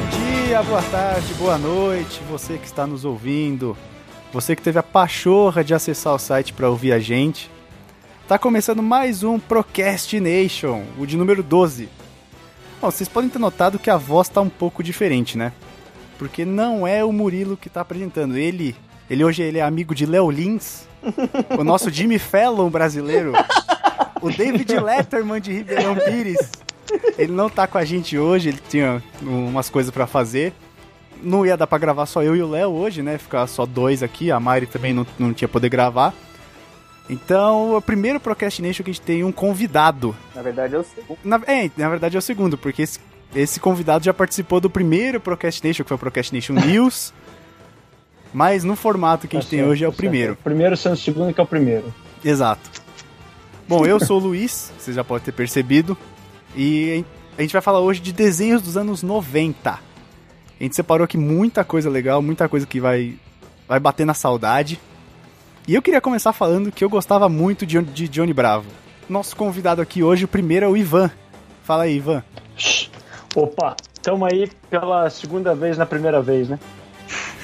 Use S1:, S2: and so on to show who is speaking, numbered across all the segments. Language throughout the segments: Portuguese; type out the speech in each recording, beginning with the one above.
S1: dia, boa tarde, boa noite, você que está nos ouvindo, você que teve a pachorra de acessar o site para ouvir a gente. Tá começando mais um Procrastination, o de número 12. Bom, vocês podem ter notado que a voz tá um pouco diferente, né? Porque não é o Murilo que tá apresentando. Ele, ele hoje ele é amigo de Léo Lins, o nosso Jimmy Fallon brasileiro, o David Letterman de Ribeirão Pires. Ele não tá com a gente hoje, ele tinha umas coisas pra fazer. Não ia dar pra gravar só eu e o Léo hoje, né? Ficar só dois aqui, a Mari também não, não tinha poder gravar. Então, o primeiro Procrastination que a gente tem um convidado.
S2: Na verdade, eu sei.
S1: Na, é, na verdade é o segundo, porque esse, esse convidado já participou do primeiro Procrastination, que foi o Procrastination News. Mas no formato
S3: Tá
S2: Tá
S1: que a gente tem hoje é o primeiro.
S3: Primeiro sendo o segundo que é o primeiro.
S1: Exato. Bom, eu sou o Luiz, você já pode ter percebido. E a gente vai falar hoje de desenhos dos anos 90. A gente separou aqui muita coisa legal, muita coisa que vai, vai bater na saudade. E eu queria começar falando que eu gostava muito de, de Johnny Bravo. Nosso convidado aqui hoje, o primeiro é o Ivan. Fala aí, Ivan.
S3: Opa, tamo aí pela segunda vez na primeira vez, né?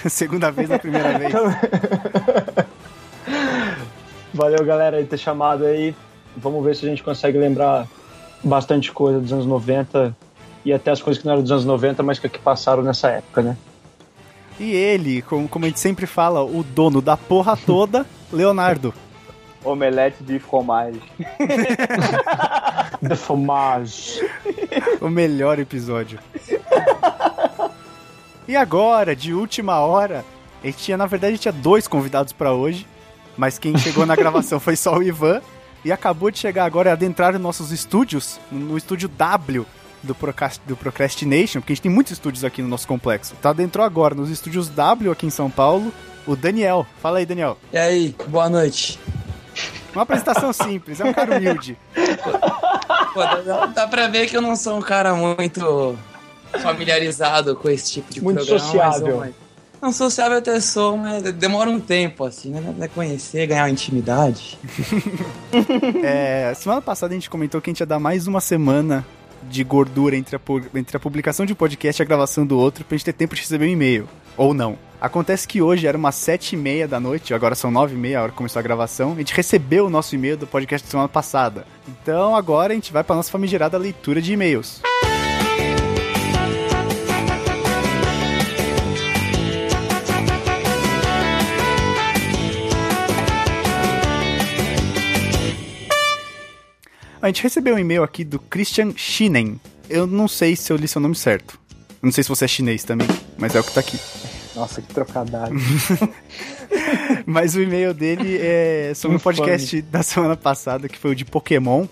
S1: Segunda vez na primeira vez.
S3: Valeu, galera, aí ter chamado aí. Vamos ver se a gente consegue lembrar bastante coisa dos anos 90 e até as coisas que não eram dos anos 90, mas que, que passaram nessa época, né?
S1: E ele, como, como a gente sempre fala, o dono da porra toda, Leonardo.
S2: Omelete de fromage.
S3: The Fromage.
S1: O melhor episódio. E agora, de última hora, a gente tinha, na verdade, a gente tinha dois convidados pra hoje, mas quem chegou na gravação foi só o Ivan e acabou de chegar agora e adentrar em nossos estúdios, no estúdio W do, Procrast do Procrastination, porque a gente tem muitos estúdios aqui no nosso complexo. Tá dentro agora, nos estúdios W aqui em São Paulo, o Daniel. Fala aí, Daniel.
S4: E aí, boa noite.
S1: Uma apresentação simples, é um cara humilde.
S4: Pô, dá, dá pra ver que eu não sou um cara muito familiarizado com esse tipo de
S3: Muito
S4: programa. mas,
S3: sociável.
S4: ó, mas- não, sociável até sou, mas demora um tempo, assim, né? Até conhecer, ganhar intimidade.
S1: É, semana passada a gente comentou que a gente ia dar mais uma semana de gordura entre a, pu- entre a publicação de um podcast e a gravação do outro pra gente ter tempo de receber um e-mail. Ou não. Acontece que hoje era umas sete e meia da noite, agora são nove e meia, a hora que começou a gravação. A gente recebeu o nosso e-mail do podcast da semana passada. Então agora a gente vai pra nossa famigerada leitura de e-mails. A gente recebeu um e-mail aqui do Christian Shinen. Eu não sei se eu li seu nome certo. Eu não sei se você é chinês também, mas é o que tá aqui.
S3: Nossa, que trocadilho.
S1: Mas o e-mail dele é sobre o podcast da semana passada, que foi o de Pokémon.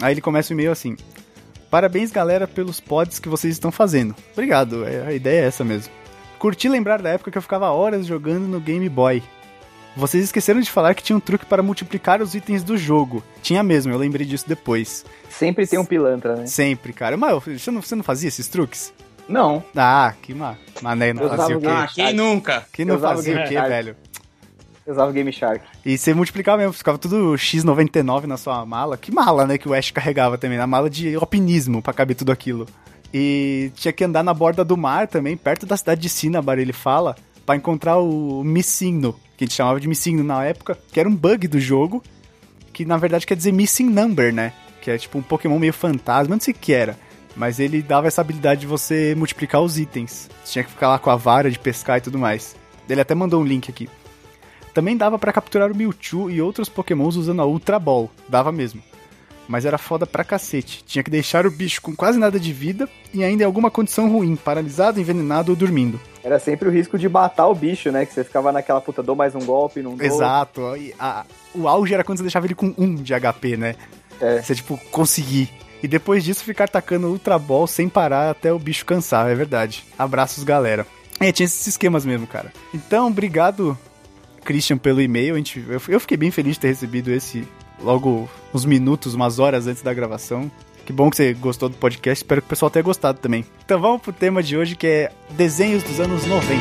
S1: Aí ele começa o e-mail assim: Parabéns, galera, pelos pods que vocês estão fazendo. Obrigado, é- a ideia é essa mesmo. Curti lembrar da época que eu ficava horas jogando no Game Boy. Vocês esqueceram de falar que tinha um truque para multiplicar os itens do jogo. Tinha mesmo, eu lembrei disso depois.
S2: Sempre tem um pilantra, né?
S1: Sempre, cara. Mas você não, você não fazia esses truques?
S2: Não.
S1: Ah, que ma... mané, não
S2: Eu
S1: fazia
S2: tava
S1: o quê?
S2: na-
S4: Ah, quem nunca?
S1: Que não
S2: eu tava
S1: fazia o
S2: ganhando
S1: quê,
S2: tarde.
S1: velho?
S2: Eu usava o Game Shark.
S1: E você multiplicava mesmo, ficava tudo X99 na sua mala. Que mala, né, que o Ash carregava também, na mala de alpinismo, pra caber tudo aquilo. E tinha que andar na borda do mar também, perto da cidade de Cinnabar, ele fala, pra encontrar o Missigno, que a gente chamava de Missigno na época, que era um bug do jogo, que na verdade quer dizer Missing Number, né? Que é tipo um Pokémon meio fantasma, não sei o que era. Mas ele dava essa habilidade de você multiplicar os itens. Você tinha que ficar lá com a vara de pescar e tudo mais. Ele até mandou um link aqui. Também dava pra capturar o Mewtwo e outros pokémons usando a Ultra Ball. Dava mesmo. Mas era foda pra cacete. Tinha que deixar o bicho com quase nada de vida e ainda em alguma condição ruim, paralisado, envenenado ou dormindo.
S2: Era sempre o risco de matar o bicho, né? Que você ficava naquela puta, dou mais um golpe, não dou.
S1: Exato. E a- o auge era quando você deixava ele com 1 de HP, né?
S2: É.
S1: Você, tipo, conseguir. E depois disso ficar tacando Ultra Ball sem parar até o bicho cansar, é verdade. Abraços, galera. É, tinha esses esquemas mesmo, cara. Então, obrigado, Christian, pelo e-mail. A gente, eu, eu fiquei bem feliz de ter recebido esse logo uns minutos, umas horas antes da gravação. Que bom que você gostou do podcast, espero que o pessoal tenha gostado também. Então vamos pro tema de hoje que é desenhos dos anos 90.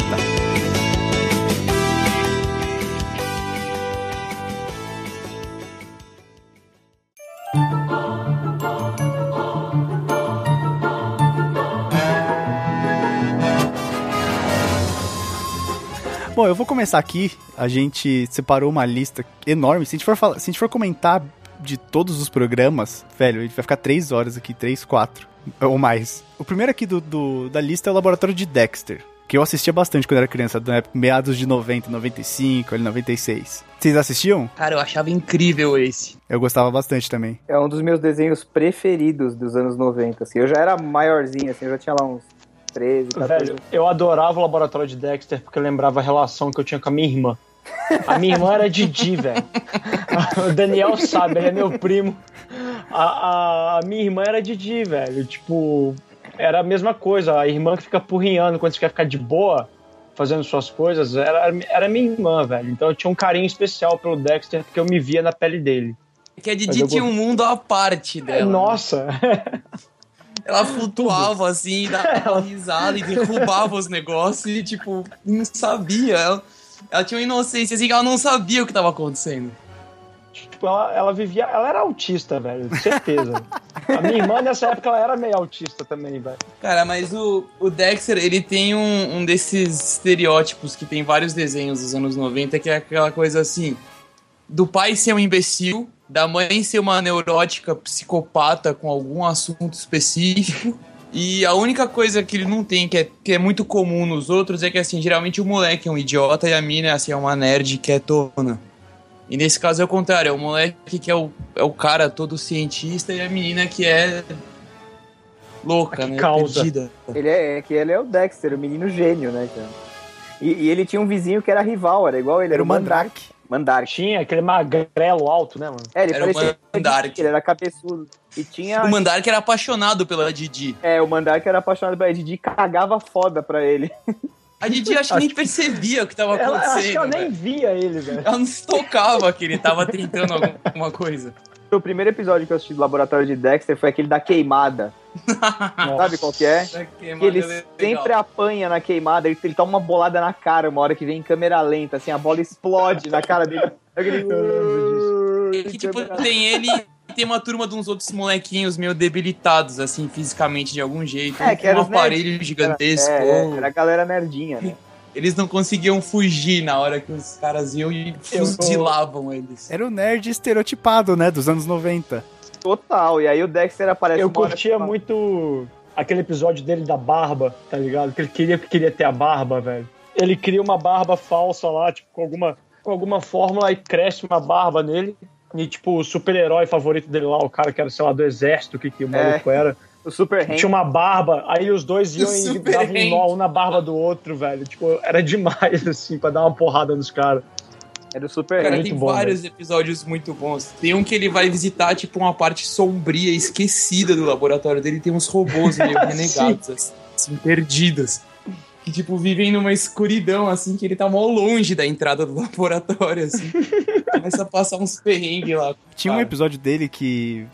S1: Bom, eu vou começar aqui. A gente separou uma lista enorme. Se a gente for, falar, se a gente for comentar de todos os programas, velho, a gente vai ficar três horas aqui, três, quatro ou mais. O primeiro aqui do, do- da lista é o Laboratório de Dexter, que eu assistia bastante quando era criança, na época, meados de 90, 95, ali 96. Vocês assistiam?
S4: Cara, eu achava incrível esse.
S1: Eu gostava bastante também.
S2: É um dos meus desenhos preferidos dos anos 90, assim. Eu já era maiorzinho, assim, eu já tinha lá uns 13, 14.
S3: Velho, eu adorava o laboratório de Dexter porque eu lembrava a relação que eu tinha com a minha irmã. A minha irmã era Didi, velho. O Daniel sabe, ele é meu primo. A, a- a minha irmã era Didi, velho. Tipo, era a mesma coisa. A irmã que fica porrinhando quando você quer ficar de boa, fazendo suas coisas, era, era minha irmã, velho. Então eu tinha um carinho especial pelo Dexter porque eu me via na pele dele.
S4: Que a
S3: Mas
S4: Didi
S3: eu É
S4: tinha um mundo à parte dela.
S3: Nossa!
S4: Ela flutuava assim, dava uma risada e derrubava os negócios e, tipo, não sabia. Ela, ela tinha uma inocência assim que ela não sabia o que tava acontecendo.
S3: Tipo, ela, ela vivia. Ela era autista, velho, certeza. a minha irmã, nessa época, ela era meio autista também, velho.
S4: Cara, mas o, o Dexter, ele tem um, um desses estereótipos que tem vários desenhos dos anos 90, que é aquela coisa assim: do pai ser um imbecil, da mãe ser uma neurótica psicopata com algum assunto específico. E a única coisa que ele não tem, que é, que é muito comum nos outros, é que assim, geralmente o moleque é um idiota e a mina assim, é uma nerd quietona. E nesse caso é o contrário, é o moleque que é o, é o cara todo cientista e a menina que é louca,
S3: Que
S4: né?
S3: causa.
S4: Perdida.
S2: Ele é, é que ele é o Dexter, o menino gênio, né, cara? E, e ele tinha um vizinho que era rival, era igual ele,
S1: Era o
S2: Mandrake.
S1: Mandrake.
S2: Mandrake.
S3: Tinha aquele magrelo alto, né, mano?
S2: É, ele
S4: Era o
S2: parecia
S4: Mandark.
S2: ele era cabeçudo. E tinha
S4: O Mandark era apaixonado pela Didi.
S2: É, o Mandark era apaixonado pela Didi, cagava foda pra ele.
S4: A Didi acho que nem percebia o que tava
S3: Ela, eu acho que
S4: acontecendo. né?
S3: ela
S4: Ela,
S3: nem via ele, velho.
S4: ela não se tocava que ele tava tentando alguma coisa.
S2: O primeiro episódio que eu assisti do Laboratório de Dexter foi aquele da queimada. Sabe qual que é? Que ele sempre apanha na queimada, ele, ele toma uma bolada na cara uma hora que vem em câmera lenta, assim, a bola explode na cara dele. "Hum." Aquele...
S3: Eu lembro
S4: É que, tipo, tem ele e tem uma turma de uns outros molequinhos meio debilitados, assim, fisicamente de algum jeito.
S2: É,
S4: um
S2: que
S4: com
S2: era
S4: um
S2: os nerds.
S4: aparelho gigantesco.
S2: É,
S3: Uhum.
S2: é, era a galera nerdinha, né?
S4: Eles não conseguiam fugir na hora que os caras iam e
S3: Eu-
S4: fuzilavam eles.
S1: Era o nerd estereotipado, né? Dos anos 90.
S2: Total. E aí o Dexter aparece
S3: Eu
S2: uma hora
S3: curtia
S2: que fala-
S3: muito aquele episódio dele da barba, tá ligado? Que ele queria que queria ter a barba, velho. Ele cria uma barba falsa lá, tipo, com alguma, com alguma fórmula e cresce uma barba nele. E, tipo, o super-herói favorito dele lá, o cara que era, sei lá, do exército, que, que
S2: É.
S3: o maluco era.
S2: O Super Hank.
S3: Tinha uma barba, aí os dois iam e
S4: Super
S3: davam um nó
S4: Hank.
S3: um na barba do outro, velho. Tipo, era demais, assim, pra dar uma porrada nos caras. um
S2: Era o é Super
S4: Cara,
S2: Hank.
S3: muito
S4: tem
S3: bom,
S4: vários episódios muito bons. Tem um que ele vai visitar, tipo, uma parte sombria, esquecida do laboratório dele. Tem uns robôs meio renegados, assim, perdidos. Que, tipo, vivem numa escuridão, assim, que ele tá mó longe da entrada do laboratório, assim. Começa a passar uns perrengues lá.
S1: Tinha um
S4: Cara.
S1: episódio dele que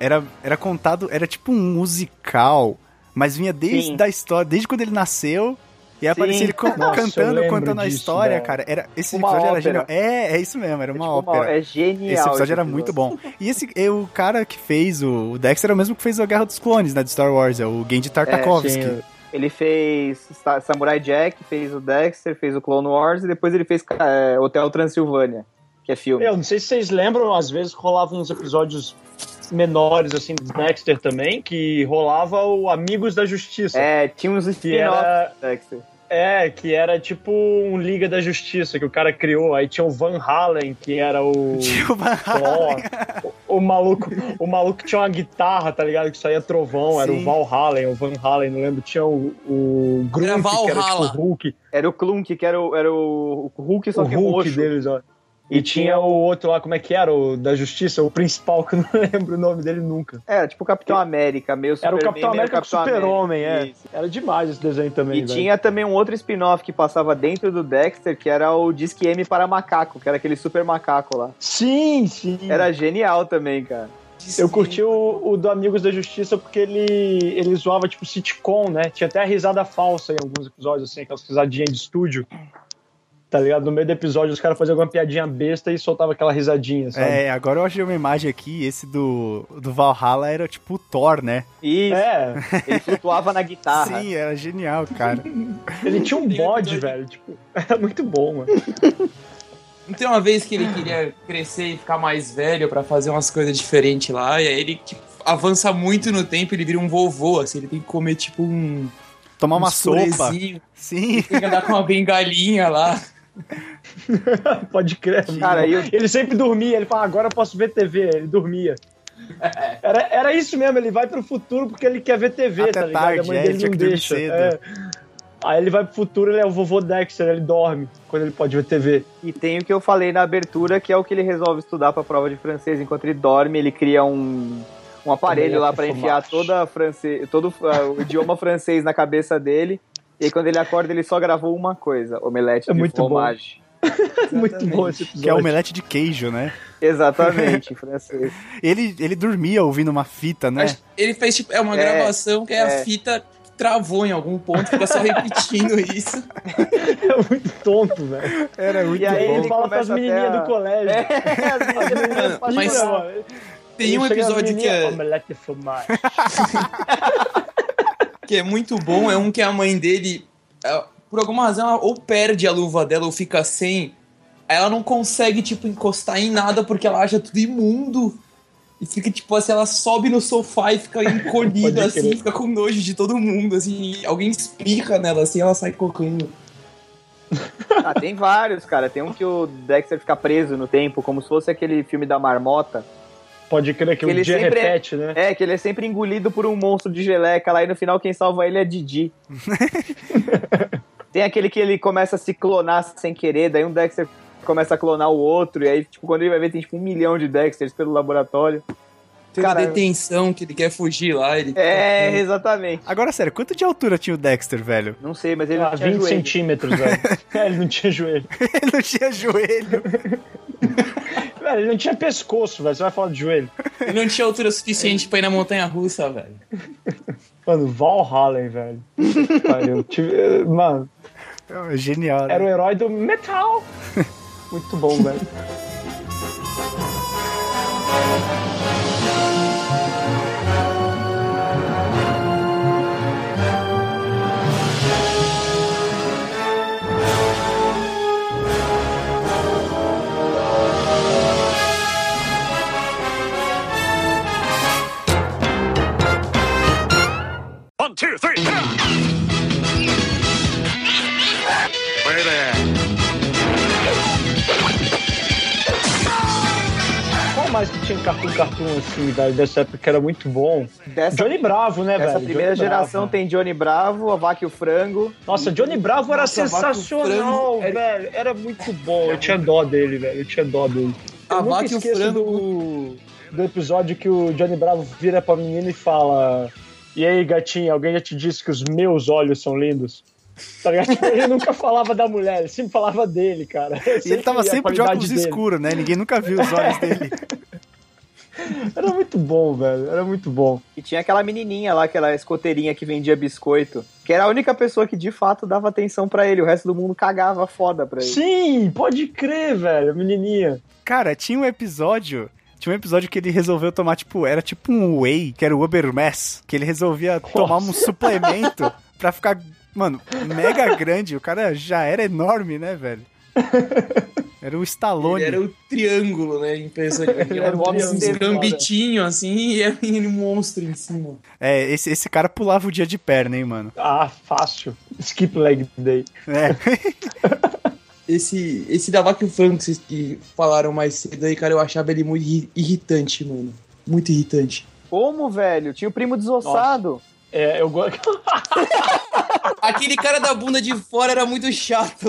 S1: era, era contado, era tipo um musical, mas vinha desde
S2: Sim.
S1: da história, desde quando ele nasceu. E aí
S2: Sim.
S1: aparecia ele can-
S3: Nossa, eu
S1: cantando,
S3: lembro
S1: contando a
S3: disso,
S1: história,
S3: velho.
S1: cara. Era, esse
S2: Uma
S1: episódio era genial.
S2: ópera.
S1: É, é isso mesmo, era uma
S2: Tipo,
S1: ópera.
S2: É genial.
S1: Esse episódio era muito
S2: episódio.
S1: bom. E esse e o cara que fez o, o Dexter é o mesmo que fez a Guerra dos Clones, né? De Star Wars, é o Genji Tartakovsky.
S3: sim,
S2: Ele fez Sa- Samurai Jack, fez o Dexter, fez o Clone Wars e depois ele fez é, Hotel Transilvânia, que é filme.
S3: Eu não sei se vocês lembram, às vezes rolavam uns episódios menores, assim, do Dexter também, que rolava o Amigos da Justiça.
S2: É, tinha uns
S3: Que
S2: spin-offs
S3: era,
S2: do Dexter.
S3: é, que era tipo um Liga da Justiça que o cara criou. Aí tinha o Van Halen, que era o.
S1: Tio Van Halen.
S3: Thor. o, o maluco, o maluco que tinha uma guitarra, tá ligado? Que saía trovão, era
S1: Sim.
S3: o Van Halen, o Van Halen, não lembro, tinha o, o Grunk,
S4: Era
S3: que era tipo o
S4: Valhalla.
S3: Hulk,
S2: Era o Clunk, que era o, era o o Hulk, só
S3: o
S2: que é
S3: Hulk
S2: roxo.
S3: deles, ó. E tinha o outro lá, como é que era? O da Justiça, o principal, que eu não lembro o nome dele nunca.
S2: É, tipo o Capitão América, meio
S3: Era o
S2: Superman,
S3: Capitão
S2: meio
S3: América com o
S2: Capitão
S3: Super-Homem, é.
S2: Isso.
S3: Era demais esse desenho também, né?
S2: E
S3: velho.
S2: tinha também um outro spin-off que passava dentro do Dexter, que era o Disque M para Macaco, que era aquele super macaco lá.
S3: Sim, sim.
S2: Era genial também, cara.
S3: Eu curti o, o do Amigos da Justiça porque ele, ele zoava, tipo, sitcom, né? Tinha até a risada falsa em alguns episódios, assim, aquelas risadinhas de estúdio. tá ligado? No meio do episódio, os caras faziam alguma piadinha besta e soltava aquela risadinha, sabe?
S1: É, agora eu achei uma imagem aqui, esse do, do Valhalla era tipo o Thor, né?
S2: Isso.
S3: É,
S2: Ele flutuava na guitarra.
S1: Sim, era genial, cara.
S3: ele tinha um bode, velho. Tipo, era muito bom, mano.
S4: Não tem uma vez que ele queria crescer e ficar mais velho pra fazer umas coisas diferentes lá, e aí ele tipo, avança muito no tempo, ele vira um vovô, assim, ele tem que comer tipo um.
S1: Tomar uma
S4: uns
S1: sopa.
S4: purezinho,
S1: Sim.
S4: Tem que andar com uma bengalinha lá.
S3: Pode crer.
S2: Cara, e o-
S3: Ele sempre dormia, ele falava, agora eu posso ver TV. Ele dormia. Era, era isso mesmo, ele vai pro futuro porque ele quer ver TV,
S1: Até
S3: tá ligado? a
S1: tarde,
S3: mãe
S1: é,
S3: dele
S1: tinha
S3: não
S1: que dormir
S3: deixa.
S1: cedo.
S3: é. Aí ele vai pro futuro, ele é o vovô Dexter, ele dorme quando ele pode ver TV.
S2: E tem o que eu falei na abertura, que é o que ele resolve estudar pra prova de francês. Enquanto ele dorme, ele cria um, um aparelho
S3: Também é
S2: lá pra enfiar
S3: perfumaço.
S2: toda a francês, todo ah, o idioma francês na cabeça dele. E aí, quando ele acorda, ele só gravou uma coisa: omelete
S3: É
S2: de
S3: muito bom.
S2: fromage.
S3: É Muito bom esse episódio.
S1: Que é omelete de queijo, né?
S2: Exatamente, em francês.
S1: Ele, ele dormia ouvindo uma fita, né?
S4: Mas Ele fez tipo, é uma
S2: É,
S4: gravação que é,
S2: é.
S4: a fita que travou em algum ponto, fica só repetindo isso.
S3: É muito tonto, velho.
S1: Era muito
S2: E aí
S1: bom.
S2: ele
S3: Ele fala pras
S2: começa até
S3: menininhas
S2: a-
S3: do colégio.
S2: É,
S3: Meninas
S4: Mas-
S3: pira, mano.
S4: Tem um
S3: Ele chega na
S4: episódio que
S3: menininha,
S4: é,
S3: Omelete de fromage.
S4: que é muito bom, é um que a mãe dele, ela- por alguma razão, ela ou perde a luva dela ou fica sem. Aí ela não consegue, tipo, encostar em nada porque ela acha tudo imundo. E fica, tipo, assim, ela sobe no sofá e fica encolhida,
S3: Pode crer.
S4: assim, fica com nojo de todo mundo, assim. e alguém espirra nela, assim, ela sai correndo.
S2: Ah, tem vários, cara. Tem um que o Dexter fica preso no tempo, como se fosse aquele filme da marmota.
S3: Pode crer que,
S2: Que ele
S3: o dia
S2: sempre é-
S3: repete, né?
S2: É, que ele é sempre engolido por um monstro de geleca lá e no final quem salva ele é Didi. Tem aquele que ele começa a se clonar sem querer, daí um Dexter começa a clonar o outro, e aí, tipo, quando ele vai ver, tem tipo um milhão de Dexters pelo laboratório.
S4: Tem uma
S2: Cara,
S4: detenção que ele quer fugir lá, ele
S2: É, exatamente.
S1: Agora, sério, quanto de altura tinha o Dexter, velho?
S2: Não sei, mas ele
S3: Ah,
S2: não tinha
S3: 20
S2: joelho.
S3: centímetros, velho. É, ele não tinha joelho.
S1: Ele não tinha joelho.
S3: Velho, ele não tinha pescoço, velho. Você vai falar de joelho.
S4: Ele não tinha altura suficiente pra ir na montanha russa, velho.
S3: Mano, Valhalla, velho. Pariu. Tive- Mano,
S1: É Genial, né?
S3: era o herói do metal. Muito bom, velho.
S5: One, two, three. Yeah. Wait there.
S3: Qual mais que tinha cartoon, cartoon assim, velho, dessa época que era muito bom?
S2: Dessa,
S3: Johnny Bravo, né, velho?
S2: dessa primeira
S3: Johnny
S2: geração
S3: Bravo.
S2: tem Johnny Bravo, a vaca e o frango.
S3: Nossa, Johnny Bravo era
S4: Nossa, Vaca e o
S3: sensacional,
S4: Frango era-
S3: velho. Era muito bom. Eu tinha dó dele, velho. Eu tinha dó dele. Eu
S4: A
S3: nunca
S4: vaca e o
S3: esqueço
S4: frango.
S3: Do, do episódio que o Johnny Bravo vira pra menina e fala: E aí, gatinha, alguém já te disse que os meus olhos são lindos? Tá ligado? Tipo, Ele nunca falava da mulher, ele sempre falava dele, cara.
S1: E ele tava
S3: a
S1: sempre de
S3: qualidade
S1: óculos
S3: dele.
S1: escuros, né? Ninguém nunca viu os olhos dele.
S3: Era muito bom, velho. Era muito bom.
S2: E tinha aquela menininha lá, aquela escoteirinha que vendia biscoito, que era a única pessoa que de fato dava atenção pra ele, o resto do mundo cagava foda pra ele.
S3: Sim, pode crer, velho. Menininha.
S1: Cara, tinha um episódio. Tinha um episódio que ele resolveu tomar, tipo, era tipo um whey, que era o Ubermess, que ele resolvia tomar um suplemento pra ficar, mano, mega grande. O cara já era enorme, né, velho? Era o Stallone.
S4: Ele era o triângulo, né? Em pessoa que
S3: era
S4: era
S3: um
S4: uns
S2: triângulo.
S4: gambitinhos assim e era um monstro em cima.
S1: É, esse, esse cara pulava o dia de perna, hein, mano.
S3: Ah, fácil. Skip leg day.
S1: É,
S4: Esse, esse da vaca e o frango que vocês que falaram mais cedo aí, cara, eu achava ele muito irri- irritante, mano. Muito irritante.
S2: Como, velho? Tinha o primo desossado.
S3: É, eu gosto.
S4: Aquele cara da bunda de fora era muito chato.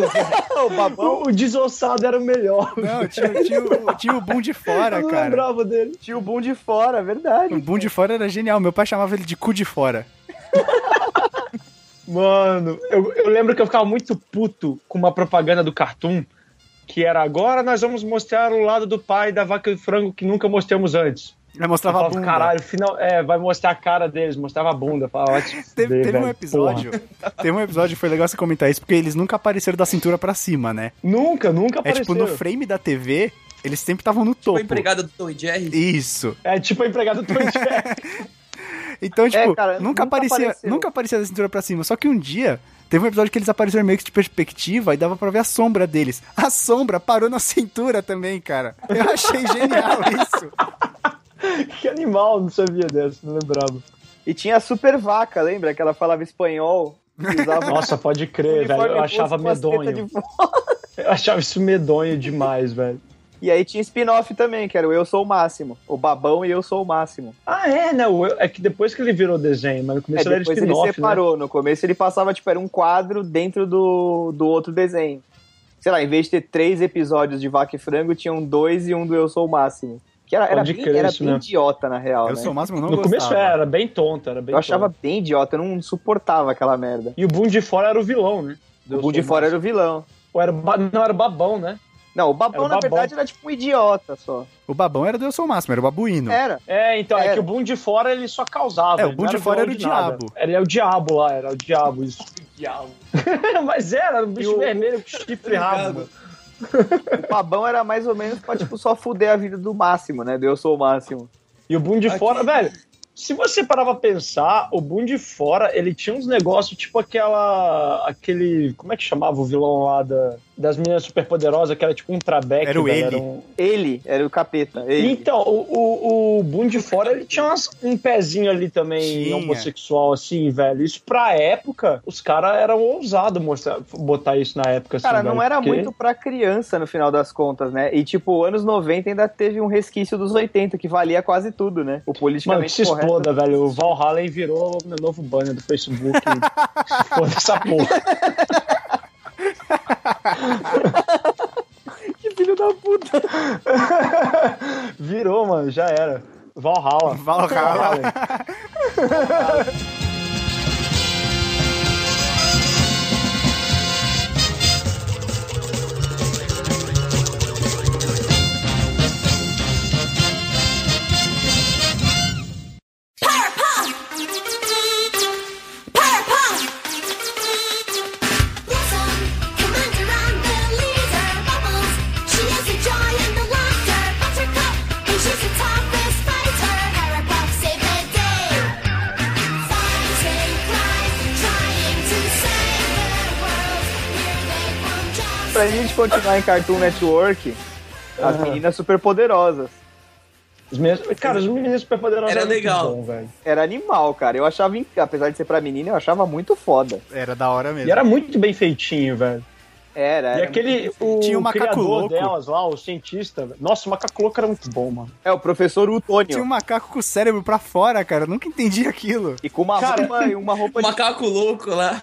S2: O babão
S3: O desossado era o melhor.
S1: não, tinha, tinha, o- tinha o boom de fora,
S3: eu não
S1: cara.
S3: lembrava dele.
S2: tinha o boom de fora, é verdade.
S1: O boom de fora era genial. Meu pai chamava ele de cu de fora.
S3: Mano, eu, eu lembro que eu ficava muito puto com uma propaganda do Cartoon que era agora nós vamos mostrar o lado do pai da vaca e frango que nunca mostramos antes.
S1: Vai mostrar a
S3: Falava,
S1: bunda.
S3: Caralho, final, é, vai mostrar a cara deles, mostrava a bunda. Falava, vai te fuder,
S1: Teve, teve um
S3: velho,
S1: episódio.
S3: porra.
S1: Teve um episódio que foi legal você comentar isso, porque eles nunca apareceram da cintura pra cima, né?
S3: Nunca,
S1: É
S3: nunca apareceu.
S1: tipo, no frame da TV, eles sempre estavam no
S4: Foi
S1: topo.
S3: Tipo,
S4: empregada do Tom e Jerry.
S1: Isso.
S3: É tipo a empregada do Tom e Jerry.
S1: Então, tipo,
S2: cara,
S1: nunca,
S2: nunca
S1: aparecia,
S2: apareceu.
S1: nunca aparecia da cintura pra cima. Só que um dia, teve um episódio que eles apareceram meio que de perspectiva e dava pra ver a sombra deles. A sombra parou na cintura também, cara. Eu achei genial isso.
S3: Que animal, não sabia dessa, não lembrava.
S2: E tinha a super vaca, lembra? Que ela falava espanhol. e Usava um
S3: Nossa, pode crer, velho.
S2: uniforme
S3: Eu achava
S2: posto com as tetas de
S3: medonho.
S2: fora.
S3: Eu achava isso medonho demais, velho.
S2: E aí tinha spin-off também, que era o Eu Sou o Máximo. O Babão e Eu Sou o Máximo.
S3: Ah, é, né? o- É que depois que ele virou desenho, mas no
S2: É,
S3: começo ele era
S2: depois ele
S3: spin-off, né?
S2: separou. No começo ele passava, tipo, era um quadro dentro do, do outro desenho. Sei lá, em vez de ter três episódios de Vaca e Frango, tinham dois e um do Eu Sou o Máximo. Que era, era
S3: Pode
S2: bem,
S3: crer,
S2: era
S3: isso
S2: bem
S3: mesmo.
S2: idiota, na real,
S1: Eu
S2: né?
S1: sou o máximo, eu não
S3: No
S1: gostava.
S3: começo era bem tonto, era bem
S2: Eu achava
S3: tonto.
S2: bem idiota, eu não suportava aquela merda.
S3: E o Boom de Fora era o vilão, né?
S2: O Bull de Fora era o vilão.
S3: Ou era o ba- Não, era o Babão, né?
S2: Não, o Babão,
S3: Era o
S2: na
S3: Babão.
S2: verdade, era tipo um idiota só.
S1: O babão era do Eu Sou o Máximo, era o babuíno.
S2: Era.
S3: É, então, é,
S2: Era.
S3: que o Boom de Fora ele só causava.
S1: É, o
S3: ele
S1: Boom
S3: não
S1: de Fora
S3: vilão
S1: era o
S3: de nada.
S1: diabo.
S3: Ele é o diabo lá, era o diabo, isso.
S4: Diabo.
S3: Mas era, era um bicho
S4: E o-
S3: vermelho com chifre rabo.
S2: O Babão era mais ou menos pra, tipo, só fuder a vida do Máximo, né? Do Eu Sou o Máximo.
S3: E o Boom de
S4: Aqui.
S3: Fora, velho. Se você parar pra pensar, o Boom de Fora, ele tinha uns negócios tipo aquela. aquele. Como é que chamava o vilão lá da, das meninas superpoderosas, que era tipo um trabeque.
S1: Era o
S3: velho,
S1: ele.
S3: um-
S2: Ele era o capeta. Ele.
S3: Então, o, o, o Boom de Fora, ele tinha umas- um pezinho ali também
S1: Tinha.
S3: homossexual, assim, velho. Isso pra época, os caras eram ousados mostrar- botar isso na época, assim,
S2: Cara, não
S3: velho,
S2: era
S3: porque-
S2: muito pra criança no final das contas, né? E tipo, anos 90 ainda teve um resquício dos 80, que valia quase tudo, né? O
S3: Mano, que
S2: politicamente
S3: se
S2: correto.
S3: exploda, velho. O Valhalla virou meu novo banner do Facebook. Foda essa porra.
S2: Que filho da puta.
S3: Virou, mano, já era. Valhalla.
S1: Valhalla.
S2: Pra gente continuar em Cartoon Network, as meninas superpoderosas.
S3: Os meninos- cara, os meninos superpoderosos
S4: Era
S3: eram muito
S4: legal.
S3: bom, velho.
S2: Era animal, cara. Eu achava, inc- apesar de ser pra menina, eu achava muito foda.
S1: Era da hora mesmo.
S3: E era muito bem feitinho, velho.
S2: Era,
S3: E
S2: era.
S3: aquele. O
S1: Tinha o macaco
S3: criador
S1: louco.
S3: delas lá, o cientista. velho. Nossa, o macaco louco era muito bom, mano.
S2: É, o professor
S1: Tinha um
S2: Utônio.
S1: macaco com o cérebro pra fora, cara. Eu nunca entendi aquilo.
S2: E com uma
S3: Cara,
S2: roupa, e uma roupa
S4: O
S2: de...
S4: macaco louco lá.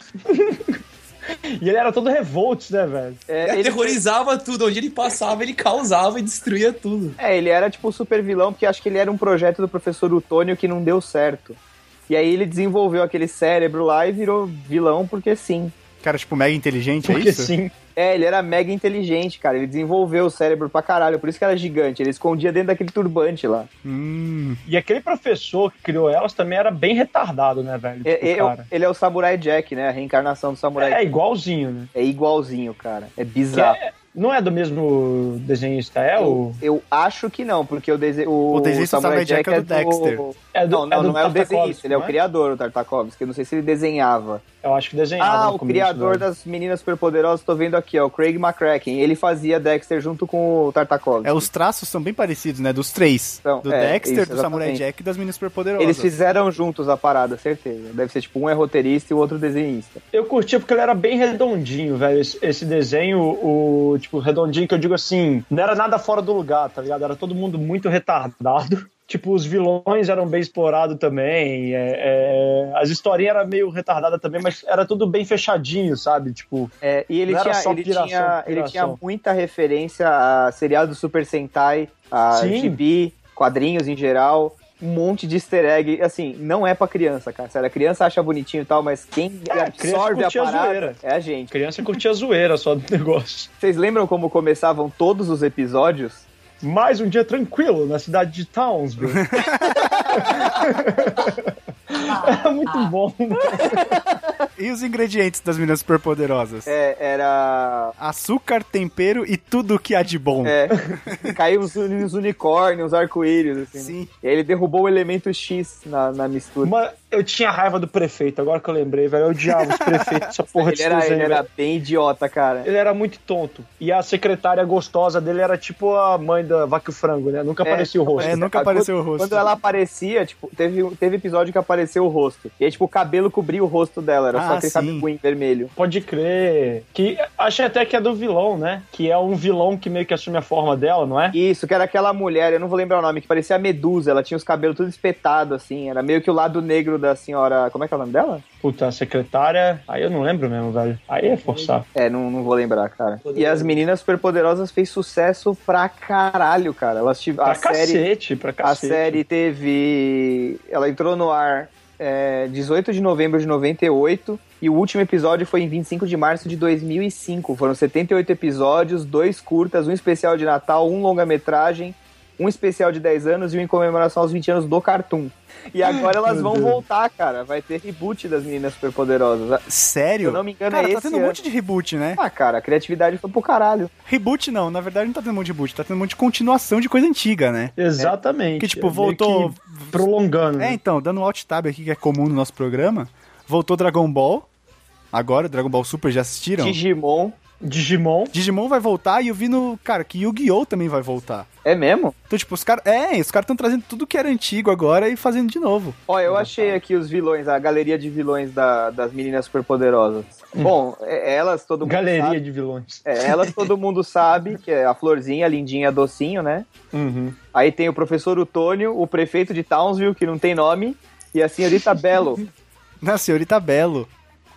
S3: E ele era todo revoltos, né, velho?
S2: É,
S4: Ele
S2: ele-
S4: aterrorizava tudo. Onde ele passava, ele causava e destruía tudo.
S2: É, ele era tipo o super vilão, porque acho que ele era um projeto do professor Utônio que não deu certo. E aí ele desenvolveu aquele cérebro lá e virou vilão porque sim.
S1: Cara, tipo, mega inteligente, é
S3: Porque assim,
S1: isso?
S3: sim.
S2: É, ele era mega inteligente, cara. Ele desenvolveu o cérebro pra caralho, por isso que era gigante. Ele escondia dentro daquele turbante lá.
S1: Hum,
S3: E aquele professor que criou elas também era bem retardado, né, velho? Tipo,
S2: É, é,
S3: cara.
S2: ele é o Samurai Jack, né? A reencarnação do Samurai
S3: É
S2: Jack.
S3: igualzinho, né?
S2: É igualzinho, cara.
S3: Que
S2: É bizarro.
S3: é- não é do mesmo desenhista, é o.
S2: Eu acho que não, porque o, dese... o,
S1: O desenho do Samurai Jack é do Dexter.
S3: É do,
S2: Não, não, não é o
S3: Tartakovsky,
S2: desenhista, ele é o
S3: não
S2: criador, o Tartakovsky. Eu não sei se ele desenhava.
S3: Eu acho que desenhava.
S2: Ah,
S3: no
S2: o
S3: começo,
S2: criador
S3: velho.
S2: das Meninas Superpoderosas, tô vendo aqui, ó, o Craig McCracken. Ele fazia Dexter junto com o Tartakovsky.
S1: é, os traços são bem parecidos, né? Dos três.
S2: Então,
S1: do
S2: é,
S1: Dexter,
S2: isso,
S1: do Samurai
S2: exatamente.
S1: Jack e das meninas superpoderosas.
S2: Eles fizeram juntos a parada, certeza. Deve ser tipo um é roteirista e o outro desenhista.
S3: Eu curti porque ele era bem redondinho, velho. Esse, esse desenho, o tipo, redondinho que eu digo assim, não era nada fora do lugar, tá ligado? Era todo mundo muito retardado. Tipo, os vilões eram bem explorados também. é, é, as historinhas eram meio retardadas também, mas era tudo bem fechadinho, sabe? Tipo,
S2: É, e ele
S3: Não era
S2: tinha,
S3: só
S2: ele,
S3: piração,
S2: tinha, ele
S3: piração.
S2: tinha muita referência a serial do Super Sentai, a
S3: Sim.
S2: gibi, quadrinhos em geral, um monte de easter egg. Assim, não é pra criança, cara. Sério, a criança acha bonitinho e tal, mas quem
S3: É, a criança
S2: É, absorve a
S3: curtia a
S2: parada
S3: zoeira.
S2: é a gente.
S3: criança curtia a zoeira só do negócio.
S2: Vocês lembram como começavam todos os episódios?
S3: Mais um dia tranquilo na cidade de Townsville. Era É muito bom.
S1: E os ingredientes das meninas superpoderosas?
S2: É, era.
S1: Açúcar, tempero e tudo o que há de bom.
S2: É. Caiu os, uni- os unicórnios, os arco-íris, assim. né?
S1: Sim.
S2: E aí ele derrubou o elemento X na, na mistura.
S3: Mano, eu tinha raiva do prefeito, agora que eu lembrei, velho. Eu odiava os prefeitos, essa porra
S2: ele,
S3: de
S2: era, ele
S3: desenho.
S2: era
S3: velho.
S2: bem idiota, cara.
S3: Ele era muito tonto. E a secretária gostosa dele era tipo a mãe da Vaca e o Frango, né? Nunca
S2: É,
S3: aparecia o rosto.
S1: É, nunca
S2: Ah,
S1: apareceu o rosto.
S2: Quando ela aparecia, tipo, teve, teve episódio que apareceu o rosto. E aí, tipo, o cabelo cobria o rosto dela, era
S1: Ah,
S2: só aquele
S1: sim.
S2: cabelo vermelho.
S3: Pode crer. Que achei até que é do vilão, né? Que é um vilão que meio que assume a forma dela, não é?
S2: Isso, que era aquela mulher, eu não vou lembrar o nome, que parecia a Medusa, ela tinha os cabelos tudo espetado, assim, era meio que o lado negro da senhora. Como é que é o nome dela?
S3: Puta, a secretária. Aí eu não lembro mesmo, velho. Aí é forçar.
S2: É, não, não vou lembrar, cara. E as meninas superpoderosas fez sucesso pra caralho, cara. Elas tiveram.
S3: Pra
S2: A série,
S3: cacete, pra
S2: a
S3: cacete.
S2: série teve. Ela entrou no ar. é, 18 de novembro de 98 e o último episódio foi em 25 de março de 2005. Foram 78 episódios, dois curtas, um especial de Natal, um longa-metragem, um especial de 10 anos e um em comemoração aos 20 anos do Cartoon. E agora elas
S3: Meu
S2: vão
S3: Deus.
S2: voltar, cara. Vai ter reboot das Meninas Superpoderosas. Se
S1: Sério?
S2: eu não me engano,
S1: Cara, tá
S2: é esse
S1: tendo um
S2: ano.
S1: monte de reboot, né?
S2: Ah, cara, a criatividade foi pro caralho.
S1: Reboot não, na verdade não tá tendo um monte de reboot, tá tendo um monte de continuação de coisa antiga, né?
S3: Exatamente.
S1: Que tipo,
S3: É meio
S1: voltou.
S3: que
S2: Hum.
S3: prolongando.
S1: É, então, dando um alt tab aqui que é comum no nosso programa, voltou Dragon Ball. Agora, Dragon Ball Super, já assistiram?
S2: Digimon.
S3: Digimon.
S1: Digimon vai voltar e eu vi no. Cara, que Yu-Gi-Oh! também vai voltar.
S2: É mesmo?
S1: Então, tipo, os caras. É, os caras estão trazendo tudo que era antigo agora e fazendo de novo.
S2: Ó, eu achei aqui os vilões, a galeria de vilões da- das meninas superpoderosas. Bom, é- elas todo mundo
S3: Galeria
S2: sabe.
S3: de vilões.
S2: É, elas todo mundo sabe, que é a Florzinha, a Lindinha, a Docinho, né?
S3: Uhum.
S2: Aí tem o professor Utônio, o prefeito de Townsville, que não tem nome, e a senhorita Belo,
S1: Na senhorita Belo.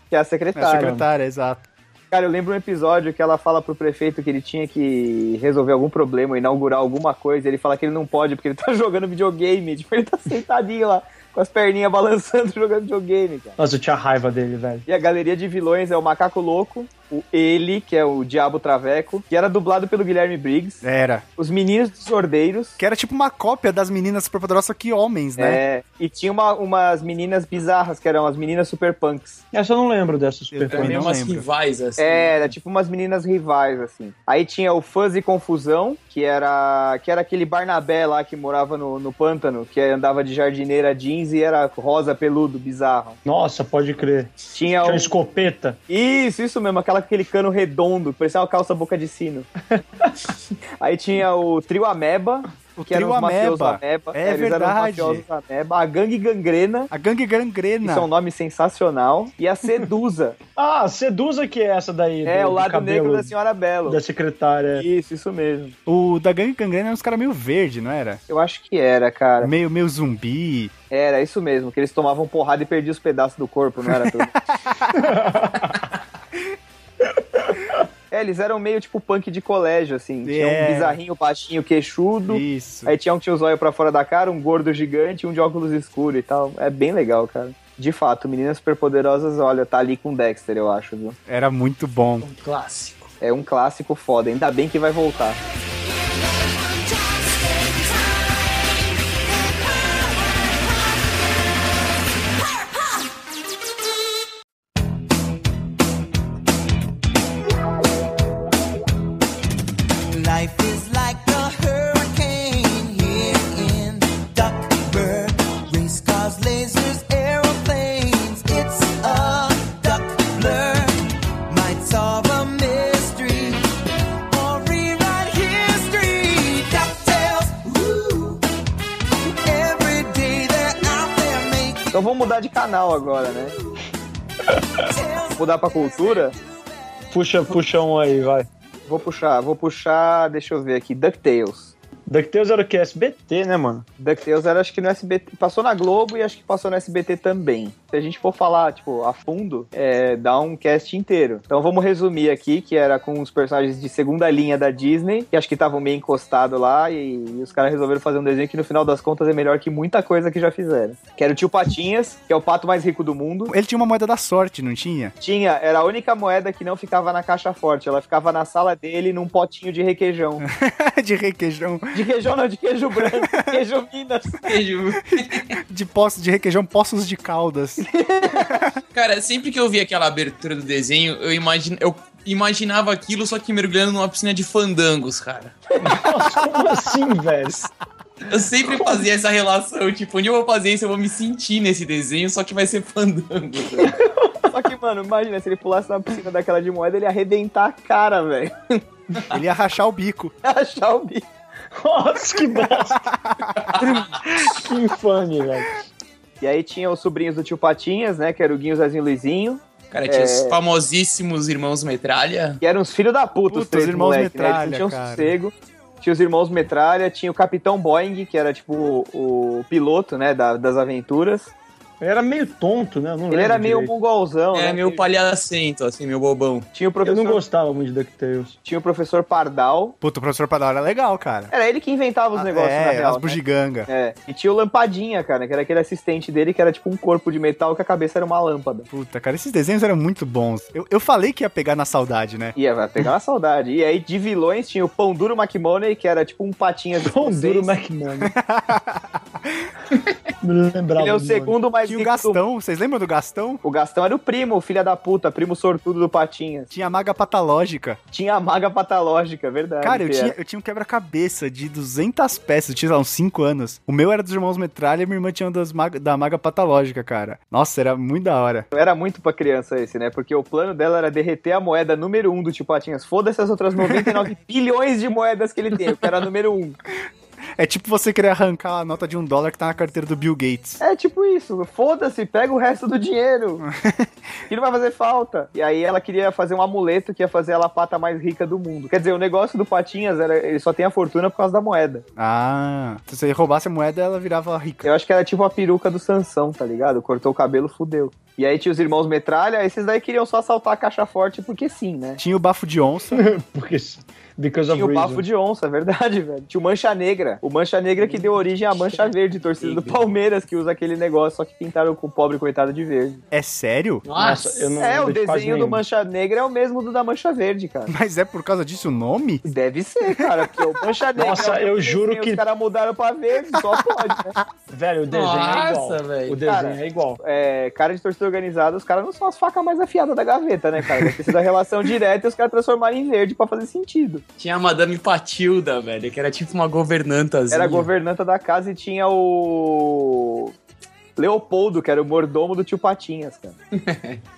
S2: que é
S1: É
S2: a
S1: a
S2: secretária.
S1: secretária, exato.
S2: Cara, eu lembro um episódio que ela fala pro prefeito que ele tinha que resolver algum problema, inaugurar alguma coisa, ele fala que ele não pode porque ele tá jogando videogame. Tipo, ele tá sentadinho lá, com as perninhas balançando, jogando videogame, cara.
S3: Nossa, eu tinha raiva dele, velho.
S2: E a galeria de vilões é o Macaco Louco, o Ele, que é o Diabo Traveco, que era dublado pelo Guilherme Briggs,
S1: Era.
S2: os Meninos dos Sordeiros,
S1: Que era tipo uma cópia das meninas superpoderosas, só que homens, né?
S2: é, e tinha uma- umas meninas bizarras, que eram as meninas super punks.
S3: Essa eu não lembro dessa
S1: também
S3: super
S4: Era
S1: não
S4: meio umas
S1: lembro.
S4: rivais, assim.
S2: É, era tipo umas meninas rivais, assim. Aí tinha o Fuzzy Confusão, que era que era aquele Barnabé lá que morava no, no pântano, que andava de jardineira jeans e era rosa peludo, bizarro.
S3: Nossa, pode crer.
S2: Tinha
S3: Tinha
S2: É
S3: um
S2: o...
S3: uma escopeta.
S2: Isso, isso mesmo, aquela com aquele cano redondo, que parecia uma calça boca de sino. Aí tinha o Trio Ameba,
S1: O
S2: que era
S1: trio
S2: os mafiosos
S1: Ameba.
S2: Ameba.
S1: É
S2: eles eram os
S1: verdade.
S2: mafiosos Ameba. A Gangue Gangrena,
S1: A gangue
S2: que
S1: gangrena.
S2: são um nome sensacional. E a Sedusa,
S3: Ah, seduza que é essa daí.
S2: é
S3: do-
S2: o
S3: do
S2: lado
S3: cabelo
S2: negro da Senhora Belo.
S3: da secretária.
S2: Isso, isso mesmo.
S1: O da gangue gangrena eram uns caras meio verde, não era?
S2: Eu acho que era, cara.
S1: Meio, meio zumbi.
S2: Era, isso mesmo. Que eles tomavam porrada e perdiam os pedaços do corpo, não era tudo. É, eles eram meio tipo punk de colégio, assim. Tinha
S1: É.
S2: um bizarrinho baixinho queixudo.
S1: Isso.
S2: Aí tinha um que tinha os olhos pra fora da cara, um gordo gigante, um de óculos escuro e tal. É bem legal, cara. De fato, Meninas Superpoderosas, olha, tá ali com Dexter, eu acho, viu?
S1: Era muito bom.
S4: Um clássico.
S2: É um clássico foda, ainda bem que vai voltar.
S6: Life is like a hurricane here in Duckburg. Race cars, lasers, aeroplanes. It's a duck blur. Might solve a mystery or rewrite history. Ducktales, woo. Every day they're out there making
S2: Então vamos mudar de canal agora, né?
S6: tales.
S2: Mudar pra cultura?
S3: Puxa, puxa um aí, vai.
S2: Vou puxar, vou puxar, deixa eu ver aqui, DuckTales.
S3: DuckTales era o que? SBT, né, mano?
S2: DuckTales era acho que no SBT. Passou na Globo e acho que passou no SBT também. Se a gente for falar, tipo, a fundo, é, dá um cast inteiro. Então vamos resumir aqui, que era com os personagens de segunda linha da Disney, que acho que estavam meio encostados lá, e, e os caras resolveram fazer um desenho que no final das contas é melhor que muita coisa que já fizeram. Que era o tio Patinhas, que é o pato mais rico do mundo.
S1: Ele tinha uma moeda da sorte, não tinha?
S2: Tinha, era a única moeda que não ficava na caixa forte, ela ficava na sala dele num potinho de requeijão.
S1: de requeijão.
S2: De queijo não, de queijo branco, queijo Minas.
S1: De poços de requeijão, poços de caldas.
S4: Cara, sempre que eu via aquela abertura do desenho, eu, imagin... eu imaginava aquilo só que mergulhando numa piscina de fandangos, cara.
S3: Nossa, como assim, velho?
S4: Eu sempre fazia essa relação, tipo, onde eu vou fazer isso, eu vou me sentir nesse desenho, só que vai ser fandango.
S2: Só que, mano, imagina, se ele pulasse na piscina daquela de moeda, ele ia arrebentar a cara, velho.
S1: Ele ia rachar o bico.
S2: Achar o bicho.
S3: Nossa, que bosta. que infame, velho.
S2: E aí tinha os sobrinhos do tio Patinhas, né? Que era o Guinho, Zezinho e Luizinho.
S4: Cara, tinha os famosíssimos irmãos metralha.
S2: Que eram os filhos da puta, os
S1: Puta,
S2: três
S1: os irmãos
S2: moleque, né? Eles
S1: Metralha,
S2: não tinham
S1: cara.
S2: sossego. Tinha os irmãos Metralha, tinha o Capitão Boeing, que era tipo o, o piloto, né, da- das aventuras.
S3: Ele era meio tonto, né? Eu não
S2: Ele
S3: lembro
S2: era meio
S3: direito.
S2: mongolzão,
S4: É
S2: né?
S4: meu
S2: Ele-
S4: palhacento, assim, meu bobão.
S2: Tinha o
S3: Eu
S2: professor,
S3: não gostava muito de DuckTales.
S2: tinha o professor Pardal.
S1: Puta, o professor Padal era legal, cara.
S2: Era ele que inventava os
S1: Ah,
S2: negócios,
S1: é,
S2: na real.
S1: as
S2: né?
S1: bugiganga.
S2: É. E tinha o Lampadinha, cara, que era aquele assistente dele que era tipo um corpo de metal que a cabeça era uma lâmpada.
S1: Puta, cara, esses desenhos eram muito bons. Eu, eu falei que ia pegar na saudade, né?
S2: Ia, vai pegar uma saudade. E aí, de vilões, tinha o Pão Duro McMoney, que era tipo um patinha de
S3: Pão
S2: vocês.
S3: duro McMahon. né? não lembrava.
S2: Ele é o
S3: do nome.
S2: segundo mais
S1: Tinha o
S2: rico do
S1: Gastão, vocês lembram do Gastão?
S2: O Gastão era o primo, o filho da puta, primo sortudo do Patinhas.
S1: Tinha a maga patalógica.
S2: Tinha a maga patológica, é verdade.
S1: Cara, eu
S2: que
S1: tinha,
S2: era.
S1: eu tinha um quebra-cabeça de 200 peças, eu tinha lá uns 5 anos. O meu era dos irmãos Metralha e minha irmã tinha um das maga- da maga patalógica, cara. Nossa, era muito da hora.
S2: Era muito pra criança esse, né? Porque o plano dela era derreter a moeda número 1 um do tio Patinhas. Foda-se as outras 99 bilhões de moedas que ele tem, que era a número 1. Um.
S1: É tipo você querer arrancar a nota de um dólar que tá na carteira do Bill Gates.
S2: É tipo isso, foda-se, pega o resto do dinheiro. que não vai fazer falta. E aí ela queria fazer um amuleto que ia fazer ela a pata mais rica do mundo. Quer dizer, o negócio do Patinhas era ele só tem a fortuna por causa da moeda.
S1: Ah, se você roubasse a moeda, ela virava rica.
S2: Eu acho que era tipo a peruca do Sansão, tá ligado? Cortou o cabelo, fudeu. E aí tinha os irmãos metralha, esses daí queriam só assaltar a caixa forte porque sim, né?
S1: Tinha o bafo de onça.
S3: Porque, because of
S2: Tinha o
S3: reason.
S2: bafo de onça, é verdade, velho. Tinha o Mancha Negra. O Mancha Negra que deu origem à Mancha Verde, torcida do Palmeiras, que usa aquele negócio, só que pintaram com o pobre coitado de verde.
S1: É sério?
S3: Nossa, eu não
S2: é, o
S3: lembro de quase
S2: desenho do
S3: nenhum.
S2: Mancha Negra é o mesmo do da Mancha Verde, cara.
S1: Mas é por causa disso o nome?
S2: Deve ser, cara, porque o Mancha Negra.
S3: Nossa,
S2: é o
S3: eu
S2: desenho,
S3: juro que-
S2: Os caras mudaram pra verde, só pode, né?
S3: Velho, o desenho é igual.
S4: Nossa, velho.
S3: O desenho
S2: Cara,
S3: é igual.
S2: É, cara de torcida organizada, os caras não são as facas mais afiadas da gaveta, né, cara? Deve ter sido a relação direta e os caras transformaram em verde pra fazer sentido.
S4: Tinha a Madame Patilda, velho, que era tipo uma governantazinha.
S2: Era a governanta da casa e tinha o. Leopoldo, que era o mordomo do tio Patinhas, cara.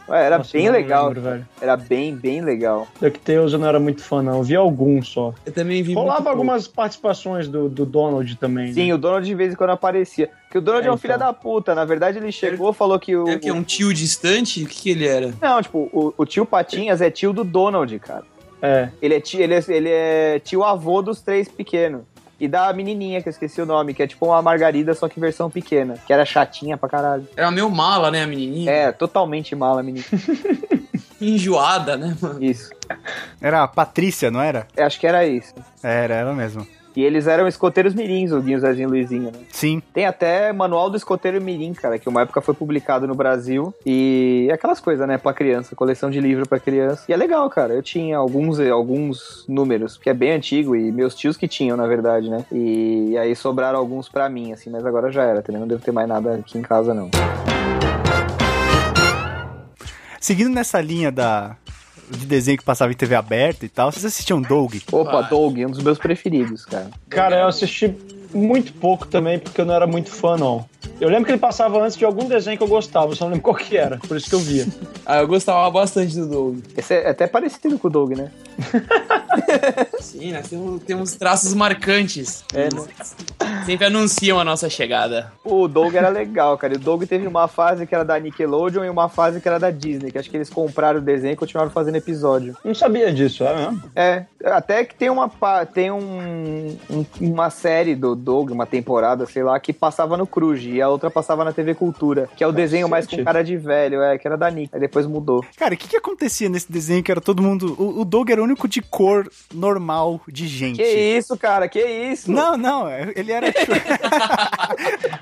S2: Ué, era
S3: Nossa, eu
S2: bem
S3: não
S2: legal.
S3: lembro, velho.
S2: Era bem, bem legal.
S3: DuckTales eu não era muito fã, não. Eu vi algum só.
S4: Eu também vi muito
S3: Rolava
S4: pouco.
S3: algumas participações do, do Donald também.
S2: Sim,
S3: né?
S2: o Donald de vez em quando aparecia. Porque o Donald é,
S3: É,
S2: um
S3: então.
S2: filho da puta. Na verdade, ele chegou falou que o.
S4: Era o quê? Um tio distante? O que, que ele era?
S2: Não, tipo, o, o tio Patinhas é tio do Donald, cara.
S3: É.
S2: Ele é, tio, ele, é, ele é tio avô dos três pequenos. E da menininha, que eu esqueci o nome, que é tipo uma margarida, só que versão pequena. Que era chatinha pra caralho.
S4: Era meio mala, né, a menininha?
S2: É, totalmente mala, menina.
S4: Enjoada, né, mano?
S2: Isso.
S1: Era a Patrícia, não era?
S2: Eu acho que era isso.
S1: Era, ela mesmo.
S2: E eles eram escoteiros mirins, o Guinho, Zezinho e Luizinho, né?
S1: Sim.
S2: Tem até Manual do Escoteiro Mirim, cara, que uma época foi publicado no Brasil. E é aquelas coisas, né, pra criança, coleção de livro pra criança. E é legal, cara. Eu tinha alguns, alguns números, porque é bem antigo e meus tios que tinham, na verdade, né? E aí sobraram alguns pra mim, assim, mas agora já era, também não devo ter mais nada aqui em casa, não.
S1: Seguindo nessa linha da de desenho que passava em TV aberta e tal, vocês assistiam Doug?
S2: Opa,
S4: Vai.
S2: Doug, um dos meus preferidos, cara.
S3: Cara, eu assisti muito pouco também, porque eu não era muito fã, não. Eu lembro que ele passava antes de algum desenho que eu gostava, eu só não lembro qual que era, por isso que eu via.
S4: Ah, eu gostava bastante do Doug.
S2: Esse é até parecido com o Doug, né?
S4: Sim, né? Tem, um- tem uns traços marcantes.
S3: É, né?
S4: Sempre anunciam a nossa chegada.
S2: O Doug era legal, cara. E O Doug teve uma fase que era da Nickelodeon e uma fase que era da Disney, que acho que eles compraram o desenho e continuaram fazendo episódio.
S3: Não sabia disso, é mesmo?
S2: É, até que tem uma pa- tem um, um- uma série do Doug, uma temporada, sei lá, que passava no Cruz e a outra passava na TV Cultura, que é o desenho mais com
S3: sentido.
S2: cara de velho, é, que era da Nick. Aí depois mudou.
S1: Cara, o que, que acontecia nesse desenho que era todo mundo. O, o Doug era o único de cor normal de gente.
S2: Que isso, cara? Que isso?
S1: Não, não, é, ele era. tipo,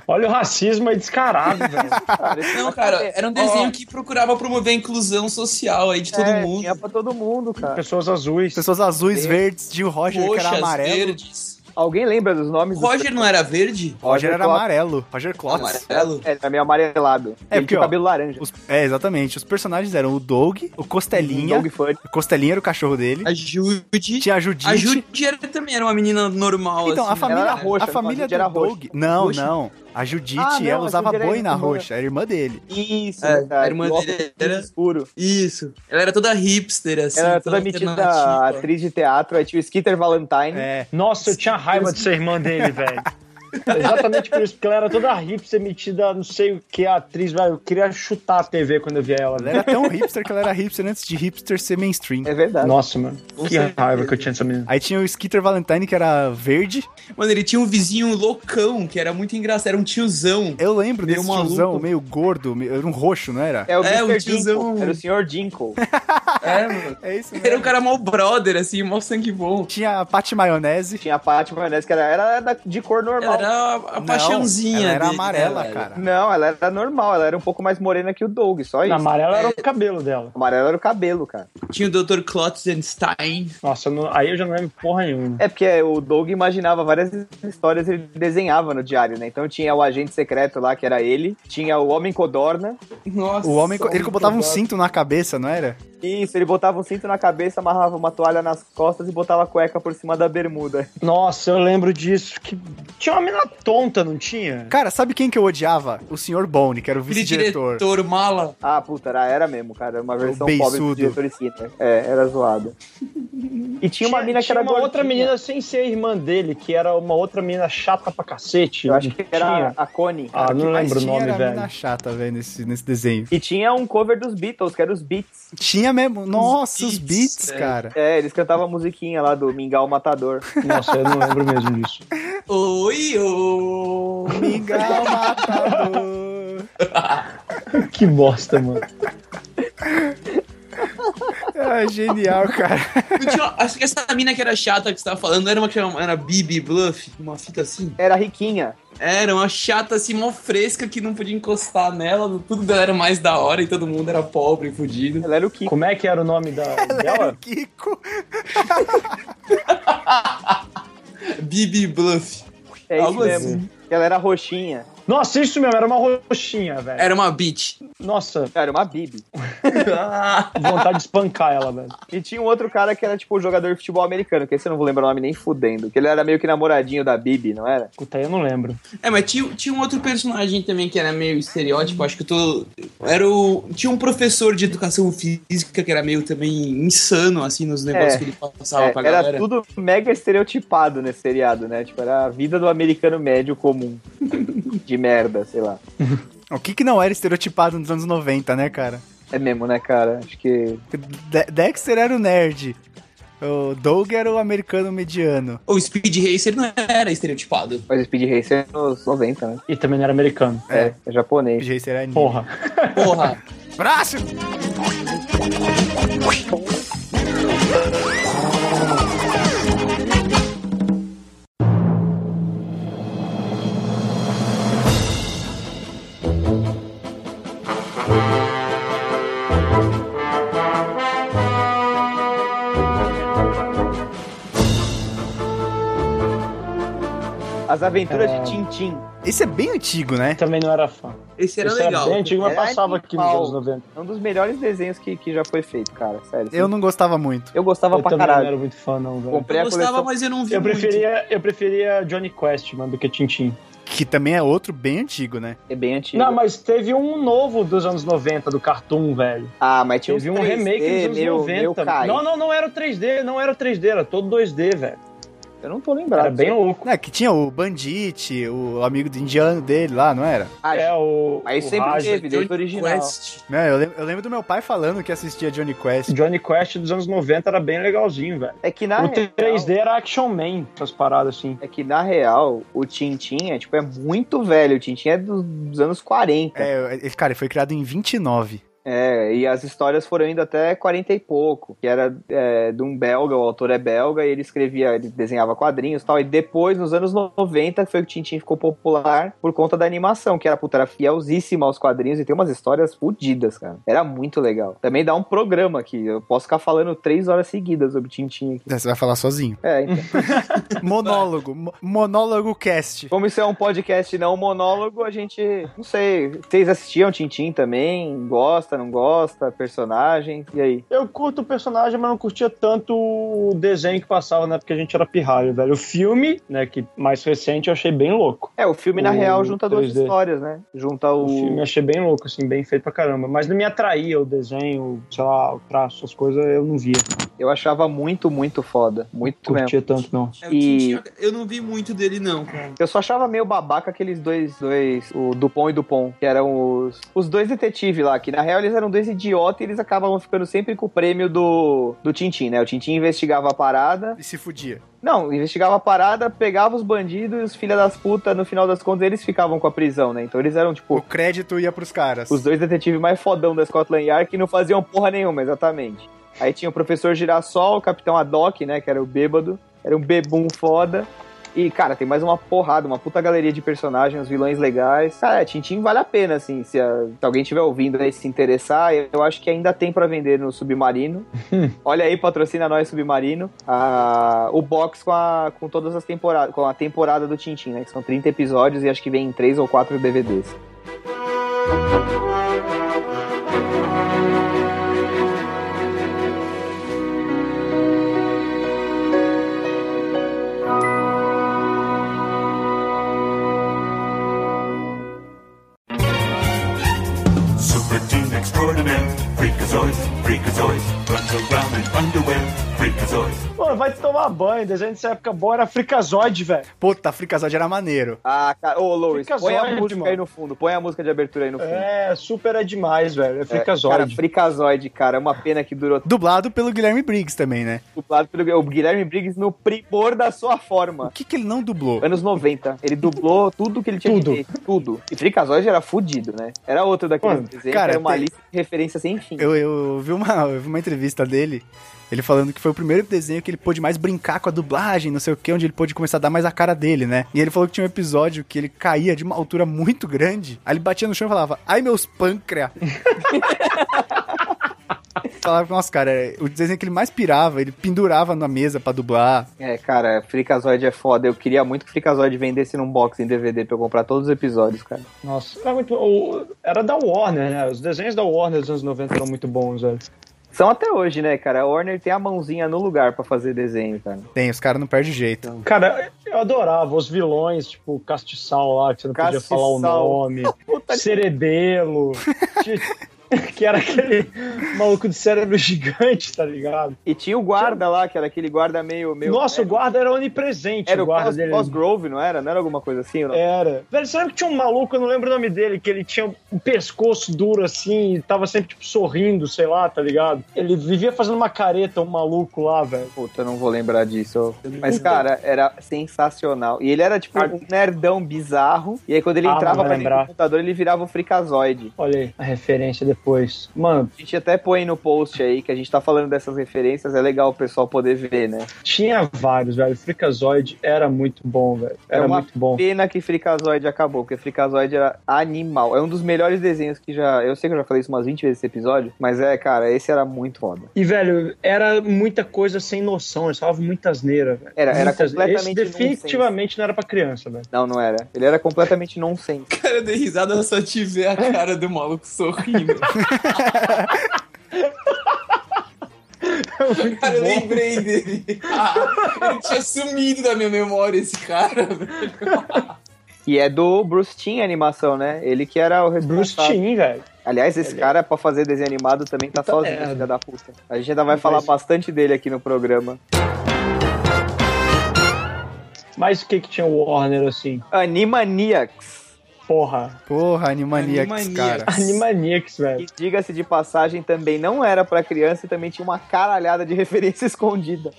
S3: Olha o racismo aí descarado, velho.
S2: cara, isso
S4: Não,
S2: tá
S4: cara,
S2: cabe-
S4: era um desenho
S2: Ó,
S4: que procurava promover a inclusão social aí de todo
S2: é,
S4: mundo.
S2: Tinha pra todo mundo, cara.
S3: Pessoas azuis.
S1: Pessoas azuis,
S2: Verde.
S1: verdes, Gil Roger, que era
S4: Roxas,
S1: amarelo.
S4: verdes.
S2: Alguém lembra dos nomes? dos-
S4: Roger não era verde?
S1: Roger era
S2: Clotz.
S1: amarelo. Roger Klotz.
S4: Amarelo?
S2: É, ele era meio amarelado.
S1: É,
S2: ele
S1: porque,
S2: tinha
S1: ó,
S2: o cabelo laranja.
S1: Os- é, exatamente. Os personagens eram o Doug, o Costelinha.
S2: Doug Funny.
S1: O Costelinha era o cachorro dele.
S4: A Judy.
S1: Tinha a Judite.
S4: A Judy era, também era uma menina normal,
S1: Então,
S4: assim.
S1: a família
S2: era
S1: a
S2: roxa,
S1: família
S2: a
S1: do
S2: Judite era
S1: Doug. Não,
S2: Roxa?
S1: não. A Judite,
S2: Ah, não,
S1: ela
S2: a
S1: usava
S2: Judite era
S1: boina
S2: irmã.
S1: roxa, era irmã dele.
S2: Isso,
S4: É,
S2: verdade.
S4: a irmã
S2: O óculos
S4: dele era-
S2: um escuro.
S4: Isso. Ela era toda hipster, assim.
S2: Ela era toda metida
S4: alternativa.
S2: atriz de teatro, aí tinha o Skeeter Valentine.
S1: É.
S3: Nossa, eu tinha raiva de ser irmã dele, velho. Exatamente por isso, porque ela era toda hipster, metida, não sei o que, atriz, velho. Eu queria chutar a TV quando eu via ela,
S1: Ela
S3: velho.
S1: era tão hipster que ela era hipster antes de hipster ser mainstream.
S2: É verdade.
S3: Nossa, mano. Que
S4: certeza.
S3: raiva que eu tinha dessa menina.
S1: Aí tinha o Skeeter Valentine, que era verde.
S4: Mano, ele tinha um vizinho loucão, que era muito engraçado, era um tiozão.
S1: Eu lembro
S4: Meio
S1: desse
S4: maluco.
S1: tiozão meio gordo, meio- era um roxo, não era?
S2: É o
S4: É, o
S2: Mr.
S4: tiozão.
S2: Dinkle. Era o Sr. Dinkle.
S4: É, mano.
S1: É isso
S4: Era um cara mal brother, assim, mal sangue bom.
S1: Tinha a Pati Maionese.
S2: Tinha a Paty Maionese, que era, era da- de cor normal.
S4: Era a, a
S1: Não,
S4: paixãozinha.
S1: Ela era
S4: dele,
S1: amarela,
S4: né, velho?
S1: cara.
S2: Não, ela era normal, ela era um pouco mais morena que o Doug, só isso.
S3: Na amarela era o
S4: É.
S3: cabelo dela.
S2: Amarelo era o cabelo, cara.
S4: Tinha o Dr. Klotzenstein.
S3: Nossa, eu não- aí eu já não lembro porra nenhuma.
S2: É porque o Doug imaginava várias histórias ele desenhava no diário, né? Então tinha o agente secreto lá, que era ele. Tinha o Homem Codorna.
S4: Nossa.
S1: O homem, ele
S4: muito
S1: botava um
S4: bom.
S1: cinto na cabeça, não era?
S2: Isso, ele botava um cinto na cabeça, amarrava uma toalha nas costas e botava a cueca por cima da bermuda.
S3: Nossa, eu lembro disso. Que... Tinha uma mina tonta, não tinha?
S1: Cara, sabe quem que eu odiava? O Sr. Bone, que era o
S4: Aquele
S1: vice-diretor.
S4: diretor mala.
S2: Ah, puta, era, era mesmo, cara. Era uma versão pobre
S1: beiçudo.
S2: do diretor Skinner. É, era zoado. E tinha uma mina que
S3: tinha
S2: era
S3: uma outra
S2: gordinha.
S3: menina sem ser irmã dele, que era uma outra menina chata pra cacete.
S2: Eu acho que era
S3: Tinha.
S2: a Connie.
S3: Ah, não
S1: Mas
S3: lembro o
S1: tinha
S3: nome,
S1: era
S3: velho.
S1: mina chata, velho, nesse, nesse desenho.
S2: E tinha um cover dos Beatles, que era os Beats.
S1: Tinha mesmo. Nossa, os
S4: Beats,
S1: beats,
S4: é.
S1: cara.
S2: É, eles cantavam a musiquinha lá do Mingau Matador.
S3: Nossa, eu não lembro mesmo disso.
S4: Oi, ô.
S1: Mingau é matador.
S3: Que bosta, mano.
S1: É genial, cara.
S4: Não tinha- Acho que essa mina que era chata que você tava falando era uma que chama- era Bibi Bluff, uma fita assim.
S2: Era riquinha.
S4: Era uma chata assim, mó fresca que não podia encostar nela. Tudo dela era mais da hora e todo mundo era pobre e fudido.
S2: Ela era o Kiko.
S3: Como é que era o nome da,
S1: Era o
S3: dela?
S1: Kiko.
S4: Bibi Bluff.
S2: É isso
S4: Algo
S2: mesmo.
S4: assim.
S2: Ela era roxinha.
S3: Nossa, isso mesmo, era uma roxinha, velho.
S4: Era uma bitch.
S3: Nossa,
S2: Cara, uma Bibi.
S3: vontade de espancar ela, velho.
S2: E tinha um outro cara que era tipo jogador de futebol americano, que esse eu não vou lembrar o nome nem fudendo. Que ele era meio que namoradinho da Bibi, não era?
S3: Puta, aí eu não lembro.
S4: É, mas tinha, tinha um outro personagem também que era meio estereótipo, acho que eu tô. Era o. Tinha um professor de educação física que era meio também insano, assim, nos negócios
S2: É.
S4: que ele passava
S2: É,
S4: pra
S2: era
S4: galera.
S2: tudo mega estereotipado nesse seriado, né? Tipo, era a vida do americano médio comum. de merda, sei lá.
S1: O que que não era estereotipado nos anos 90, né, cara?
S2: É mesmo, né, cara? Acho que.
S1: De- Dexter era o nerd. O Doug era o americano mediano.
S4: O Speed Racer não era estereotipado.
S2: Mas o Speed Racer é nos 90, né?
S3: E também não era americano.
S2: É, é, japonês.
S1: PJ era anime.
S3: Porra.
S4: Porra.
S1: Próximo!
S2: As aventuras
S3: É.
S2: de Tintim.
S1: Esse é bem antigo, né?
S3: Também não era fã.
S4: Esse era
S3: Isso
S4: legal.
S3: bem antigo, mas
S2: Era
S3: passava aqui nos
S2: animal.
S3: anos 90.
S2: É um dos melhores desenhos que, que já foi feito, cara. Sério.
S1: Eu não gostava muito.
S2: Eu gostava
S3: Eu
S2: pra
S3: também né? não
S2: caralho.
S3: era muito fã, não, velho.
S2: Comprei
S4: eu
S2: a
S4: gostava,
S2: coleção.
S4: mas eu não vi
S3: Eu
S4: muito.
S3: preferia, eu preferia Johnny Quest, mano, do que Tintin.
S1: Que também é outro bem antigo, né?
S2: É bem antigo.
S3: Não, mas teve um novo dos anos 90, do Cartoon, velho.
S2: Ah, mas tinha uns
S3: Teve um
S2: 3D,
S3: remake dos anos
S2: meu,
S3: 90.
S2: Meu cai.
S3: não, não, não era o 3D, não era o 3D, era todo 2D, velho.
S2: Eu não tô lembrado.
S3: Era bem um louco.
S1: É, que tinha o Bandit, o amigo do indiano dele lá, não era?
S2: Ah,
S3: É, o,
S2: Aí
S3: o
S2: sempre
S3: Raj,
S2: teve, desde o original.
S4: Quest.
S1: Não, eu, lem- eu lembro do meu pai falando que assistia Johnny Quest.
S3: Johnny Quest dos anos 90 era bem legalzinho, velho.
S2: É então. que na
S3: o
S2: real,
S3: 3D era Action Man, essas paradas assim.
S2: é que na real, o Tintin é, tipo, é muito velho. O Tintin é dos, dos anos 40. É.
S1: É, esse cara ele foi criado em 29.
S2: e as histórias foram indo até 40 e pouco. Que era é, de um belga, o autor é belga, e ele escrevia, ele desenhava quadrinhos e tal. E depois, nos anos 90, foi que o Tintin ficou popular por conta da animação, que era, puta, era fielzíssima aos quadrinhos e tem umas histórias fodidas, cara. Era muito legal. Também dá um programa aqui. Eu posso ficar falando três horas seguidas sobre Tintin aqui.
S1: Você vai falar sozinho.
S2: É, então.
S1: Monólogo. mo- monólogo cast.
S2: Como isso é um podcast e não um monólogo, a gente. Não sei. Vocês assistiam Tintim também? Gosta, não gosta? Personagem? E aí?
S3: Eu curto o personagem, mas não curtia tanto o desenho que passava, né? Porque a gente era pirralho, velho. O filme, né, que mais recente, eu achei bem louco.
S2: É, o filme, na
S3: O
S2: real, junta duas
S3: 3D.
S2: histórias, né? Junta
S3: O filme
S2: o.
S3: eu achei bem louco, assim, bem feito pra caramba. Mas não me atraía o desenho, sei lá, o traço, essas coisas, eu não via.
S2: Eu achava muito, muito foda. Muito mesmo.
S3: curtia tanto, não.
S4: É, o
S2: E-
S4: Tintin, eu não vi muito dele, não, cara.
S2: Eu só achava meio babaca aqueles dois, dois, o Dupont e Dupont, que eram os, os dois detetives lá, que na real eles eram dois idiotas e eles acabavam ficando sempre com o prêmio do, do Tintim, né? O Tintim investigava a parada
S1: E se fudia.
S2: Não, investigava a parada, pegava os bandidos e os filha das putas, no final das contas, eles ficavam com a prisão, né? Então eles eram,
S1: O
S2: tipo,
S1: crédito ia pros caras.
S2: os dois detetives mais fodão da Scotland Yard que não faziam porra nenhuma, exatamente. Aí tinha o professor Girassol, o capitão Adoc, né? Que era o bêbado, era um bebum foda. E, cara, tem mais uma porrada, uma puta galeria de personagens, uns vilões legais. Cara, é, Tintin vale a pena, assim, se, a- se alguém tiver ouvindo aí se interessar, eu acho que ainda tem pra vender no Submarino. Olha aí, patrocina nós, Submarino. Ah, o box com, a, com todas as temporadas, com a temporada do Tintin, né? Que são 30 episódios e acho que vem em 3 ou 4 DVDs.
S5: Super Team Extraordinaire. Freakazoid, Freakazoid. Runs around in underwear. Freakazoid.
S3: Pô, vai tomar banho, desenho dessa época boa era Fricazoide, velho.
S1: Puta, Frikazoid era maneiro.
S2: Ah, cara, ô Louis,
S3: Fica
S2: põe a
S3: zoide,
S2: música
S3: mano.
S2: aí no fundo, põe a música de abertura aí no fundo.
S3: É, super é demais, velho. É
S2: Cara,
S3: Fricazoide.
S2: Fricazoide, cara, é uma pena que durou
S1: Dublado pelo Guilherme Briggs também, né?
S2: dublado pelo o Guilherme Briggs no primor da sua
S1: O
S2: forma.
S1: que, que ele não dublou?
S2: Anos 90. Ele dublou tudo que ele tinha
S3: Tudo.
S2: que ter, tudo. E Fricazoide era fudido, né? Era outro daqueles
S3: Mano,
S2: desenhos,
S1: cara,
S2: era uma
S1: tem-
S2: lista de referência sem fim.
S1: Eu, eu vi uma, eu vi uma entrevista dele, ele falando que foi o primeiro desenho que ele pôde mais brincar com a dublagem, não sei o que, onde ele pôde começar a dar mais a cara dele, né? E ele falou que tinha um episódio que ele caía de uma altura muito grande, aí ele batia no chão e falava, ai meus pâncreas. falava, nossa, cara, é o desenho que ele mais pirava, ele pendurava na mesa pra dublar.
S2: É, cara, Fricazoide é foda. Eu queria muito que Fricazoide vendesse num box em DVD pra eu comprar todos os episódios, cara.
S3: Nossa, era, muito, o- era da Warner, né? Os desenhos da Warner dos anos 90 eram muito bons, velho.
S2: São até hoje, né, cara? A Warner tem a mãozinha no lugar pra fazer desenho, cara.
S1: Tem, os caras não perdem jeito.
S3: Então. Cara, eu adorava os vilões, tipo Castiçal lá, que você não podia
S2: Castiçal.
S3: falar o nome. Cerebelo. que- que era aquele maluco de cérebro gigante, tá ligado?
S2: E tinha o guarda lá, que era aquele guarda meio. meio
S3: Nossa,
S2: era,
S3: o guarda era onipresente,
S2: era
S3: o guarda
S2: o
S3: dele. É.
S2: Cos Grove, não era? Não era alguma coisa assim? Não?
S3: Era. Velho, você lembra que tinha um maluco, eu não lembro o nome dele, que ele tinha um pescoço duro assim, e tava sempre, tipo, sorrindo, sei lá, tá ligado? Ele vivia fazendo uma careta, um maluco lá, velho.
S2: Puta, eu não vou lembrar disso. Mas, cara, era sensacional. E ele era, tipo, um nerdão bizarro. E aí, quando ele
S3: Ah,
S2: entrava
S3: não vai
S2: pra dentro do
S3: lembrar.
S2: computador, ele virava um o fricazoide.
S3: Olha aí, a referência depois. Mano,
S2: A gente até põe no post aí que a gente tá falando dessas referências. É legal o pessoal poder ver, né?
S3: tinha vários, velho. Fricazoid era muito bom, velho. Era
S2: É uma
S3: muito bom.
S2: Pena que Fricazoide acabou, porque Fricazoide era animal. É um dos melhores desenhos que já. Eu sei que eu já falei isso umas 20 vezes nesse episódio, mas é, cara, esse era muito foda.
S3: E, velho, era muita coisa sem noção, eles falavam muita asneira, velho.
S2: Era- era
S3: Muita asneira. Esse
S2: completamente
S3: definitivamente não era pra criança, velho.
S2: Não, não era. Ele era completamente nonsense.
S4: Cara, eu dei risada só te ver a cara do maluco sorrindo. Cara, eu lembrei dele. Ah, ele tinha sumido da minha memória, esse cara. velho.
S2: E é do Bruce Timm a animação, né? Ele que era o
S3: Bruce
S2: responsável.
S3: Timm, é. Então, velho.
S2: Aliás, esse cara, pra fazer desenho animado, também tá
S3: Puta
S2: sozinho,
S3: merda.
S2: filha da
S3: é.
S2: puta. A gente ainda vai falar
S3: Mas-
S2: bastante dele aqui no programa.
S3: Mas o que que tinha o Warner, assim?
S2: Animaniacs.
S3: Porra.
S1: Porra, Animaniacs,
S4: Animaniacs.
S1: cara.
S3: Animaniacs, velho.
S2: E diga-se de passagem, também não era pra criança e também tinha uma caralhada de referência escondida.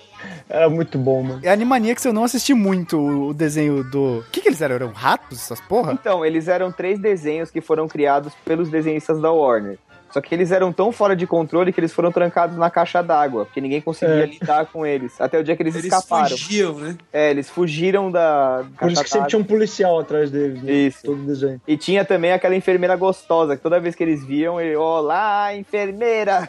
S3: Era muito bom, mano.
S1: É Animaniacs eu não assisti muito o o desenho do. O que, que eles eram? Eram ratos, essas porra?
S2: Então, eles eram três desenhos que foram criados pelos desenhistas da Warner. Só que eles eram tão fora de controle que eles foram trancados na caixa d'água, porque ninguém conseguia
S3: É.
S2: lidar com eles. Até o dia que eles,
S4: Eles
S2: escaparam.
S4: fugiam, né?
S2: É, eles fugiram da
S3: Por isso
S2: caixa
S3: que sempre
S2: d'água.
S3: tinha um policial atrás deles, né?
S2: Isso.
S3: Todo desenho.
S2: E tinha também aquela enfermeira gostosa, que toda vez que eles viam, ele, olá, enfermeira!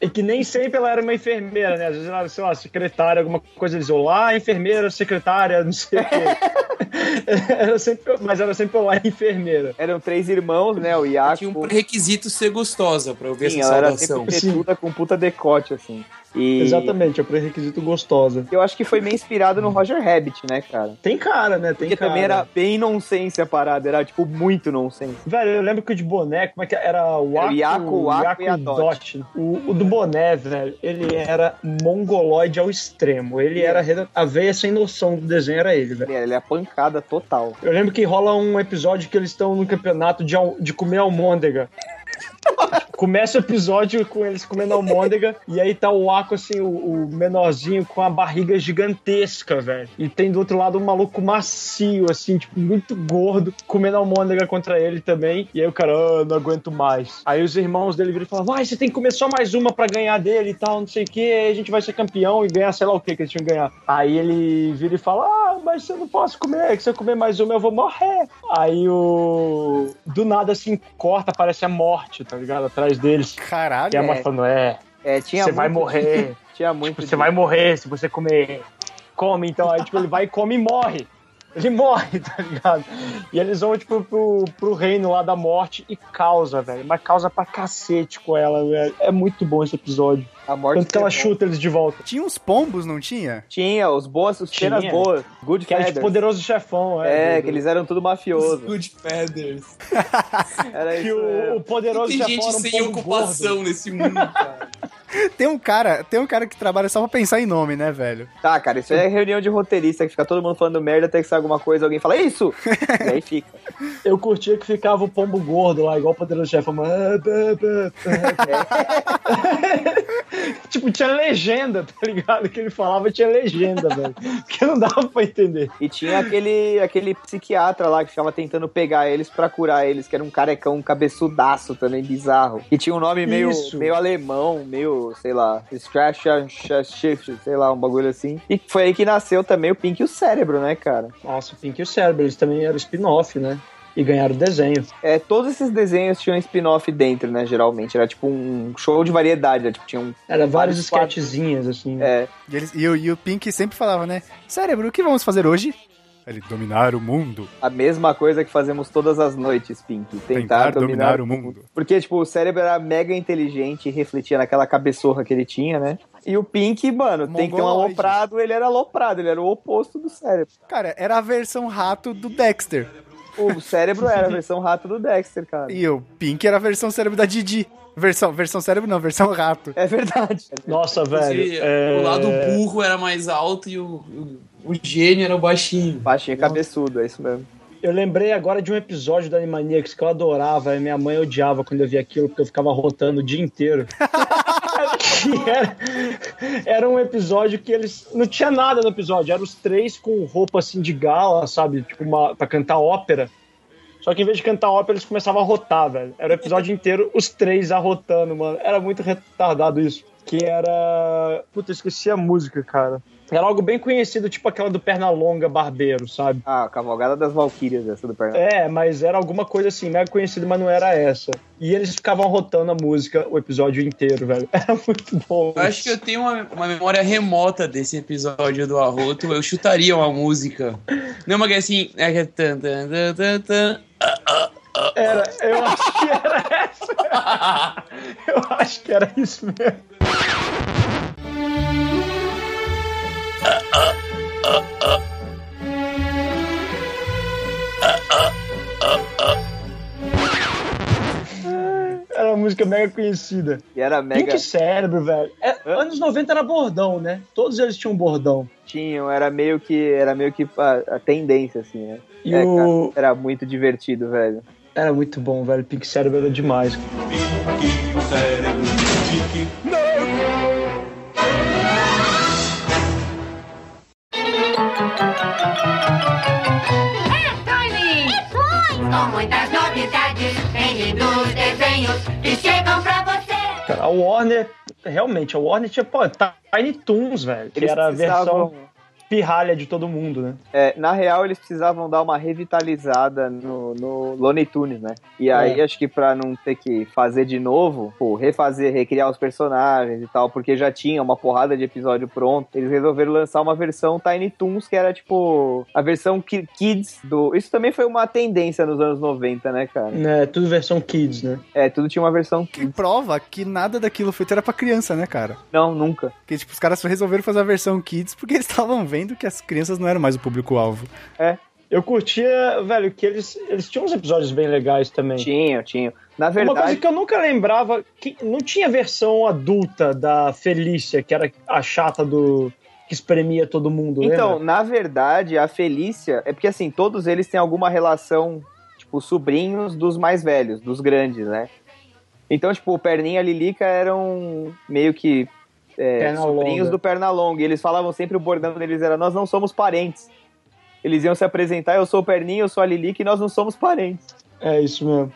S3: E É que nem sempre ela era uma enfermeira, né? Às vezes ela era, sei lá, secretária, alguma coisa. Eles iam lá, enfermeira, secretária, não sei o quê. era sempre, mas era sempre lá, enfermeira.
S2: Eram três irmãos, né? O Iaco.
S4: Tinha um pré-requisito ser gostosa pra eu ver
S2: Sim,
S4: essa
S2: ela era
S4: saudação.
S2: sempre petuda com puta decote, assim. E
S3: Exatamente, é o pré-requisito gostosa.
S2: Eu acho que foi meio inspirado no Roger Rabbit, né, cara?
S3: Tem cara, né? Tem
S2: Porque
S3: cara.
S2: também era bem nonsense a parada, era tipo muito nonsense.
S3: Velho, eu lembro que o de boné, como é que era? O
S2: Era o Iaco, o Iaco e a
S3: Dot. O, o do boné, velho, ele era mongoloide ao extremo. Ele era redo- a veia sem noção do desenho, era ele, velho.
S2: Ele é a pancada total.
S3: Eu lembro que rola um episódio que eles estão no campeonato de, al- de comer almôndega. Começa o episódio com eles comendo almôndega e aí tá o Aco, assim, o, o menorzinho com a barriga gigantesca, velho. E tem do outro lado um maluco macio, assim, tipo, muito gordo, comendo almôndega contra ele também. E aí o cara, ah, não aguento mais. Aí os irmãos dele viram e falam, vai, você tem que comer só mais uma pra ganhar dele e tal, não sei o que, a gente vai ser campeão e ganhar sei lá o que que eles tinham que ganhar. Aí ele vira e fala, ah, mas você não pode comer, que se eu comer mais uma eu vou morrer. Aí o... Do nada, assim, corta, parece a morte, tá ligado? Atrás deles.
S1: Caralho.
S3: E a morte falando, é,
S2: É, tinha
S3: você vai
S2: muito-
S3: morrer, Tipo,
S2: Tinha muito.
S3: você vai morrer se você comer. Come, então. Aí, tipo, ele vai e come e morre. Ele morre, tá ligado? E eles vão, tipo, pro, pro reino lá da morte e causa, velho. Mas causa pra cacete com ela, velho. É muito bom esse episódio.
S2: A morte
S3: Tanto que ela
S2: é bom.
S3: chuta eles de volta.
S1: Tinha uns pombos, não tinha?
S2: Tinha os boas, os
S3: Tinha.
S2: cenas boas. Good
S3: Que era, tipo,
S2: Feathers.
S3: poderoso chefão,
S2: É,
S3: velho.
S2: que eles eram tudo
S4: Os
S2: mafioso.
S4: Good Feathers.
S2: Era
S3: Que
S2: isso. é. mesmo.
S3: o, o poderoso
S4: Tem
S3: chefão
S4: gente
S3: era um
S4: sem
S3: povo gordo.
S4: ocupação nesse mundo, cara.
S1: Tem um cara, tem um cara que trabalha só pra pensar em nome, né, velho?
S2: Tá, cara, isso é reunião de roteirista que fica todo mundo falando merda até que sai alguma coisa, alguém fala "É isso! e aí fica.
S3: Eu curtia que ficava o pombo gordo lá, igual o poderoso chefão. mas- "Ah, tipo, tinha legenda, tá ligado? Que ele falava tinha legenda, velho. Que não dava pra entender.
S2: E tinha aquele, aquele psiquiatra lá que ficava tentando pegar eles pra curar eles, que era um carecão, um cabeçudaço também, bizarro. E tinha um nome meio,
S3: Isso.
S2: meio alemão, meio, sei lá, Strash and Sh- Shift, sei lá, um bagulho assim. E foi aí que nasceu também o Pink e o Cérebro, né, cara?
S3: Nossa, o Pink e o Cérebro, eles também eram spin-off, né? E ganharam desenho.
S2: É, todos esses desenhos tinham spin-off dentro, né, geralmente. Era tipo um show de variedade, né? tipo, tinha um...
S3: Era vários
S2: Vários
S3: sketchzinhas, assim.
S2: É,
S1: E, eles, e, o- e o Pink sempre falava, né? Cérebro, o que vamos fazer hoje? Ele dominar o mundo.
S2: a mesma coisa que fazemos todas as noites, Pink.
S1: Tentar, dominar, o mundo.
S2: Porque, tipo, o cérebro era mega inteligente e refletia naquela cabeçorra que ele tinha, né? E o Pink, mano, tem que ter um
S1: Mongoloide.
S2: aloprado, ele era aloprado, ele era o oposto do cérebro.
S1: Cara, era a versão rato do Dexter.
S2: O cérebro era a versão rato do Dexter, cara.
S1: E o Pink era a versão cérebro da Didi. Versão, versão cérebro não, versão rato.
S2: É verdade.
S3: Nossa, velho.
S4: Esse-
S3: é,
S4: O lado burro era mais alto e o, o, o gênio era o baixinho.
S2: Baixinho cabeçudo, é isso mesmo.
S3: Eu lembrei agora de um episódio da Animaniacs que eu adorava e minha mãe odiava quando eu via aquilo, porque eu ficava rotando o dia inteiro. Que era, era um episódio que eles. Não tinha nada no episódio, eram os três com roupa assim de gala, sabe? Tipo, uma, pra cantar ópera. Só que em vez de cantar ópera, eles começavam a rotar, velho. Era o episódio inteiro, os três arrotando, mano. Era muito retardado isso. Que era. Puta, eu esqueci a música, cara. Era algo bem conhecido, tipo aquela do Pernalonga Barbeiro, sabe?
S2: Ah, Cavalgada das Valquírias, essa do Pernambuco.
S3: É, mas era alguma coisa assim, mega conhecida, mas não era essa. E eles ficavam rotando a música o episódio inteiro, velho. Era muito bom.
S4: Eu acho que eu tenho uma, uma memória remota desse episódio do Arroto. Eu chutaria uma música. Não, mas que assim. É que é tan, tan, tan, tan, tan.
S3: Era, eu acho que era essa. Eu acho que era isso mesmo. Era a música música mega conhecida.
S2: E era mega.
S3: Pink Cérebro, velho. É, anos 90 era bordão, né? Todos eles tinham bordão.
S2: Tinham, era meio que. Era meio que a, a tendência, assim, né?
S3: E
S2: É,
S3: o-
S2: cara, Era muito divertido, velho.
S3: Era muito bom, velho. Pink Cérebro era demais.
S5: Pique, cérebro, pique.
S7: Tiny! É, Com muitas novidades em lindos desenhos que chegam pra você.
S3: Cara, a Warner, realmente, a Warner tinha, pô, Tiny Toons, velho. Que
S2: Eles
S3: era a
S2: precisavam-
S3: versão pirralha de todo mundo, né?
S2: É, na real, eles precisavam dar uma revitalizada no, no Looney Tunes, né? E
S3: É.
S2: aí, acho que pra não ter que fazer de novo, pô, refazer, recriar os personagens e tal, porque já tinha uma porrada de episódio pronto, eles resolveram lançar uma versão Tiny Toons, que era tipo a versão ki- Kids do. Isso também foi uma tendência nos anos 90, né, cara?
S3: né? Tudo versão Kids, né?
S2: É, tudo tinha uma versão
S1: Que
S2: Kids.
S1: prova que nada daquilo feito era pra criança, né, cara?
S2: Não, nunca.
S1: Porque, tipo, os caras só resolveram fazer a versão kids porque eles estavam vendo que as crianças não eram mais o público-alvo.
S3: Eu curtia, velho, que eles, eles tinham uns episódios bem legais também.
S2: Tinha, tinha. Na
S3: Uma coisa
S2: verdade,
S3: que eu nunca lembrava, que não tinha versão adulta da Felícia, que era a chata do. que espremia todo mundo,
S2: Então,
S3: lembra?
S2: na verdade, a Felícia é porque assim, todos eles têm alguma relação, tipo, sobrinhos dos mais velhos, dos grandes, né? Então, tipo, o Perninha e a Lilica eram meio que é,
S3: Pernalonga.
S2: sobrinhos do Pernalonga. E eles falavam sempre, o bordão deles era: Nós não somos parentes. Eles iam se apresentar: Eu sou o Perninha, eu sou a Lilica e nós não somos parentes.
S3: É isso mesmo.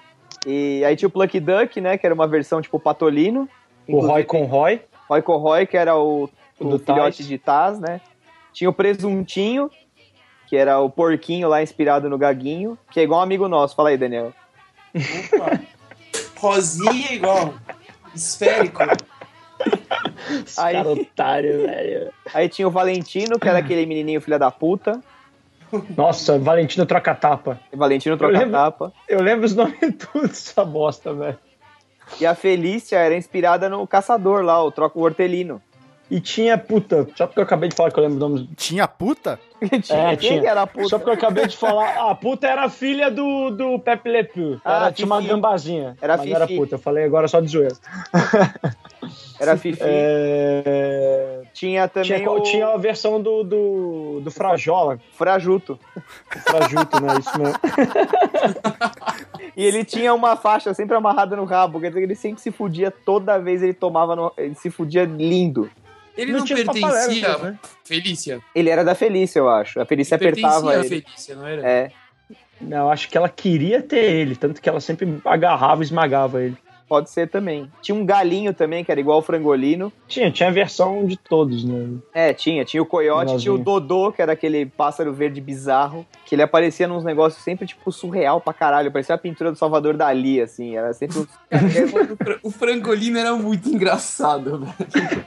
S2: E aí tinha o Plucky Duck, né? Que era uma versão tipo Patolino.
S3: O Roy
S2: Inclusive,
S3: com Roy,
S2: Roy Corroy, que era o,
S3: O
S2: o
S3: do
S2: filhote
S3: Taz.
S2: de Taz, né? Tinha o Presuntinho, que era o porquinho lá inspirado no Gaguinho, que é igual um amigo nosso. Fala aí, Daniel.
S4: Rosinha igual. Esférico.
S3: esse
S2: Aí-
S3: cara otário, velho.
S2: Aí tinha o Valentino, que era aquele menininho filha da puta.
S3: Nossa, Valentino troca tapa.
S2: E Valentino
S3: Eu
S2: troca
S3: lembro.
S2: tapa.
S3: Eu lembro os nomes de tudo dessa bosta, velho.
S2: E a Felícia era inspirada no caçador lá, o troca o hortelino.
S3: E tinha, puta, só porque eu acabei de falar que eu lembro o nome.
S1: Tinha puta?
S2: Tinha-
S3: É,
S2: quem
S3: tinha.
S2: que era a puta?
S3: Só porque eu acabei de falar, a puta era a filha do, do Pepe Le Pew.
S2: Ah,
S3: Era, tinha uma
S2: Fifi.
S3: gambazinha.
S2: Era
S3: mas não era
S2: Fifi.
S3: puta, eu falei agora só de zoeira.
S2: Era a Fifi.
S3: É,
S2: Tinha também
S3: tinha, qual-
S2: o
S3: tinha a versão do, do, do Frajola,
S2: Frajuto.
S3: o Frajuto, né? Isso mesmo.
S2: E ele tinha uma faixa sempre amarrada no rabo, quer dizer que ele sempre se fudia toda vez ele tomava, no... ele se fudia lindo.
S4: Ele
S3: Não
S4: não,
S3: tinha
S4: pertencia
S3: Papaléguas,
S4: à
S3: né?
S4: Felícia.
S2: Ele era da Felícia, eu acho. A Felícia apertava
S4: pertencia à
S2: ele.
S4: Felícia, não era?
S2: É,
S3: Não, acho que ela queria ter ele, tanto que ela sempre agarrava e esmagava ele.
S2: pode ser também. Tinha um galinho também, que era igual o frangolino.
S3: Tinha, tinha a versão de todos, né?
S2: É, tinha. Tinha o coiote,
S3: Legalzinho.
S2: tinha o Dodô, que era aquele pássaro verde bizarro. Que ele aparecia nos negócios sempre, tipo, surreal pra caralho. Parecia a pintura do Salvador Dali, assim. Era sempre um...
S4: O Fra- O Francolino era muito engraçado, velho.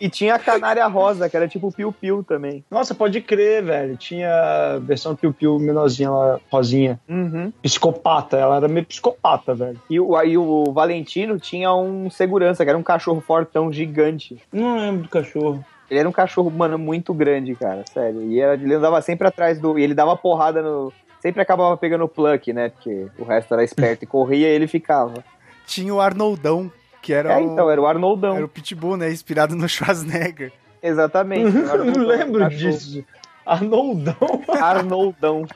S2: E tinha a canária rosa, que era tipo o piu-piu também.
S3: Nossa, pode crer, velho. Tinha a versão Piu Piu menorzinha, lá, rosinha.
S2: Uhum.
S3: Psicopata, ela era meio psicopata, velho.
S2: E o, aí o Valentino tinha um segurança, que era um cachorro fortão gigante.
S3: Não lembro do cachorro.
S2: Ele era um cachorro, mano, muito grande, cara, sério. E era- ele andava sempre atrás do. E ele dava porrada no. Sempre acabava pegando o Pluck, né? Porque o resto era esperto e corria e ele ficava.
S1: Tinha o Arnoldão, que era,
S2: é,
S1: o,
S2: então, era o Arnoldão.
S1: era o Pitbull, né? Inspirado no Schwarzenegger.
S2: Exatamente. o
S3: Eu
S2: Arnoldão, um
S3: não lembro
S2: cachorro.
S3: disso. Arnoldão.
S2: Arnoldão.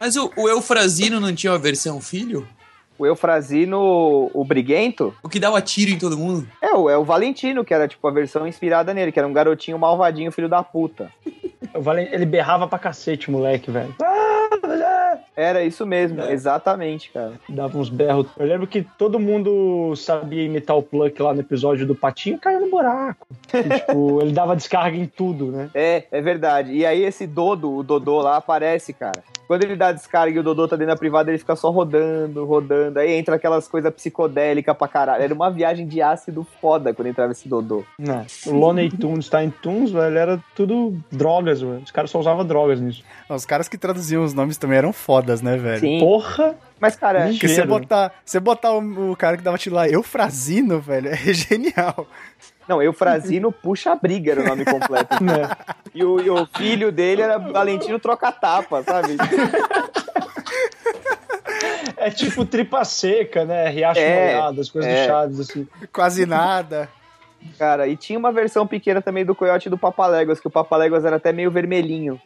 S4: Mas o, o Eufrazino não tinha uma versão filho?
S2: O Eufrazino, o Briguento,
S4: O que dava tiro em todo mundo?
S2: é o, é o Valentino, que era tipo a versão inspirada nele, que era um garotinho malvadinho, filho da puta.
S3: O Valen- Ele berrava pra cacete, moleque, velho.
S2: Era isso mesmo, exatamente, cara.
S3: Dava uns berros. Eu lembro que todo mundo sabia imitar o Pluck lá no episódio do Patinho caiu no buraco. E, tipo, ele dava descarga em tudo, né?
S2: É, é verdade. E aí esse Dodo, o Dodô lá, aparece, cara. Quando ele dá descarga e o Dodô tá dentro da privada, ele fica só rodando, rodando. Aí entra aquelas coisas psicodélicas pra caralho. Era uma viagem de ácido foda quando entrava esse Dodô.
S3: Não. O Loney Tunes, Tiny Tunes, velho, era tudo drogas, velho. Os caras só usavam drogas nisso.
S1: Os caras que traduziam os nomes também eram fodas, né, velho?
S2: Sim.
S3: Porra!
S2: Mas, cara,
S1: Porque você
S3: ligeiro.
S1: botar, você botar o, o cara que dava tiro lá, Eufrazino, velho, é genial.
S2: não, Eufrazino Puxa Briga era o nome completo.
S3: Né?
S2: E o, e o filho dele era Valentino Troca-Tapa, sabe?
S3: É É tipo tripa seca, né? Riacho
S2: É,
S3: molhado, as coisas
S2: é.
S3: do Chaves, assim.
S1: Quase nada.
S2: Cara, e tinha uma versão pequena também do Coyote e do Papaléguas, que o Papaléguas era até meio vermelhinho.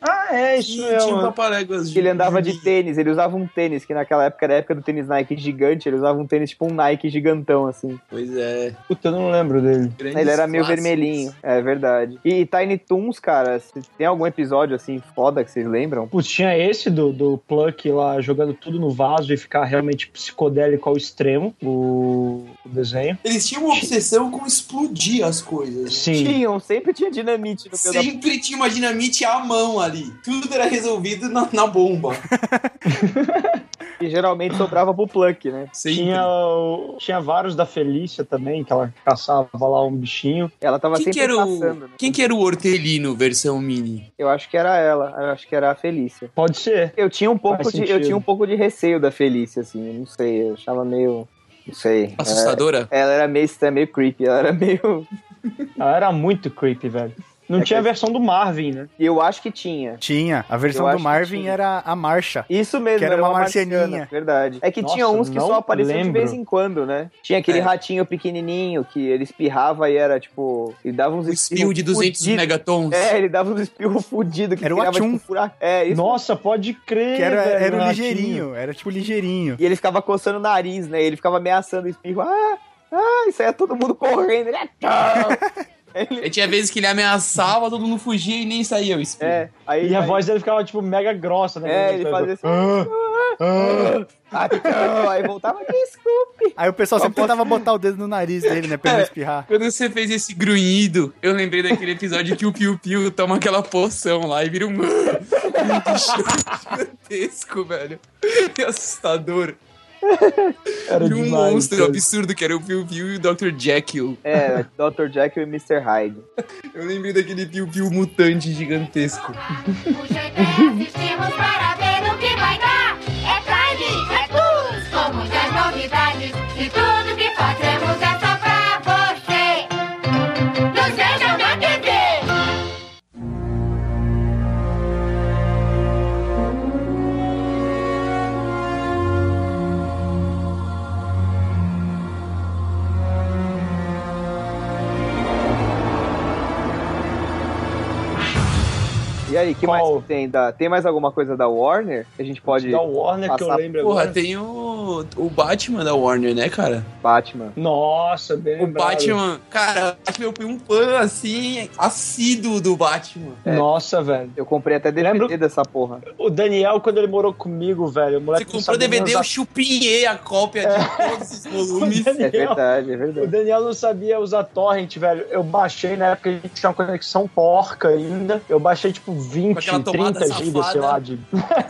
S3: Ah, é, isso é.
S4: Tinha um
S3: mano.
S4: papaléguas
S2: Ele andava de
S4: juvenil.
S2: tênis, ele usava um tênis, que naquela época era a época do tênis Nike gigante, ele usava um tênis tipo um Nike gigantão, assim.
S4: Pois é.
S3: Puta, eu não lembro dele.
S4: grandes
S2: Ele era meio
S4: clássicos.
S2: vermelhinho, é verdade. E Tiny Toons, cara, se tem algum episódio assim foda que vocês lembram?
S3: Putz, tinha esse do, do Pluck lá jogando tudo no vaso e ficar realmente psicodélico ao extremo, o, o desenho.
S4: Eles tinham uma obsessão com explodir as coisas. né?
S3: Sim.
S2: Tinham, sempre tinha dinamite no pé da
S4: Sempre tinha uma dinamite à mão ali. Tudo era resolvido na, na bomba.
S2: e geralmente sobrava pro Pluck, né?
S4: Sempre.
S3: Tinha, o- tinha vários da Felícia também, que ela caçava lá um bichinho.
S2: Ela tava
S4: Quem que,
S2: sempre
S4: era
S2: caçando,
S4: o...
S2: né?
S4: Quem que era o Hortelino versão mini?
S2: Eu acho que era ela, eu acho que era a Felícia.
S3: Pode ser.
S2: Eu tinha um pouco
S3: Faz
S2: de eu
S3: sentido.
S2: tinha um pouco de receio da Felícia assim, eu não sei, eu achava meio, não sei. é,
S4: Assustadora?
S2: Ela era meio, isso é meio creepy, ela era meio.
S3: Ela era muito creepy, velho. Não
S2: É
S3: tinha a
S2: que-
S3: versão do Marvin, né?
S2: Eu acho que tinha.
S1: Tinha. A versão
S2: Eu
S1: do
S2: acho que
S1: Marvin
S2: tinha.
S1: era a marcha.
S2: Isso mesmo,
S1: Que era uma marcianinha.
S2: verdade. É que
S3: Nossa,
S2: tinha uns que só
S3: não
S2: apareciam de
S3: lembro.
S2: vez em quando, né? Tinha aquele
S4: É.
S2: ratinho pequenininho que ele espirrava e era tipo. E dava uns
S4: O espirro de 200
S2: fudido.
S4: megatons.
S2: É, ele dava uns espirros fudidos que
S1: Era o
S2: ficava,
S1: Atchum.
S2: tipo, fura- É, isso.
S3: Nossa, pode crer.
S2: É,
S1: Que era,
S3: velho,
S1: era o
S3: ratinho.
S1: ligeirinho. Era tipo ligeirinho.
S2: E ele ficava coçando o nariz, né? Ele ficava ameaçando o espirro. Ah, ah, isso aí é todo mundo correndo. Ele é.
S4: E tinha vezes que ele ameaçava, todo mundo fugia e nem saía o espirro.
S2: é. Aí,
S3: E a
S2: aí-
S3: voz dele ficava, tipo, mega grossa, né?
S2: É, ele fazia assim. Atchum! Aí voltava, desculpa.
S1: Aí o pessoal sempre tentava botar o dedo no nariz dele, né? Pra
S2: É.
S1: ele não espirrar.
S4: Quando você fez esse grunhido, eu lembrei daquele episódio que o Piu Piu toma aquela poção lá e vira um. um bicho gigantesco, velho. Que assustador.
S3: Era
S4: e um
S3: demais,
S4: monstro
S3: cara.
S4: absurdo que era o Piu Piu e o Dr. Jekyll.
S2: É, Dr. Jekyll e Mr. Hyde.
S4: Eu lembrei daquele Piu Piu mutante gigantesco.
S7: O jeito é assistirmos para ver o que vai dar. É time, é tudo. Com muitas novidades e tudo que fazemos é só pra você. um Nos vejam na TV.
S2: E aí, que
S3: Qual?
S2: mais que tem? Da... Tem mais alguma coisa da Warner? Que a gente pode.
S3: Da Warner que eu
S2: passar-
S3: lembro
S4: Porra,
S3: agora.
S4: tem o, o Batman da Warner, né, cara?
S2: Batman.
S3: Nossa, bem
S4: O
S3: lembrado.
S4: Batman, cara, o Batman, eu fui um fã, assim, assíduo do Batman.
S3: Nossa, velho.
S2: Eu comprei até DVD
S3: Lembro-
S2: dessa porra.
S3: É. O Daniel, quando ele morou comigo, velho, o moleque
S4: Você
S3: não
S4: comprou
S3: sabia nem
S4: DVD, eu
S3: usar-
S4: chupinhei a cópia de todos os volumes.
S2: É verdade, é
S3: O
S2: verdade.
S3: Daniel não sabia usar torrent, velho. Eu baixei na época, a gente tinha uma conexão porca ainda. Eu baixei tipo 20,
S4: aquela tomada
S3: 30 gigas,
S4: safada.
S3: sei lá, de.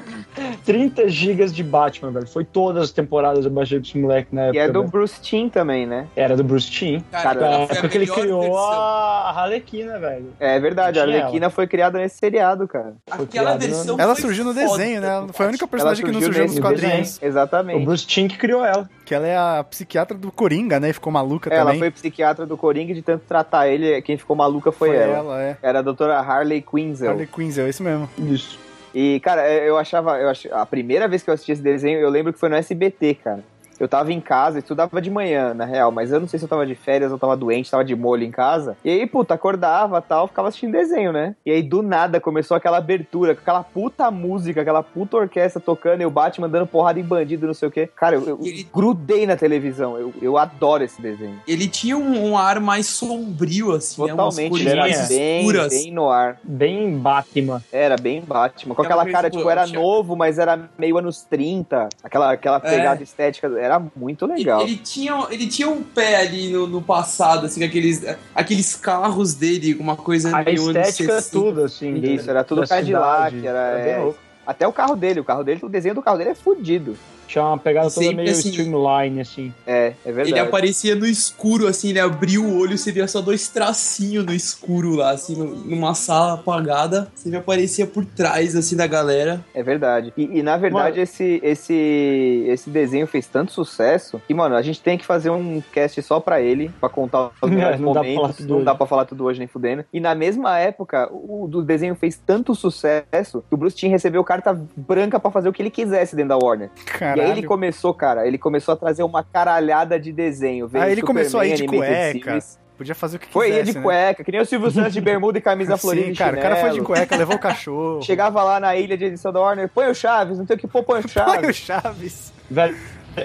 S3: 30 gigas de Batman, velho. Foi todas as temporadas eu baixei pra esse moleque na época.
S2: E é do
S3: velho.
S2: Bruce Timm também, né?
S3: Era do Bruce Timm.
S4: Cara,
S2: Cara,
S3: Na
S4: ela É. foi a
S3: época que ele
S4: melhor
S3: criou
S4: versão.
S3: a Harlequina, velho.
S2: É verdade, a
S3: Tinha
S2: Arlequina foi criada nesse seriado, cara.
S4: Aquela
S3: criada,
S4: versão.
S1: Ela
S4: foi
S1: surgiu no
S4: foda.
S1: desenho, né? Ela Foi a única Um personagem que não surgiu nos
S2: nesse
S1: quadrinhos.
S2: desenho, Exatamente.
S3: O Bruce Timm que criou ela.
S1: Que ela é a psiquiatra do Coringa, né? E ficou maluca
S2: Ela
S1: também.
S2: foi psiquiatra do Coringa e de tanto tratar ele, quem ficou maluca foi, ela.
S1: é.
S2: Era a doutora Harley Quinzel.
S1: Harley Quinzel, é isso mesmo.
S3: Isso.
S2: E, cara, é, eu achava, eu ach- A primeira vez que eu assisti esse desenho, eu lembro que foi no SBT, cara. Eu tava em casa, estudava de manhã, na real, mas eu não sei se eu tava de férias ou tava doente, tava de molho em casa. E aí, puta, acordava tal, ficava assistindo desenho, né? E aí, do nada, começou aquela abertura, com aquela puta música, aquela puta orquestra tocando, e o Batman dando porrada em bandido, não sei o quê. Cara, eu, eu
S4: E ele-
S2: grudei na televisão, eu, eu adoro esse desenho.
S4: Ele tinha um, um ar mais sombrio, assim, né?
S2: Totalmente,
S4: Umas
S2: ele era
S4: cores mais
S2: bem,
S4: escuras.
S2: bem no ar.
S3: Bem Batman.
S2: Era bem Batman, com
S4: É uma
S2: aquela
S4: coisa
S2: cara, tipo, era
S4: esculante.
S2: novo, mas era meio anos 30, aquela, aquela
S4: É.
S2: pegada estética, era muito
S4: Ele,
S2: legal.
S4: ele tinha, ele tinha um pé ali no, no passado, assim, com aqueles, aqueles carros dele, uma coisa
S3: A
S4: meio anos
S2: é
S3: estética,
S4: 60.
S3: tudo, assim.
S2: Isso,
S3: da-
S2: era tudo
S3: da cidade.
S2: Cadillac, era-
S3: bem
S2: é,
S3: louco.
S2: Até o carro dele, o carro dele, o desenho do carro dele é fudido.
S3: Tinha uma pegada toda
S4: Sempre
S3: meio
S4: assim.
S3: streamline, assim.
S2: É, é
S4: Ele
S2: verdade.
S4: aparecia no escuro, assim, ele abriu o olho, você via só dois tracinhos no escuro lá, assim, no- numa sala apagada. Você aparecia por trás, assim, da galera.
S2: É verdade. E, e, na verdade,
S3: Mano.
S2: esse, esse, esse desenho fez tanto sucesso que, mano, a gente tem que fazer um cast só pra ele, pra contar os
S3: É,
S2: melhores
S3: não dá pra falar
S2: momentos.
S3: tudo
S2: não
S3: hoje.
S2: dá pra falar tudo hoje, nem fudendo. E na mesma época, o, o do desenho fez tanto sucesso que o Bruce Timm recebeu carta carta branca pra fazer o que ele quisesse dentro da Warner.
S1: Caralho.
S2: E aí ele começou, cara, ele começou a trazer uma caralhada de desenho. Veio
S1: Aí Ah, ele começou a ir de
S2: Superman, Animated
S1: cueca,
S2: Series.
S1: Podia fazer o que
S2: Foi
S1: quisesse,
S2: ele de
S1: né?
S2: cueca, que nem o Silvio Santos de bermuda e camisa florida
S1: Sim,
S2: e
S1: cara, o cara foi de
S2: chinelo.
S1: cueca, levou o cachorro.
S2: Chegava lá na ilha de edição da Warner, põe o Chaves, não tem o que pôr, põe o Chaves.
S1: Põe o Chaves.
S3: Velho,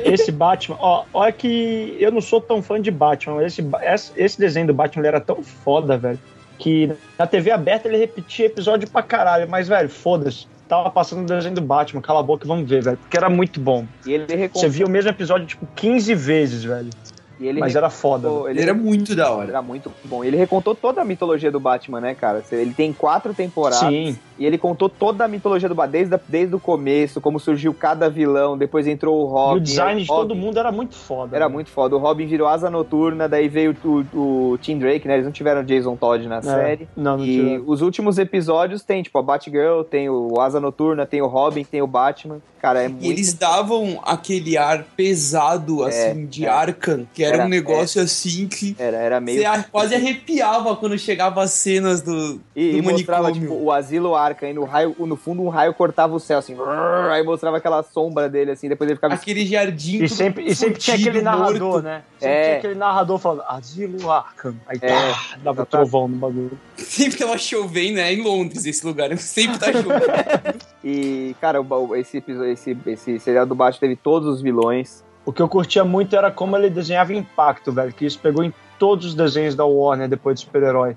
S3: esse Batman, ó, olha que eu não sou tão fã de Batman, mas esse, ba- esse- esse desenho do Batman ele era tão foda, velho, que na TV aberta ele repetia episódio pra caralho, mas, velho, foda-se. Tava passando o desenho do Batman, cala a boca e vamos ver, velho, porque era muito bom.
S2: E ele
S3: Você
S2: recompôs.
S3: via o mesmo episódio, tipo, 15 vezes, velho,
S2: e ele
S3: mas era foda. velho.
S2: recompôs-
S4: Ele era muito da hora.
S2: era muito bom. Ele recontou toda a mitologia do Batman, né, cara? Você- Ele tem quatro temporadas.
S3: Sim,
S2: E ele contou toda a mitologia do Batman, desde, a- desde o começo, como surgiu cada vilão, depois entrou o
S3: e
S2: Robin.
S3: o design de
S2: aí o
S3: todo
S2: Robin
S3: mundo era muito foda.
S2: Era
S4: Uhum.
S3: velho.
S2: muito foda. O Robin virou asa noturna, daí veio o, o Tim Drake, né? Eles não tiveram Jason Todd na
S3: É.
S2: série.
S3: Não, não
S2: E
S3: tinha.
S2: os últimos episódios tem, tipo, a Batgirl, tem o Asa Noturna, tem o Robin, tem o Batman. Cara, é muito.
S4: E eles davam aquele ar pesado, assim, de
S2: é.
S4: Arkham, que era,
S2: Era-
S4: um negócio assim que
S2: Era, era meio.
S4: você a- quase arrepiava quando chegava as cenas do,
S2: E,
S4: do
S2: e mostrava,
S4: manicômio.
S2: tipo, o Asilo Arca, e no, raio, no fundo um raio cortava o céu, assim. brrr, Aí mostrava aquela sombra dele, assim, depois ele ficava.
S4: Aquele jardim
S3: E sempre, e sempre tinha
S4: fudido,
S3: aquele narrador,
S4: morto.
S3: né? Sempre
S2: É.
S3: tinha aquele narrador falando, Asilo Arkham. Aí
S2: É,
S3: tá, dava
S2: exatamente.
S3: trovão no bagulho.
S4: Sempre tava chovendo, né? Em Londres, esse lugar. Sempre tá chovendo.
S2: E, cara, o- o- esse, episódio, esse, esse serial do Batman teve todos os vilões.
S3: O que eu curtia muito era como ele desenhava impacto, velho. Que isso pegou em todos os desenhos da Warner depois de super-herói.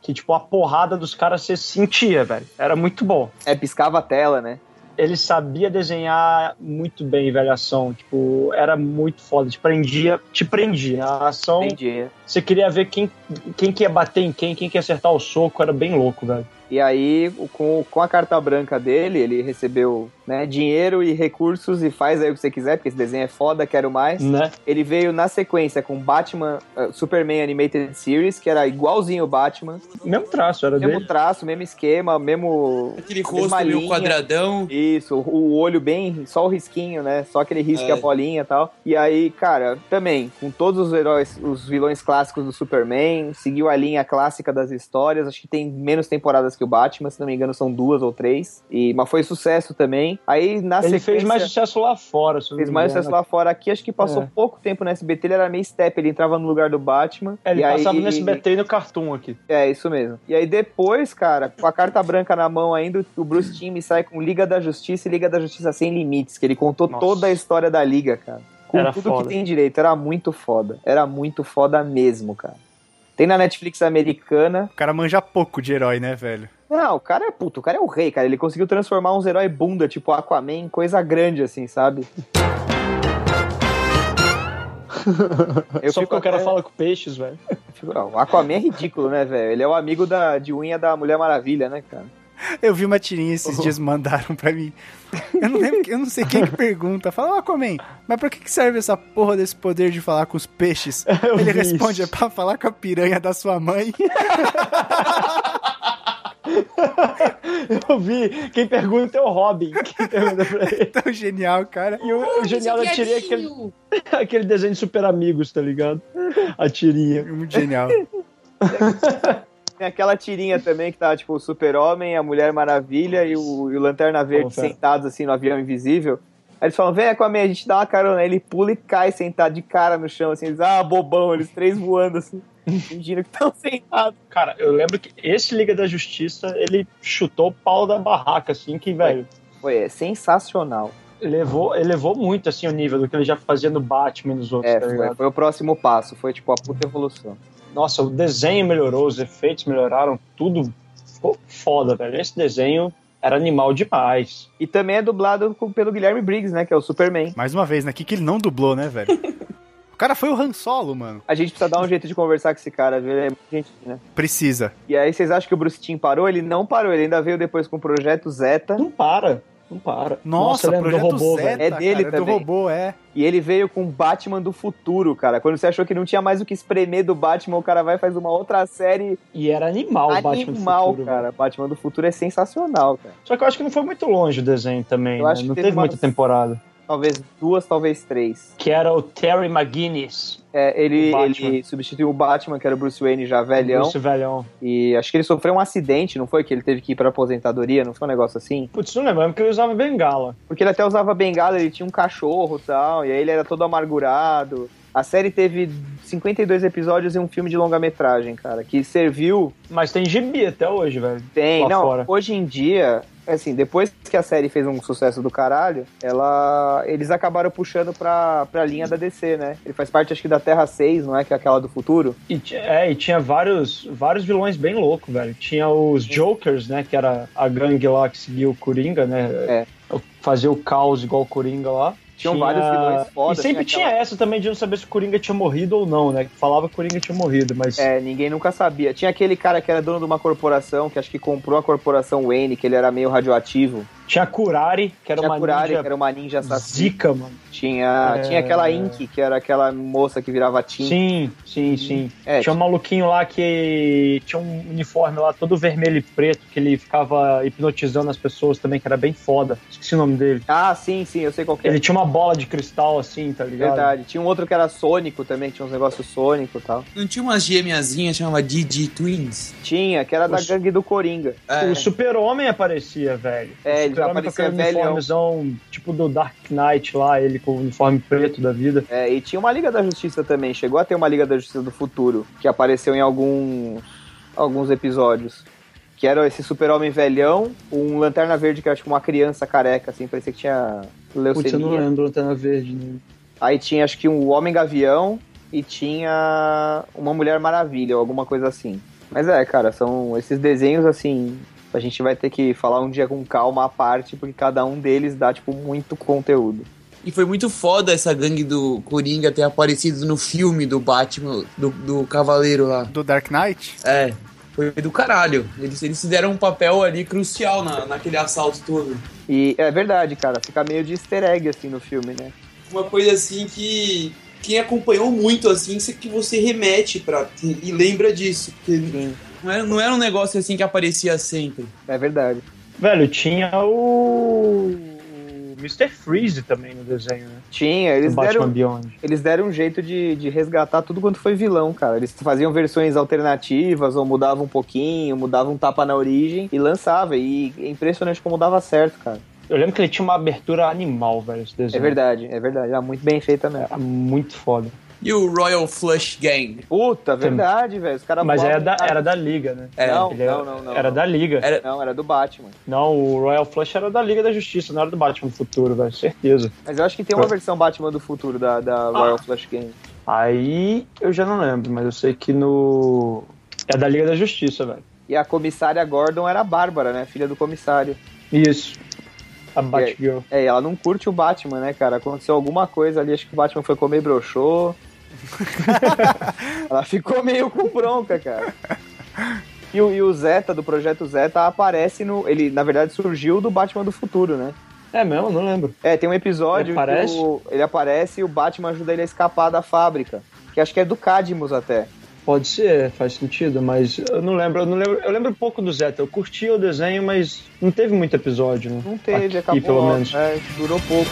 S3: Que, tipo, a porrada dos caras você sentia, velho. Era muito bom.
S2: É, piscava a tela, né?
S3: Ele sabia desenhar muito bem, velho, a ação. Tipo, era muito foda. Te prendia, te prendia. A ação,
S4: Então,
S2: Entendi.
S3: você queria ver quem, quem que ia bater em quem, quem que ia acertar o soco. Era bem louco, velho.
S2: E aí, o- com, com a carta branca dele, ele recebeu né, dinheiro e recursos e faz aí o que você quiser, porque esse desenho é foda, quero mais.
S3: Né?
S2: Ele veio na sequência com Batman, eh, Superman Animated Series, que era igualzinho o Batman.
S3: Mesmo traço, era dele.
S2: Mesmo traço, mesmo esquema, mesmo.
S4: Aquele
S2: mesma
S4: rosto meio
S2: linha.
S4: quadradão.
S2: Isso, o o olho bem, só o risquinho, né? Só aquele risco
S4: É.
S2: e a bolinha e tal. E aí, cara, também, com todos os heróis, os vilões clássicos do Superman, seguiu a linha clássica das histórias. Acho que tem menos temporadas que o Batman, se não me engano, são duas ou três. E, mas foi sucesso também. Aí, na
S3: Ele
S2: sequência,
S3: fez mais sucesso lá fora. se eu não
S2: fez
S3: me
S2: mais
S3: engano.
S2: sucesso lá fora. Aqui, acho que passou
S3: É.
S2: pouco tempo no SBT, ele era meio step, ele entrava no lugar do Batman.
S3: É, Ele
S2: e aí-
S3: passava no SBT e no Cartoon aqui.
S2: é, isso mesmo. E aí depois, cara, com a carta branca na mão ainda, o Bruce Timm sai com Liga da Justiça e Liga da Justiça Sem Limites, que ele contou
S3: Nossa.
S2: toda a história da Liga, cara. Com
S3: Era
S2: tudo
S3: foda.
S2: que tem direito. Era muito foda. Era muito foda mesmo, cara. Tem na Netflix americana.
S1: O cara manja pouco de herói, né, velho?
S2: Não, o cara é puto, o cara é o rei, cara. Ele conseguiu transformar uns heróis bunda, tipo Aquaman, em coisa grande, assim, sabe? Eu
S3: Só
S2: fico
S3: porque o cara
S2: até-
S3: fala com peixes, velho.
S2: fico- não, o Aquaman é ridículo, né, velho? Ele é o amigo da, de unha da Mulher Maravilha, né, cara?
S1: Eu vi uma tirinha
S2: Oh.
S1: esses dias mandaram pra mim. Eu não lembro, eu não sei quem que pergunta. Fala, ó, Aquaman, mas pra que que serve essa porra desse poder de falar com os peixes?
S3: Eu
S1: Ele
S3: vi isso.
S1: responde, é pra falar com a piranha da sua mãe.
S3: Eu vi. Quem pergunta é o Robin. Quem pergunta pra ele.
S1: Tão Então, genial, cara.
S3: E o, o genial da tirinha é aquele, aquele desenho de super amigos, tá ligado? A tirinha.
S1: Muito genial.
S2: Tem aquela tirinha também que tá, tipo, o Super-Homem, a Mulher Maravilha e o, e o Lanterna Verde
S3: Como, cara?
S2: sentados, assim, no avião invisível. Aí eles falam, vem é com a minha, a gente dá uma carona. Aí ele pula e cai sentado de cara no chão, assim, eles, ah, bobão, eles três voando, assim, fingindo que estão sentados.
S3: Ah, Cara, eu lembro que esse Liga da Justiça, ele chutou o pau da barraca, assim, que, velho,
S2: Foi, é sensacional.
S3: elevou, elevou muito, assim, o nível do que ele já fazia no Batman e nos outros,
S2: É,
S3: tá
S2: foi,
S3: ligado?
S2: foi o próximo passo, foi, tipo, a puta evolução.
S3: Nossa, o desenho melhorou, os efeitos melhoraram, tudo ficou foda, velho. Esse desenho era animal demais.
S2: E também é dublado com- pelo Guilherme Briggs, né, que é o Superman.
S1: Mais uma vez, né? Que que ele não dublou, né, velho? O cara foi o Han Solo, mano.
S2: A gente precisa dar um jeito de conversar com esse cara, viu? Ele é muito gente, né?
S1: Precisa.
S2: E aí vocês acham que o Bruce Timm parou? Ele não parou, ele ainda veio depois com o Projeto Zeta.
S3: Não para, não para.
S1: Nossa,
S3: lembra
S1: projeto Zeta,
S2: É dele
S1: cara, do
S2: também.
S1: robô, é.
S2: E ele veio com Batman do futuro, cara. Quando você achou que não tinha mais o que espremer do Batman, o cara vai e faz uma outra série
S3: E era animal Ah, o Batman do
S2: animal,
S3: futuro, né?
S2: cara. Batman do futuro é sensacional, cara.
S3: velho. Só que eu acho que não foi muito longe o desenho também,
S2: Eu
S3: né?
S2: acho que
S3: Não
S2: teve
S3: teve
S2: umas-
S3: muita temporada.
S2: talvez duas, talvez três.
S3: que era o Terry McGuinness,
S2: É, ele,
S3: O Batman.
S2: ele substituiu o Batman, que era o Bruce Wayne já velhão.
S3: Bruce Velhão.
S2: E acho que ele sofreu um acidente, não foi? Que ele teve que ir pra aposentadoria, não foi um negócio assim?
S3: Putz, não lembro, porque ele usava bengala.
S2: Porque ele até usava bengala, ele tinha um cachorro e tal, e aí ele era todo amargurado. A série teve 52 episódios e um filme de longa-metragem, cara, que serviu.
S3: Mas tem gibi até hoje, velho.
S2: Tem,
S3: Lá
S2: não,
S3: fora.
S2: hoje em dia, assim, depois que a série fez um sucesso do caralho, ela, eles acabaram puxando pra, pra linha da DC, né? Ele faz parte, acho que, da Terra 6, não é? Que é aquela do futuro.
S3: E, ti- é, e tinha vários, vários vilões bem loucos, velho. Tinha os Jokers, né? Que era a gangue lá que seguia o Coringa, né?
S2: É.
S3: Fazer o caos igual o Coringa lá.
S2: Tinham vários vilões fodas,
S3: E sempre
S2: tinha
S3: tinha,
S2: aquela-
S3: essa também de não saber se o Coringa tinha morrido ou não, né? Que falava que o Coringa tinha morrido, mas.
S2: É, ninguém nunca sabia. Tinha aquele cara que era dono de uma corporação, que acho que comprou a corporação Wayne, que ele era meio radioativo.
S3: Tinha a Kurari, que era
S2: Tinha
S3: uma
S2: a Kurari,
S3: ninja
S2: que era uma ninja assassina.
S3: zica, mano.
S2: Tinha,
S3: É.
S2: tinha aquela Ink, que era aquela moça que virava Tim.
S3: Sim, sim, sim.
S2: É,
S3: tinha um maluquinho lá que tinha um uniforme lá todo vermelho e preto, que ele ficava hipnotizando as pessoas também, que era bem foda. Esqueci o nome dele.
S2: Ah, sim, sim, eu sei qual que é.
S3: Ele tinha uma bola de cristal assim, tá ligado?
S2: Verdade. Tinha um outro que era Sônico também, que tinha uns negócios Sônico e tal.
S4: Não tinha umas gêmeazinhas chamava Didi Twins?
S2: Tinha, que era da
S3: Os-
S2: gangue do Coringa.
S4: É.
S3: O Super-Homem aparecia, velho.
S2: É,
S3: o
S2: ele já
S3: Super-Homem com
S2: aparecia
S3: aquele
S2: velhão.
S3: uniformezão tipo do Dark Knight lá, ele com o uniforme preto da vida.
S2: É, e tinha uma Liga da Justiça também. Chegou a ter uma Liga da Justiça do Futuro, que apareceu em alguns, alguns episódios. Que era esse super-homem velhão, um lanterna verde que era tipo uma criança careca, assim, parecia que tinha leucemia.
S3: lembro Lanterna Verde, né?
S2: Aí tinha, acho que um homem gavião e tinha uma mulher maravilha, ou alguma coisa assim. Mas é, cara, são esses desenhos, assim, a gente vai ter que falar um dia com calma à parte, porque cada um deles dá, tipo, muito conteúdo.
S4: E foi muito foda essa gangue do Coringa ter aparecido no filme do Batman, do, do Cavaleiro lá.
S1: Do Dark Knight?
S4: É, foi do caralho. Eles, eles se deram um papel ali crucial na, naquele assalto todo.
S2: E é verdade, cara, fica meio de easter egg, assim, no filme, né?
S4: Uma coisa assim que quem acompanhou muito, assim, que você remete pra, e lembra disso. Porque
S2: Sim.
S4: não era, não era um negócio assim que aparecia sempre.
S2: É verdade.
S3: Velho, tinha o... o Mr. Freeze também no desenho, né?
S2: Tinha,
S3: Do
S2: eles
S3: Batman
S2: deram,
S3: Beyond.
S2: eles deram um jeito de, de resgatar tudo quanto foi vilão, cara. Eles faziam versões alternativas, ou mudavam um pouquinho, mudavam um tapa na origem e lançava. E é impressionante como dava certo, cara.
S3: Eu lembro que ele tinha uma abertura animal, velho, esse
S2: É
S3: desenho.
S2: verdade, é verdade. Era muito bem feita mesmo.
S3: Era muito foda.
S4: E o Royal Flush Gang?
S2: Puta, verdade, velho. Os caras
S3: Mas era
S2: voavam-
S3: da, era da Liga, né?
S4: É,
S2: Não,
S3: Ele era-
S2: não, não, não.
S3: Era da Liga.
S4: Era-
S2: Não, era do Batman.
S3: Não, o Royal Flush era da Liga da Justiça, não era do Batman Futuro, velho, certeza.
S2: Mas eu acho que tem uma versão Batman do futuro da, da Royal Flash Game.
S3: Aí eu já não lembro, mas eu sei que no. É da Liga da Justiça, velho.
S2: E a comissária Gordon era a Bárbara, né? Filha do comissário.
S3: Isso. A Batgirl.
S2: É, e ela não curte o Batman, né, cara? Aconteceu alguma coisa ali, acho que o Batman foi comer broxô. ela ficou meio com bronca, cara. E o, e o Zeta, do Projeto Zeta, aparece no... Ele, na verdade, surgiu do Batman do Futuro, né?
S3: É mesmo, não lembro.
S2: É, tem um episódio
S3: Ele aparece?
S2: que o- ele aparece e o Batman ajuda ele a escapar da fábrica. Que acho que é do Cadmus, até.
S3: Pode ser, faz sentido, mas eu não lembro, eu não lembro. Eu lembro pouco do Zeta. Eu curti o desenho, mas não teve muito episódio, né?
S2: Não teve,
S3: Aqui,
S2: acabou
S3: pelo
S2: logo,
S3: menos.
S2: é, durou pouco.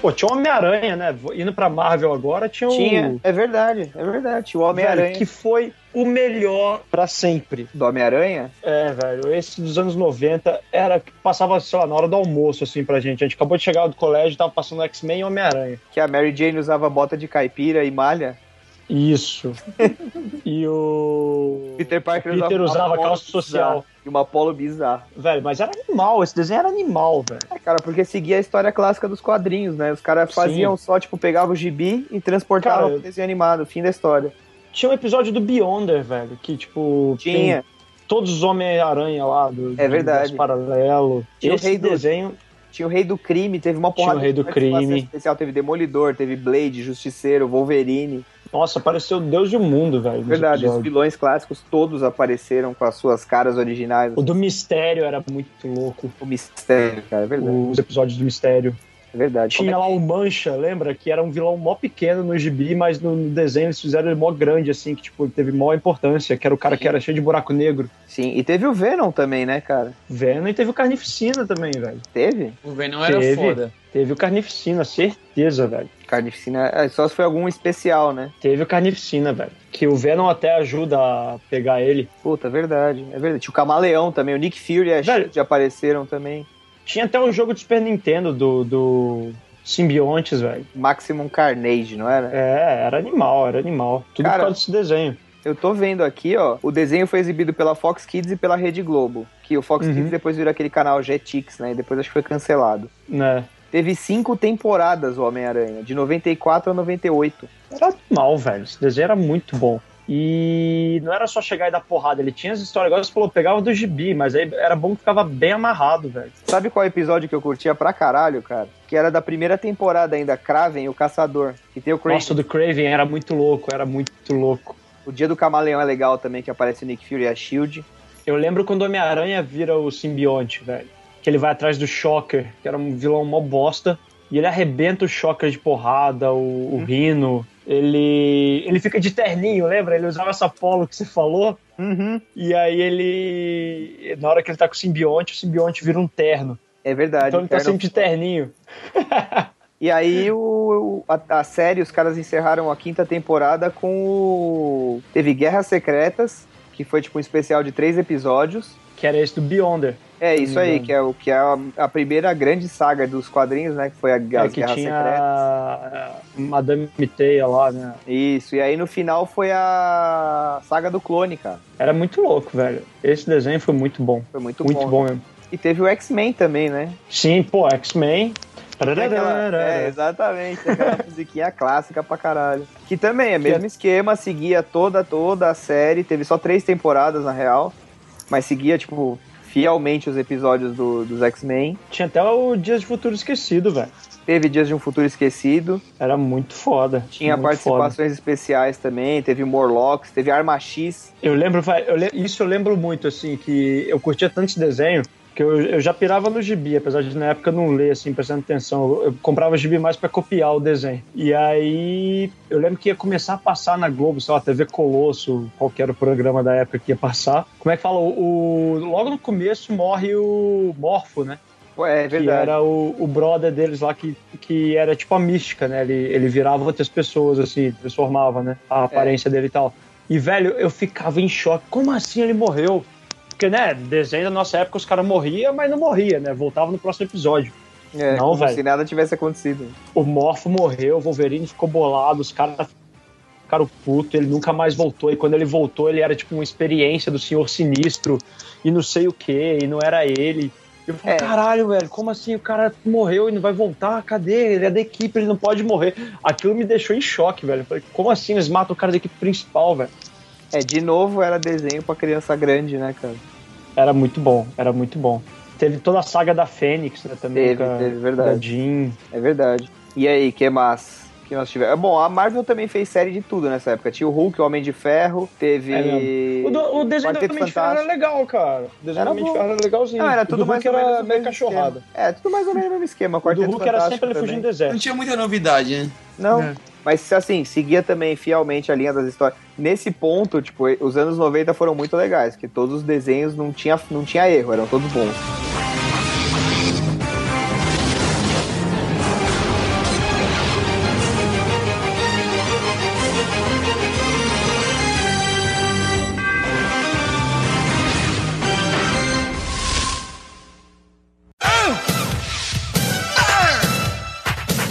S3: Pô, tinha o Homem-Aranha, né? Indo pra Marvel agora, tinha,
S2: Tinha,
S3: o.
S2: é verdade, é verdade. O Homem-Aranha.
S3: Velho, que foi o melhor pra sempre.
S2: Do Homem-Aranha?
S3: É, velho, esse dos anos 90 era que passava, sei lá, na hora do almoço, assim, pra gente. A gente acabou de chegar do colégio, tava passando X-Men e Homem-Aranha.
S2: Que a Mary Jane usava bota de caipira e malha.
S3: Isso. e o.
S2: Peter Parker
S3: Peter usava
S2: polo
S3: calça social.
S2: bizarra, E uma polo bizarra.
S3: Velho, mas era animal, esse desenho era animal, velho.
S2: É, cara, porque seguia a história clássica dos quadrinhos, né? Os caras faziam só, tipo, pegavam o gibi e transportavam
S3: Cara,
S2: pro desenho animado. Fim da história.
S3: Tinha um episódio do Beyonder, velho, que, tipo.
S2: Tinha.
S3: tem todos os Homem-Aranha lá do.
S2: É verdade.
S3: do universo Paralelo.
S2: Tinha o
S3: esse
S2: Rei do-
S3: desenho.
S2: Tinha o Rei do Crime, teve uma
S3: Tinha
S2: porrada.
S3: o Rei do
S2: de participação
S3: Crime.
S2: Especial, teve Demolidor, teve Blade, Justiceiro, Wolverine. É
S3: Nossa, pareceu Deus e o mundo, velho. nesse
S2: Verdade, os
S3: episódio.
S2: vilões clássicos todos apareceram com as suas caras originais.
S3: O do mistério era muito louco.
S2: O mistério, cara, é verdade.
S3: Os episódios do mistério.
S2: É verdade.
S3: Tinha lá o Mancha, lembra? Que era um vilão mó pequeno no gibi, mas no, no desenho eles fizeram ele mó grande, assim, que tipo, teve mó importância, que era o cara que
S2: Uhum.
S3: era cheio de buraco negro.
S2: Sim, e teve o Venom também, né, cara?
S3: Venom e teve o Carnificina também, velho.
S2: Teve?
S4: O Venom era
S3: Teve.
S4: foda.
S3: Teve o Carnificina, certeza, velho.
S2: Carnificina, é, só se foi algum especial, né?
S3: Teve o Carnificina, velho. Que o Venom até ajuda a pegar ele.
S2: Puta, é verdade, é verdade. Tinha o Camaleão também, o Nick Fury e a
S3: Velho.
S2: Shield apareceram também.
S3: Tinha até um jogo de Super Nintendo do, do Simbiontes, velho.
S2: Maximum Carnage, não era?
S3: É, era animal, era animal. Tudo
S2: Cara,
S3: por causa desse desenho.
S2: Eu tô vendo aqui, ó, o desenho foi exibido pela Fox Kids e pela Rede Globo. Que o Fox
S3: Uhum.
S2: Kids depois virou aquele canal Jetix, né? E depois acho que foi cancelado.
S3: Né?
S2: Teve cinco temporadas o Homem-Aranha, de 94 a 98.
S3: Era mal, velho. Esse desenho era muito bom. E não era só chegar e dar porrada, ele tinha as histórias. Agora você falou, pegava do gibi, mas aí era bom que ficava bem amarrado, velho.
S2: Sabe qual episódio que eu curtia pra caralho, cara? Que era da primeira temporada ainda, Kraven e o Caçador. Que tem o Kraven.
S3: Nossa, o do Craven era muito louco, era muito louco.
S2: O Dia do Camaleão é legal também, que aparece o Nick Fury e a Shield.
S3: Eu lembro quando o Homem-Aranha vira o simbionte, velho. Que ele vai atrás do Shocker, que era um vilão mó bosta. E ele arrebenta o Shocker de porrada, o, o Rino. Ele, ele fica de terninho, lembra? Ele usava essa polo que você falou.
S2: Uhum.
S3: E aí ele. Na hora que ele tá com o simbionte, o simbionte vira um terno.
S2: É verdade.
S3: Então ele tá
S2: Inferno-
S3: sempre de terninho.
S2: E aí o, o- a, a série, os caras encerraram a quinta temporada com o. Teve Guerras Secretas, que foi tipo um especial de três episódios.
S3: Que era esse do Beyonder. né,
S2: É isso aí,
S3: Verdade.
S2: que é o que é a, a primeira grande saga dos quadrinhos, né? Que foi a, as
S3: É,
S2: Guerras
S3: que tinha
S2: Secretas.
S3: a Madame Teia lá, né?
S2: Isso, e aí no final foi a saga do clone, cara.
S3: Era muito louco, velho. Esse desenho foi muito bom.
S2: Foi muito,
S3: muito
S2: bom. né?
S3: bom mesmo.
S2: E teve o X-Men também, né?
S3: Sim, pô, X-Men.
S2: Tem aquela- é,
S3: Tararara.
S2: exatamente, tem aquela musiquinha clássica pra caralho. Que também é mesmo esquema, seguia toda, toda a série, teve só três temporadas na real, mas seguia, tipo, fielmente os episódios do- dos X-Men.
S3: Tinha até o Dias de Futuro Esquecido, velho.
S2: Teve Dias de um Futuro Esquecido,
S3: Era muito foda.
S2: tinha
S3: muito
S2: participações
S3: foda.
S2: especiais também, teve Morlocks, teve Arma X.
S3: Eu lembro, velho, eu le- isso eu lembro muito, assim, que eu curtia tanto esse desenho que eu, eu já pirava no gibi, apesar de na época eu não ler, assim, prestando atenção. Eu, eu comprava gibi mais pra copiar o desenho. E aí eu lembro que ia começar a passar na Globo, sei lá, TV Colosso, qual que era o programa da época que ia passar. Como é que fala? O, o- logo no começo morre o Morfo, né?
S2: Pô, é
S3: Que
S2: verdade.
S3: era o, o brother deles lá que, que era tipo a mística, né? Ele, ele virava outras pessoas, assim, transformava, né? A aparência dele e tal. E, velho, eu ficava em choque. Como assim ele morreu? Porque, né, desenho da nossa época os caras morriam, mas não morria, né? Voltava no próximo episódio.
S2: É,
S3: Não,
S2: como
S3: velho.
S2: se nada tivesse acontecido.
S3: O Morfo morreu, o Wolverine ficou bolado, os caras ficaram puto, ele nunca mais voltou. E quando ele voltou, ele era tipo uma experiência do Senhor Sinistro e não sei o que, e não era ele. Eu falei,
S2: É.
S3: caralho, velho, como assim? O cara morreu e não vai voltar? Cadê? Ele é da equipe, ele não pode morrer. Aquilo me deixou em choque, velho. Eu falei, como assim? Eles matam o cara da equipe principal, velho.
S2: É, de novo era desenho pra criança grande, né, cara?
S3: Era muito bom, era muito bom. Teve toda a saga da Fênix, né, também.
S2: Teve,
S3: com a-
S2: teve, verdade.
S3: Da Jean.
S2: É verdade. E aí, que mais? Que nós tivemos? Bom, a Marvel também fez série de tudo nessa época. Tinha o Hulk, o Homem de Ferro, teve.
S3: É O, do- o desenho do
S2: Quarteto
S3: Homem de Ferro era
S2: Fantástico.
S3: legal, cara. O desenho
S2: Era
S3: do Homem de
S2: bom.
S3: Ferro era legalzinho.
S2: Não, era
S3: O do
S2: tudo mais
S3: Hulk
S2: ou menos
S3: era
S2: o
S3: meio
S2: mesmo
S3: cachorrada.
S2: esquema. É, tudo mais ou menos o mesmo esquema.
S3: O do
S2: Quarteto
S3: Hulk era
S2: Fantástico
S3: sempre ele
S2: também.
S3: fugindo do
S4: Não
S3: deserto.
S4: tinha muita novidade, né?
S2: Não,
S4: É.
S2: mas assim, seguia também fielmente a linha das histórias. Nesse ponto, tipo, os anos 90 foram muito legais, que todos os desenhos não tinha, não tinha erro, eram todos bons.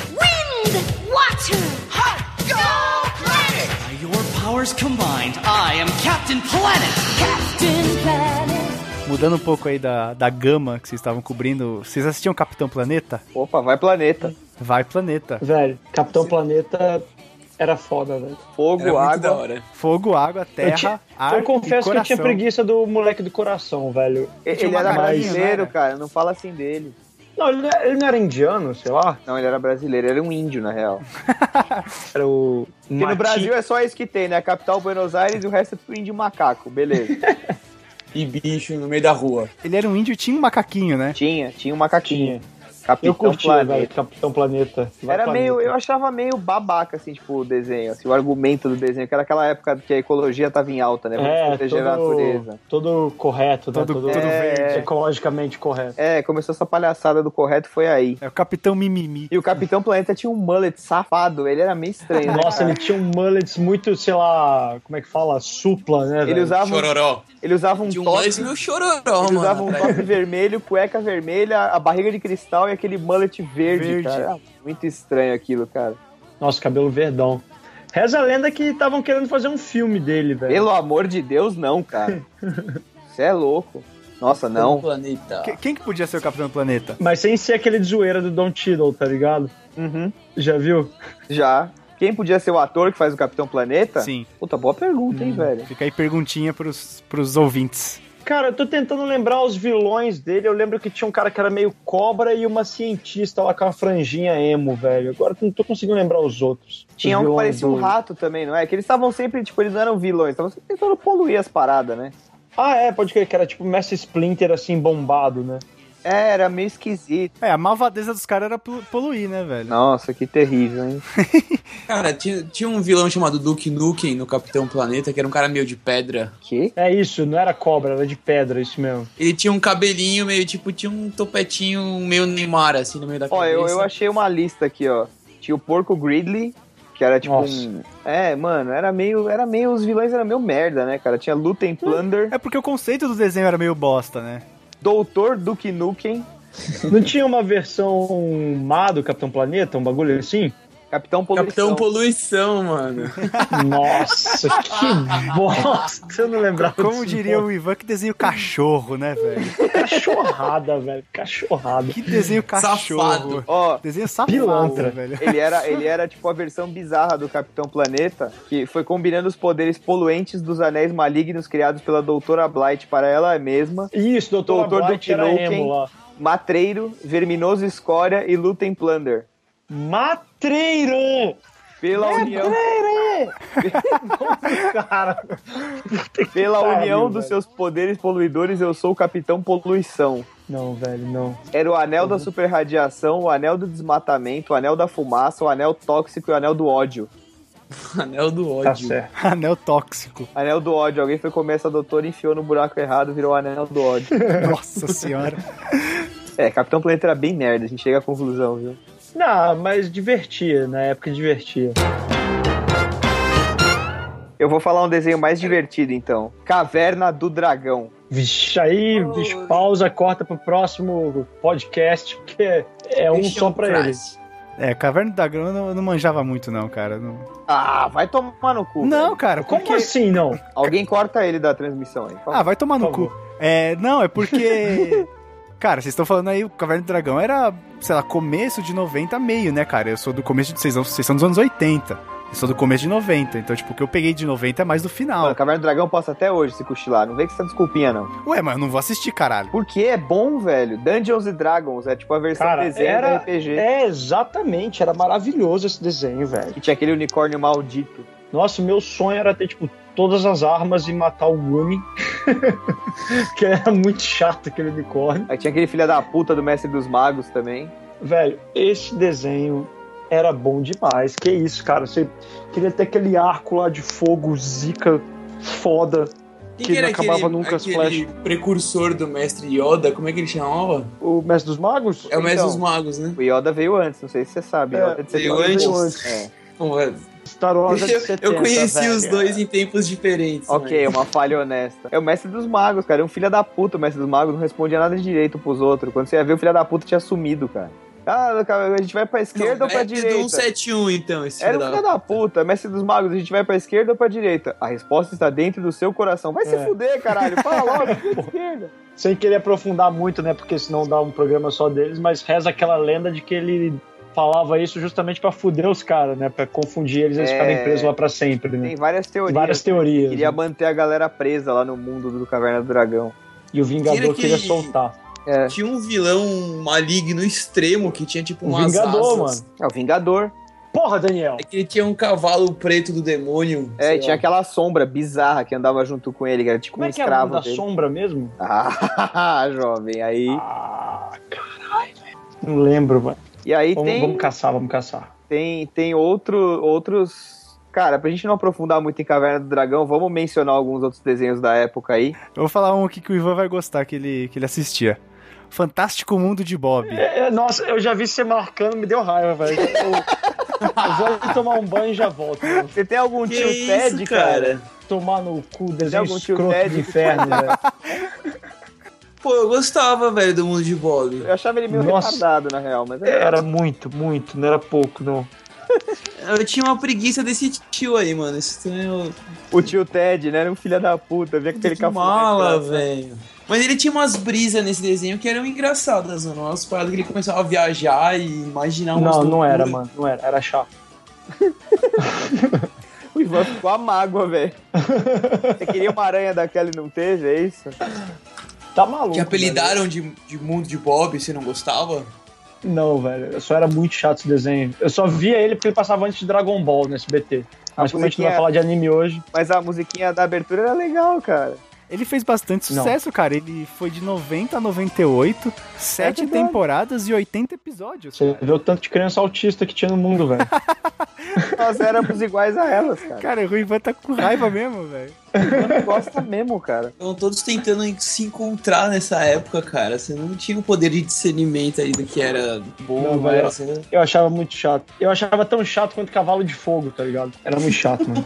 S6: Wind, water, hot, go planet!
S8: By your powers combined, I am Captain Planet!
S6: Captain Planet.
S1: Mudando um pouco aí da, da gama que vocês estavam cobrindo, vocês assistiam Capitão Planeta?
S2: Opa, vai planeta.
S1: Vai Planeta.
S3: Velho, Capitão Planeta era foda, velho.
S2: Fogo,
S4: Era muito da
S2: água.
S4: hora.
S1: Fogo, água, terra,
S3: Eu tinha-
S1: ar
S3: eu confesso
S1: e
S3: que eu
S1: coração.
S3: tinha preguiça do moleque do coração, velho.
S2: Ele
S1: Tinha uma
S2: era
S1: carinha,
S2: brasileiro,
S1: né?
S2: cara. Não fala assim dele.
S3: Não, é, ele, não- ele não era indiano, sei lá.
S2: Não, ele era brasileiro, ele era um índio, na real.
S3: Era o.
S2: E no Brasil é só isso que tem, né? A capital Buenos Aires e o resto é tudo índio macaco, beleza.
S4: E bicho no meio da rua.
S1: Ele era um índio e tinha um macaquinho, né?
S2: tinha, tinha um macaquinho. Capitão
S3: Eu curti, velho,
S2: Planeta.
S3: Capitão Planeta. Vai,
S2: Era
S3: Planeta.
S2: meio, eu achava meio babaca, assim, tipo, o desenho, assim, o argumento do desenho, que era aquela época que a ecologia tava em alta, né? Vamos
S3: É,
S2: proteger a
S3: todo,
S2: natureza.
S3: todo correto, né?
S1: Todo-
S3: Todo,
S1: todo
S2: verde.
S3: Ecologicamente correto.
S2: É, começou essa palhaçada do correto, foi aí.
S1: É o Capitão Mimimi.
S2: E o Capitão Planeta tinha um mullet safado, ele era meio estranho, né?
S3: Nossa, ele tinha um mullet muito, sei lá, como é que fala? Supla, né?
S2: Ele
S3: velho?
S2: usava, um-
S4: Chororó.
S2: ele usava um
S4: Tinha um
S2: top,
S4: lance meu chororó,
S2: ele
S4: mano.
S2: usava um
S4: atrás.
S2: top vermelho, cueca vermelha, a barriga de cristal e aquele mullet verde,
S1: Verde.
S2: cara. Era muito estranho aquilo, cara.
S3: Nossa, cabelo verdão. Reza a lenda que estavam querendo fazer um filme dele, velho.
S2: Pelo amor de Deus, não, cara. Você é louco. Nossa, não.
S4: um Planeta.
S1: Que- Quem que podia ser o Capitão Planeta?
S3: Mas sem ser aquele de zoeira do Don Tiddle, tá ligado?
S2: Uhum.
S3: Já viu?
S2: Já. Quem podia ser o ator que faz o Capitão
S3: Tá.
S2: Planeta?
S1: Sim. Uhum.
S2: Puta, boa pergunta, hein, velho.
S1: Fica aí perguntinha pros, pros ouvintes.
S3: Cara, eu tô tentando lembrar os vilões dele. Eu lembro que tinha um cara que era meio cobra e uma cientista lá com a franjinha emo, velho. Agora eu não tô conseguindo lembrar os outros.
S2: Tinha
S3: Os
S2: um que
S3: vilões
S2: parecia um
S3: do-
S2: rato também, não é? Que eles estavam sempre, tipo, eles não eram vilões, estavam sempre tentando poluir as paradas, né?
S3: Ah, é, pode crer, que era tipo o Mestre Splinter, assim, bombado, né?
S2: É, era meio esquisito.
S1: É, a malvadeza dos caras era polu- poluir, né, velho?
S2: Nossa, que terrível, hein?
S4: Cara, tinha, tinha um vilão chamado Duke Nukem no Capitão Planeta, que era um cara meio de pedra.
S2: Que?
S3: É isso, não era cobra, era de pedra, isso mesmo.
S4: Ele tinha um cabelinho meio, tipo, tinha um topetinho meio Neymar, assim, no meio da
S2: Ó,
S4: cabeça.
S2: eu, eu achei uma lista aqui, ó. Tinha o Porco Gridley, que era tipo
S3: Nossa.
S2: um... É, mano, era meio, era meio... Os vilões eram meio merda, né, cara? Tinha Lutem Plunder,
S1: É porque o conceito do desenho era meio bosta, né?
S2: Doutor Duke Nukem,
S3: Não tinha uma versão má do Capitão Planeta, um bagulho assim?
S2: Capitão Poluição.
S4: Capitão Poluição, mano.
S3: Nossa, que bosta! Eu não lembrava
S1: Como
S3: disso,
S1: diria
S3: não.
S1: o Ivan, que desenho cachorro, né, velho?
S3: Cachorrada, velho, cachorrada.
S1: Que desenho cachorro.
S4: Safado.
S2: Ó,
S1: Desenho safado,
S3: Pilantra.
S1: velho.
S2: ele era, ele era tipo a versão bizarra do Capitão Planeta, que foi combinando os poderes poluentes dos anéis malignos criados pela Doutora Blight para ela mesma,
S3: Isso, doutor,
S2: Doutor
S3: doutor Blight era
S2: Duke Nukem.
S3: emo lá.
S2: Matreiro, Verminoso Escória e Lutem Plunder.
S3: Matreiro!
S2: Pela união,
S3: Cara,
S2: pela
S3: pariu,
S2: união dos
S3: velho.
S2: seus poderes poluidores, eu sou o Capitão Poluição.
S3: Não, velho, não.
S2: Era o anel da superradiação, o anel do desmatamento, o anel da fumaça, o anel tóxico e o anel do ódio.
S4: Anel do ódio.
S3: Tá certo.
S1: Anel tóxico.
S2: Anel do ódio. Alguém foi comer essa doutora, enfiou no buraco errado, virou o anel do ódio.
S1: Nossa senhora.
S2: É, Capitão Planeta era bem merda, a gente chega à conclusão, viu?
S3: Não, mas divertia, na época divertia.
S2: Eu vou falar um desenho mais divertido, então. Caverna do Dragão.
S3: Vixe, aí, bicho, pausa, corta pro próximo podcast, porque é um
S4: Deixa
S3: só
S4: eu
S3: pra
S4: trás.
S3: eles.
S1: É, Caverna da Grama eu não, eu não manjava muito, não, cara. Não,
S2: Ah, vai tomar no cu.
S1: não
S2: velho.
S1: cara,
S3: Como
S1: porque...
S3: assim, não?
S2: Alguém corta ele da transmissão aí. por favor.
S1: Ah, vai tomar no
S3: Por
S1: cu. É, não, é porque... Cara, vocês estão falando aí, o Caverna do Dragão era, sei lá, começo de 90, meio, né, cara? Eu sou do começo de... Vocês são, vocês são dos anos 80. Eu sou do começo de 90. Então, tipo, o que eu peguei de 90 é mais do final.
S2: Mano, Caverna do Dragão passa até hoje se cochilar. Não vem tá com essa desculpinha, não.
S1: Ué, mas eu não vou assistir, caralho.
S2: Porque é bom, velho. Dungeons and Dragons é tipo a versão
S3: Cara,
S2: desenho
S3: era-
S2: do RPG.
S3: É, exatamente, era maravilhoso esse desenho, velho.
S2: Que tinha aquele unicórnio maldito.
S3: Nossa, meu sonho era ter, tipo, todas as armas e matar o Gumi. que era muito chato aquele unicórnio.
S2: Aí tinha aquele filho da puta do Mestre dos Magos também.
S3: Velho, esse desenho era bom demais. Que isso, cara. Você queria ter aquele arco lá de fogo, zica, foda.
S4: Quem
S3: Que não acabava nunca as
S4: aquele precursor do mestre Yoda? Como é que ele chamava?
S3: O Mestre dos Magos?
S4: É o mestre
S2: Então.
S4: dos magos, né?
S2: O Yoda veio antes, não sei se você sabe.
S3: É,
S2: Yoda de
S4: veio
S2: 70.
S4: antes.
S2: É.
S4: Bom, é-
S3: Star Wars é de
S4: eu,
S3: 70,
S4: eu conheci
S3: velho.
S4: os dois em tempos diferentes.
S2: Ok,
S4: mas-
S2: uma falha honesta. É o mestre dos magos, cara. É um filho da puta o mestre dos magos. Não respondia nada direito pros outros. Quando você ia ver, o filho da puta tinha sumido, cara. Ah, cara, a gente vai pra
S3: um
S2: esquerda ou pra
S4: é do
S2: direita?
S4: 171, então, esse
S2: Era
S4: filho
S2: um
S4: da-
S2: filho da puta, mestre dos magos, a gente vai pra esquerda ou pra direita? A resposta está dentro do seu coração. Vai se
S3: É.
S2: fuder, caralho. Fala logo, pra esquerda.
S3: Sem querer aprofundar muito, né? Porque senão dá um programa só deles, mas reza aquela lenda de que ele falava isso justamente pra fuder os caras, né? Pra confundir eles e eles
S2: É.
S3: ficarem presos lá pra sempre, né?
S2: Tem várias teorias.
S3: Várias teorias.
S2: Queria
S3: né?
S2: manter a galera presa lá no mundo do Caverna do Dragão.
S3: E o Vingador
S4: Queira
S3: queria
S4: que-
S3: soltar.
S2: É.
S4: Tinha um vilão maligno extremo que tinha tipo
S3: O
S4: umas
S3: Um Vingador,
S4: asas.
S3: mano.
S2: É o Vingador.
S3: Porra, Daniel.
S4: É que ele tinha um cavalo preto do demônio.
S2: É,
S4: sei
S2: e tinha
S4: lá.
S2: aquela sombra bizarra que andava junto com ele, que era tipo
S3: Como
S2: um
S3: é que é a
S2: escravo
S3: da
S2: dele.
S3: sombra mesmo?
S2: Ah, jovem, aí.
S3: Ah, caralho, velho. Não lembro, velho.
S2: e aí
S3: Vamos,
S2: tem,
S3: vamos caçar, vamos caçar.
S2: tem tem outro outros, cara, pra gente não aprofundar muito em Caverna do Dragão, vamos mencionar alguns outros desenhos da época aí.
S1: Eu vou falar um aqui que o Ivan vai gostar, que ele, que ele assistia. Fantástico Mundo de Bob.
S3: É, nossa, eu já vi você marcando, me deu raiva, velho. Eu, eu vou ali tomar um banho e já volto. mano.
S2: Você tem algum
S4: Que
S2: tio
S4: isso,
S2: Ted, um cara?
S3: Tomar no cu,
S2: Tem
S3: desenho
S2: algum tio
S3: escroto
S2: Ted?
S3: do inferno, velho.
S4: Pô, eu gostava, velho, do mundo de Bob.
S2: Eu achava ele meio
S3: Nossa.
S2: retardado na real, mas é.
S3: Era muito, muito, não era pouco, não.
S4: Eu tinha uma preguiça desse tio aí, mano. Esse tio um
S2: o tio Ted, né, era um filho da puta, vinha com aquele
S4: é
S2: capuz.
S4: mala,
S2: né?
S4: velho. Mas ele tinha umas brisas nesse desenho que eram engraçadas, mano. Umas paradas que ele começava a viajar e imaginar umas
S3: Não, não
S4: loucuras.
S3: era, mano. Não era, era chato.
S2: O Ivan ficou a mágoa, velho. Você queria uma aranha daquela e não teve, é isso?
S3: Tá maluco.
S4: Que apelidaram de, de mundo de Bob, você não gostava?
S3: velho. Não, velho. Eu só era muito chato esse desenho. Eu só via ele porque ele passava antes de Dragon Ball no SBT. Mas como é a gente não
S2: musiquinha-
S3: vai falar de anime hoje.
S2: Mas a musiquinha da abertura era legal, cara.
S1: Ele fez bastante
S3: Não.
S1: sucesso, cara. Ele foi de 90 a 98, sete
S2: verdade.
S1: temporadas e 80 episódios.
S3: Você
S1: Cara.
S3: vê o tanto de criança autista que tinha no mundo, velho.
S2: Nós éramos iguais a elas, cara.
S1: Cara, o Ivan tá com raiva mesmo, velho.
S2: Não gosta mesmo, cara.
S4: Estavam Então, todos tentando en- se encontrar nessa época, cara. Você não tinha o poder de discernimento aí do que era bom, assim,
S3: Não, velho.
S4: velho. Você-
S3: Eu achava muito chato. Eu achava tão chato quanto Cavalo de Fogo, tá ligado? Era muito chato, mano.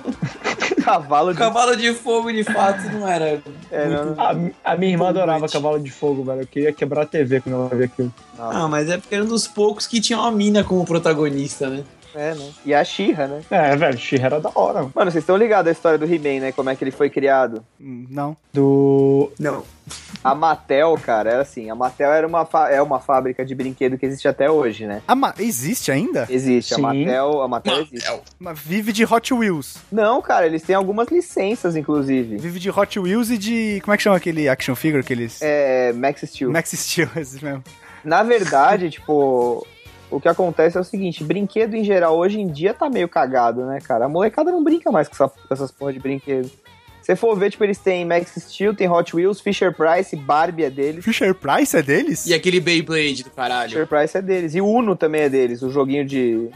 S2: Cavalo
S4: O
S2: de.
S4: cavalo de fogo, de fato, não era.
S2: É, não,
S3: um-
S2: não.
S3: A, a minha irmã
S4: Muito
S3: adorava
S4: noite.
S3: Cavalo de Fogo, velho. Eu queria quebrar a TV quando ela via aquilo.
S4: Ah, mas é porque era um dos poucos que tinha uma mina como protagonista, né?
S2: É, né? E a Xirra, né?
S3: É, velho, She-Ra era da hora, mano.
S2: Mano, vocês estão ligados à história do He-Man, né? Como é que ele foi criado?
S1: Hum, Não.
S3: Do.
S4: Não.
S2: A Mattel, cara, era assim. A Mattel era uma fa- é uma fábrica de brinquedo que existe até hoje, né?
S1: Ah, mas existe ainda?
S2: Existe.
S3: Sim.
S2: A Mattel, a Mattel existe.
S4: Mattel.
S1: Mas vive de Hot Wheels.
S2: Não, cara, eles têm algumas licenças, inclusive.
S1: Vive de Hot Wheels e de. Como é que chama aquele action figure que eles.
S2: É, Max Steel.
S1: Max Steel, esse mesmo.
S2: Na verdade, tipo, o que acontece é o seguinte: brinquedo em geral hoje em dia tá meio cagado, né, cara? A molecada não brinca mais com, essa- com essas porra de brinquedo. Se você for ver, tipo, eles têm Max Steel, tem Hot Wheels, Fisher Price, Barbie é deles.
S1: Fisher Price é deles?
S4: E aquele Beyblade do caralho.
S2: Fisher Price é deles. E Uno também é deles, o joguinho de,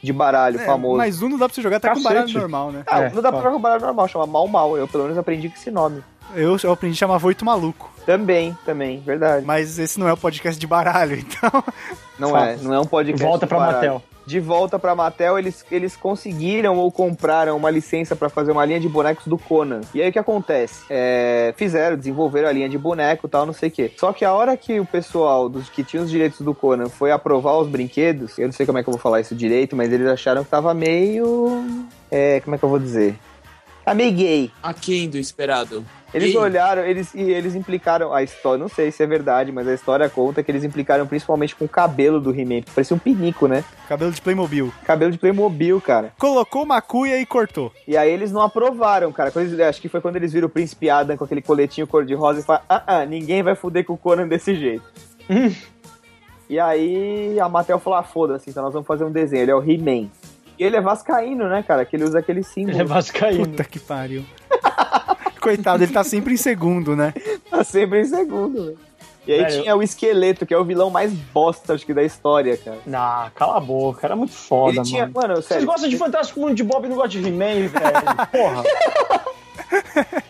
S2: de baralho
S1: É,
S2: famoso.
S1: Mas um não dá pra você jogar até com
S3: Cacete.
S1: baralho normal, né?
S2: Ah,
S3: É,
S2: não dá pra
S3: fala.
S2: jogar com baralho normal, chama Mal Mal. Eu pelo menos aprendi com esse nome.
S1: Eu, eu aprendi a chamar oito maluco.
S2: Também, também, verdade.
S1: Mas esse não é o podcast de baralho, então.
S2: Não
S3: Fato.
S2: é, não é um podcast.
S3: Volta
S2: de
S3: pra
S2: baralho.
S3: Mattel.
S2: de volta pra Mattel, eles, eles conseguiram ou compraram uma licença pra fazer uma linha de bonecos do Conan. E aí o que acontece? É, fizeram, desenvolveram a linha de boneco e tal, não sei o quê. Só que a hora que o pessoal dos que tinha os direitos do Conan foi aprovar os brinquedos, eu não sei como é que eu vou falar isso direito, mas eles acharam que tava meio. É, como é que eu vou dizer? Tá meio gay.
S4: Aquém do esperado.
S2: Eles
S4: Gay.
S2: olharam, eles e eles implicaram a história, não sei se é verdade, mas a história conta que eles implicaram principalmente com o cabelo do He-Man, que parecia um pinico, né?
S1: Cabelo de Playmobil.
S2: Cabelo de Playmobil, cara.
S1: Colocou uma cuia e cortou.
S2: E aí eles não aprovaram, cara. Quando eles- acho que foi quando eles viram o Príncipe Adam com aquele coletinho cor-de-rosa e falaram: ah, ah, ninguém vai fuder com o Conan desse jeito. e aí a Mattel falou: ah, foda-se, então nós vamos fazer um desenho. Ele é o He-Man. E ele é vascaíno, né, cara? Que ele usa aquele
S3: Ele é
S2: símbolo.
S3: vascaíno.
S1: Puta que pariu. Coitado, ele tá sempre em segundo, né?
S2: Tá sempre em segundo, velho. E aí
S3: Velho,
S2: tinha o Esqueleto, que é o vilão mais bosta, acho que, da história, cara.
S3: Ah, cala a boca, era muito foda,
S2: ele
S3: mano.
S2: tinha. Mano,
S3: Vocês
S2: sério.
S3: gostam de Fantástico Mundo de Bob e não gostam de He-Man, velho? Porra!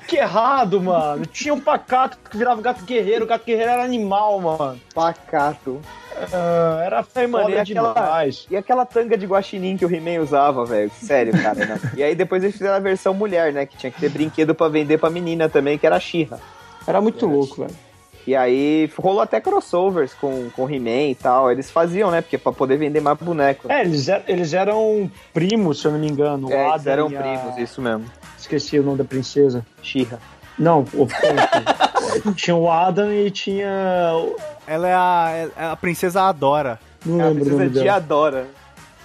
S3: que errado, mano. Tinha um pacato que virava gato guerreiro, o gato guerreiro era animal, mano.
S2: Pacato.
S3: Ah, era foda
S2: mano, e aquela-
S3: demais.
S2: E aquela tanga de guaxinim que o He-Man usava, velho. Sério, cara. não. E aí depois eles fizeram a versão mulher, né? Que tinha que ter brinquedo pra vender pra menina também, que era a Xirra.
S3: Era muito louco, velho.
S2: E aí rolou até crossovers com, com He-Man e tal. Eles faziam, né? Porque pra poder vender mais boneco.
S3: É, eles, er- eles eram primos, se eu não me engano.
S2: É,
S3: O
S2: eles eram
S3: Adam e a-
S2: primos, isso mesmo.
S3: Esqueci o nome da princesa.
S2: Xirra.
S3: Não, o ponto. tinha o Adam e tinha. o-
S1: Ela é a, é a princesa Adora.
S3: Não
S2: Ah, A
S3: lembro o
S2: princesa
S3: nome dela.
S2: Diadora.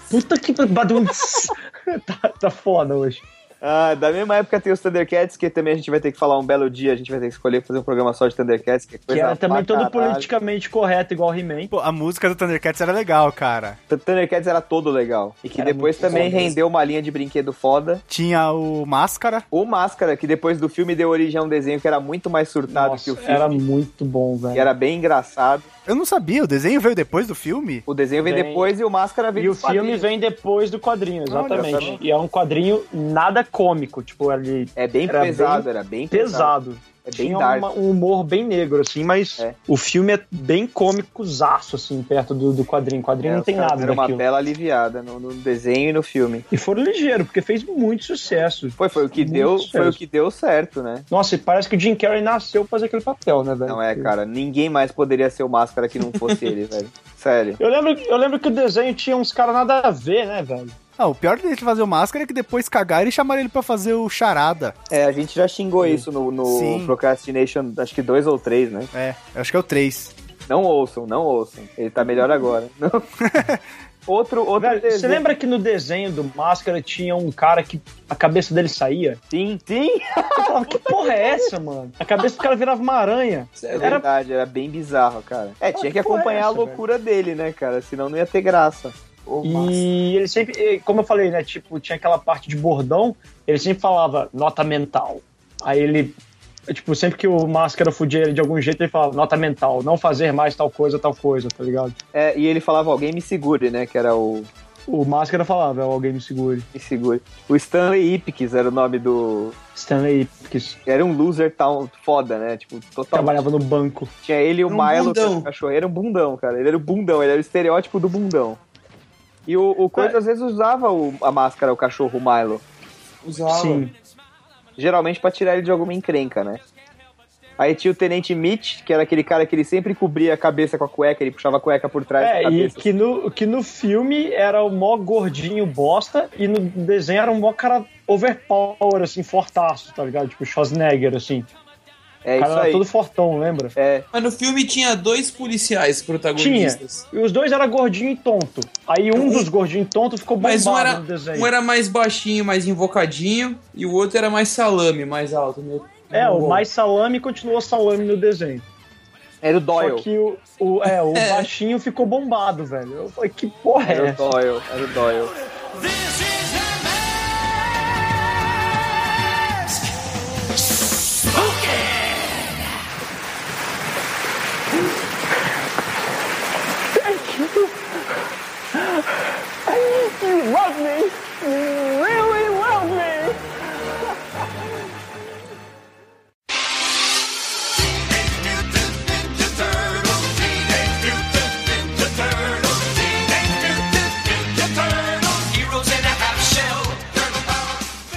S3: Puta que. tá, tá foda hoje.
S2: Ah, da mesma época tem os Thundercats, que também a gente vai ter que falar um belo dia, a gente vai ter que escolher fazer um programa só de Thundercats, que é
S3: Que
S2: coisa
S3: era
S2: pra
S3: também todo
S2: caralho.
S3: politicamente correto, igual He-Man.
S1: Pô, a música do Thundercats era legal, cara.
S2: Thundercats era todo legal. E que
S3: Era
S2: depois
S3: muito
S2: também
S3: bom mesmo.
S2: rendeu uma linha de brinquedo foda.
S1: Tinha o Máscara.
S2: O Máscara, que depois do filme deu origem a um desenho que era muito mais surtado
S3: Nossa,
S2: que o filme.
S3: era muito bom, velho.
S2: Que era bem engraçado.
S1: Eu não sabia, o desenho veio depois do filme?
S2: O desenho vem
S3: Vem.
S2: depois e o Máscara vem
S3: E o
S2: dos quadrinhos.
S3: filme vem depois do quadrinho,
S2: Olha, tá bom.
S3: exatamente. E é um quadrinho nada cômico, tipo, ele
S2: É bem
S3: Era
S2: pesado, era bem pesado.
S3: pesado.
S2: É bem
S3: Tinha
S2: dark.
S3: uma- um humor bem negro, assim, mas
S2: É.
S3: o filme é bem cômicozaço, assim, perto do, do quadrinho. O quadrinho
S2: É,
S3: não
S2: os
S3: tem
S2: caras
S3: nada
S2: deram uma
S3: daquilo.
S2: bela aliviada no, no desenho e no filme.
S3: E foram ligeiro, porque fez muito sucesso.
S2: Foi, foi o que
S3: Muito
S2: deu,
S3: sucesso.
S2: foi o que deu certo, né?
S3: Nossa, e parece que o Jim Carrey nasceu pra fazer aquele papel, né, velho?
S2: Não é, cara. Ninguém mais poderia ser o Máscara que não fosse ele, velho. Sério.
S3: Eu lembro, eu lembro que o desenho tinha uns caras nada a ver, né, velho?
S1: Ah, o pior dele fazer o Máscara é que depois cagaram e chamaram ele pra fazer o Charada.
S2: É, a gente já xingou isso no, no
S1: Sim.
S2: Procrastination, acho que dois ou três, né?
S1: É, eu acho que é o 3.
S2: Não ouçam, não ouçam. Ele tá melhor agora. Não. outro outro
S3: Velho,
S2: desenho.
S3: Você lembra que no desenho do Máscara tinha um cara que a cabeça dele saía?
S2: Sim, sim.
S3: Eu falava, que porra é essa, mano? A cabeça do cara virava uma aranha.
S2: É
S3: Era-
S2: verdade, era bem bizarro, cara. É, tinha que
S3: que porra
S2: acompanhar
S3: é essa,
S2: a loucura dele, né, cara? Senão não ia ter graça.
S3: E ele sempre, e como eu falei, né? Tipo, tinha aquela parte de bordão, ele sempre falava nota mental. Aí ele, tipo, sempre que o máscara fudia ele de algum jeito, ele falava nota mental, não fazer mais tal coisa, tal coisa, tá ligado?
S2: É, e ele falava, alguém me segure, né? Que era o
S3: O máscara falava, "É, alguém me segure.
S2: me segure. O Stanley Ipkiss era o nome do.
S3: Stanley Ipkiss
S2: Era um loser town foda, né? Tipo, total.
S3: trabalhava no banco.
S2: Tinha ele e o
S4: Era um
S2: Milo, que era
S4: bundão.
S2: o cachorro. Era um bundão, cara. Ele era o bundão, ele era o estereótipo do bundão. E o, o Coisa às vezes usava o- a máscara, o cachorro o Milo.
S4: Usava.
S3: Sim.
S2: geralmente pra tirar ele de alguma encrenca, né? Aí tinha o Tenente Mitch, que era aquele cara que ele sempre cobria a cabeça com a cueca, ele puxava a cueca por trás da
S3: É, e
S2: cabeça.
S3: que no, que no filme era o mó gordinho bosta e no desenho era um mó cara overpower, assim, fortaço, tá ligado? Tipo Schwarzenegger, assim.
S2: É
S3: O
S2: isso
S3: cara era
S2: aí.
S3: todo fortão, lembra?
S2: É,
S4: Mas no filme tinha dois policiais protagonistas.
S3: E os dois eram gordinho e tonto. Aí um
S4: Um-
S3: dos gordinhos tontos ficou
S4: Mas
S3: bombado
S4: um era,
S3: no desenho.
S4: um era mais baixinho, mais invocadinho, e o outro era mais salame, mais alto. Meu,
S3: É,
S4: Bom.
S3: o mais salame continuou salame no desenho.
S2: era o Doyle.
S3: Só que o, o, é, o baixinho ficou bombado, velho. Eu falei, que porra
S2: Era
S3: é
S2: o
S3: essa?
S2: Doyle, era o Doyle.
S8: This is the mask. Spooky.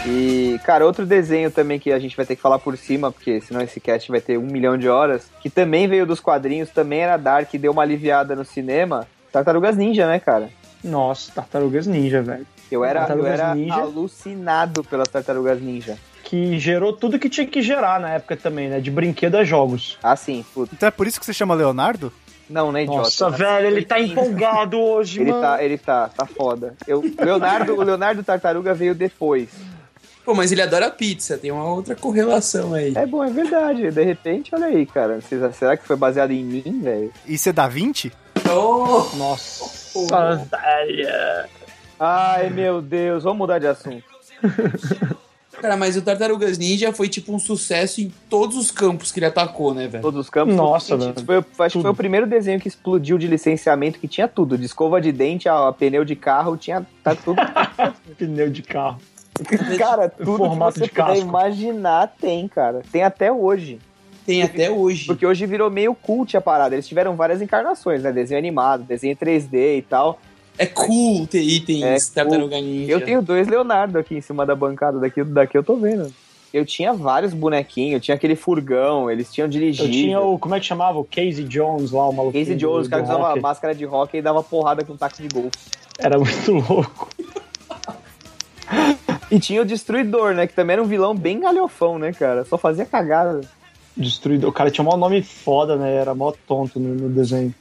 S2: E, cara, outro desenho também que a gente vai ter que falar por cima, porque senão esse cast vai ter um milhão de horas, que também veio dos quadrinhos, também era Dark, deu uma aliviada no cinema. Tartarugas Ninja, né, cara?
S3: Nossa, Tartarugas Ninja, velho.
S2: Eu era, eu
S3: Tartarugas
S2: era
S3: Ninja.
S2: alucinado pelas Tartarugas Ninja.
S3: Que gerou tudo que tinha que gerar na época também, né? De brinquedo a jogos.
S2: Assim, puta.
S1: Então é por isso que você chama Leonardo?
S2: Não, né, idiota?
S3: Nossa, velho, ele tá empolgado hoje,
S2: Ele
S3: mano.
S2: tá, ele tá, tá foda. Eu, o Leonardo, o Leonardo Tartaruga veio depois.
S4: Pô, mas ele adora pizza, tem uma outra correlação aí.
S2: É bom, é verdade. De repente, olha aí, cara. Vocês- Será que foi baseado em mim, velho?
S1: E você dá 20?
S4: Oh,
S3: Nossa, velho.
S2: Ai, meu Deus, vamos mudar de assunto.
S4: cara, mas o Tartarugas Ninja foi tipo um sucesso em todos os campos que ele atacou, né, velho?
S2: Todos os campos.
S3: Nossa,
S2: todos os
S3: velho.
S2: sentidos. Foi, o- acho que foi o primeiro desenho que explodiu de licenciamento, que tinha tudo. De escova de dente, a, a pneu de carro, tinha tá tudo.
S3: Pneu de carro.
S2: cara, tudo
S3: Formato
S2: que você
S3: de
S2: puder
S3: casco.
S2: imaginar tem, cara. Tem até hoje.
S4: Tem até hoje.
S2: Porque hoje virou meio cult a parada. Eles tiveram várias encarnações, né? Desenho animado, desenho 3D e tal.
S4: É cool ter itens
S2: É
S4: Tartaruga Ninja.
S2: Eu tenho dois Leonardo aqui em cima da bancada, daqui, daqui eu tô vendo. Eu tinha vários bonequinhos, eu tinha aquele furgão, eles tinham dirigido.
S3: Eu tinha o. Como é que chamava? O Casey Jones lá, o maluco.
S2: Casey
S3: do-
S2: Jones, os
S3: do
S2: caras usavam
S3: hockey.
S2: máscara de rock e dava porrada com um taco de golfe.
S3: Era muito louco.
S2: E tinha o Destruidor, né? Que também era um vilão bem galhofão, né, cara? Só fazia cagada.
S3: Destruidor. O cara tinha um nome foda, né? Era mó tonto no, no desenho.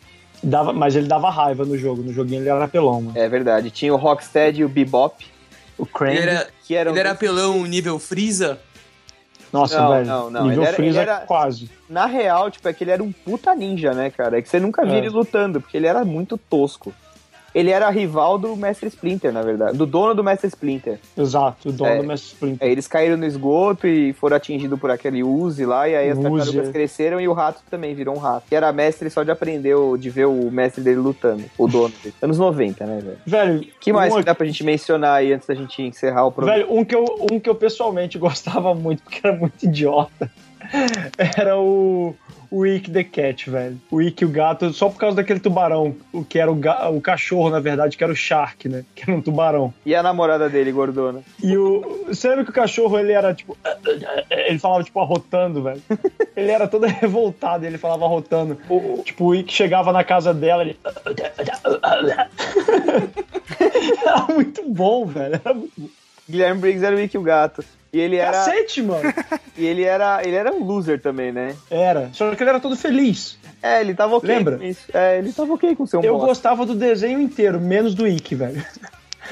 S3: Dava, mas ele dava raiva no jogo. No joguinho ele era pelão, mano.
S2: É verdade. Tinha o Rocksteady e o Bebop.
S3: O
S4: Ele
S3: Krang.
S4: era,
S2: Que era um
S4: ele era
S2: dos-
S4: apelão nível Freeza.
S3: Nossa,
S2: Não,
S3: velho.
S2: não, não,
S3: Nível
S2: ele era-
S3: Freeza
S2: ele era-
S3: quase.
S2: Na real, tipo, é que ele era um puta ninja, né, cara? É que você nunca via
S3: É.
S2: ele lutando, porque ele era muito tosco. Ele era rival do Mestre Splinter, na verdade. Do dono do Mestre Splinter.
S3: Exato, o dono
S2: É.
S3: do Mestre Splinter.
S2: É, eles caíram no esgoto e foram atingidos por aquele Uzi lá, e aí as
S3: Uzi,
S2: tartarugas
S3: é.
S2: cresceram e o rato também virou um rato. Que era mestre só de aprender, o- de ver o mestre dele lutando, o dono dele. Anos 90, né, velho?
S3: Velho,
S2: que mais
S3: um,
S2: que dá pra gente mencionar aí antes da gente encerrar o programa?
S3: velho um, que eu, um que eu pessoalmente gostava muito, porque era muito idiota, era o, o Ick the Cat, velho. O Ick, o gato, só por causa daquele tubarão, o que era o, ga- o cachorro, na verdade, que era o Shark, né? Que era um tubarão.
S2: E a namorada dele, gordona?
S3: E o. Você lembra que o cachorro ele era tipo. Ele falava, tipo, arrotando, velho. Ele era todo revoltado, ele falava arrotando. O- o- tipo, o Ick chegava na casa dela, ele. Era muito bom, velho. Era muito bom.
S2: Guilherme Briggs era o Mickey o gato. E ele era,
S3: Cacete, mano.
S2: e ele era, ele era um loser também, né?
S3: Era. Só que ele era todo feliz.
S2: É, ele tava ok
S3: Lembra?
S2: com isso. É, ele tava ok com ser um
S3: Eu
S2: bosta.
S3: gostava do desenho inteiro, menos do Ick, velho.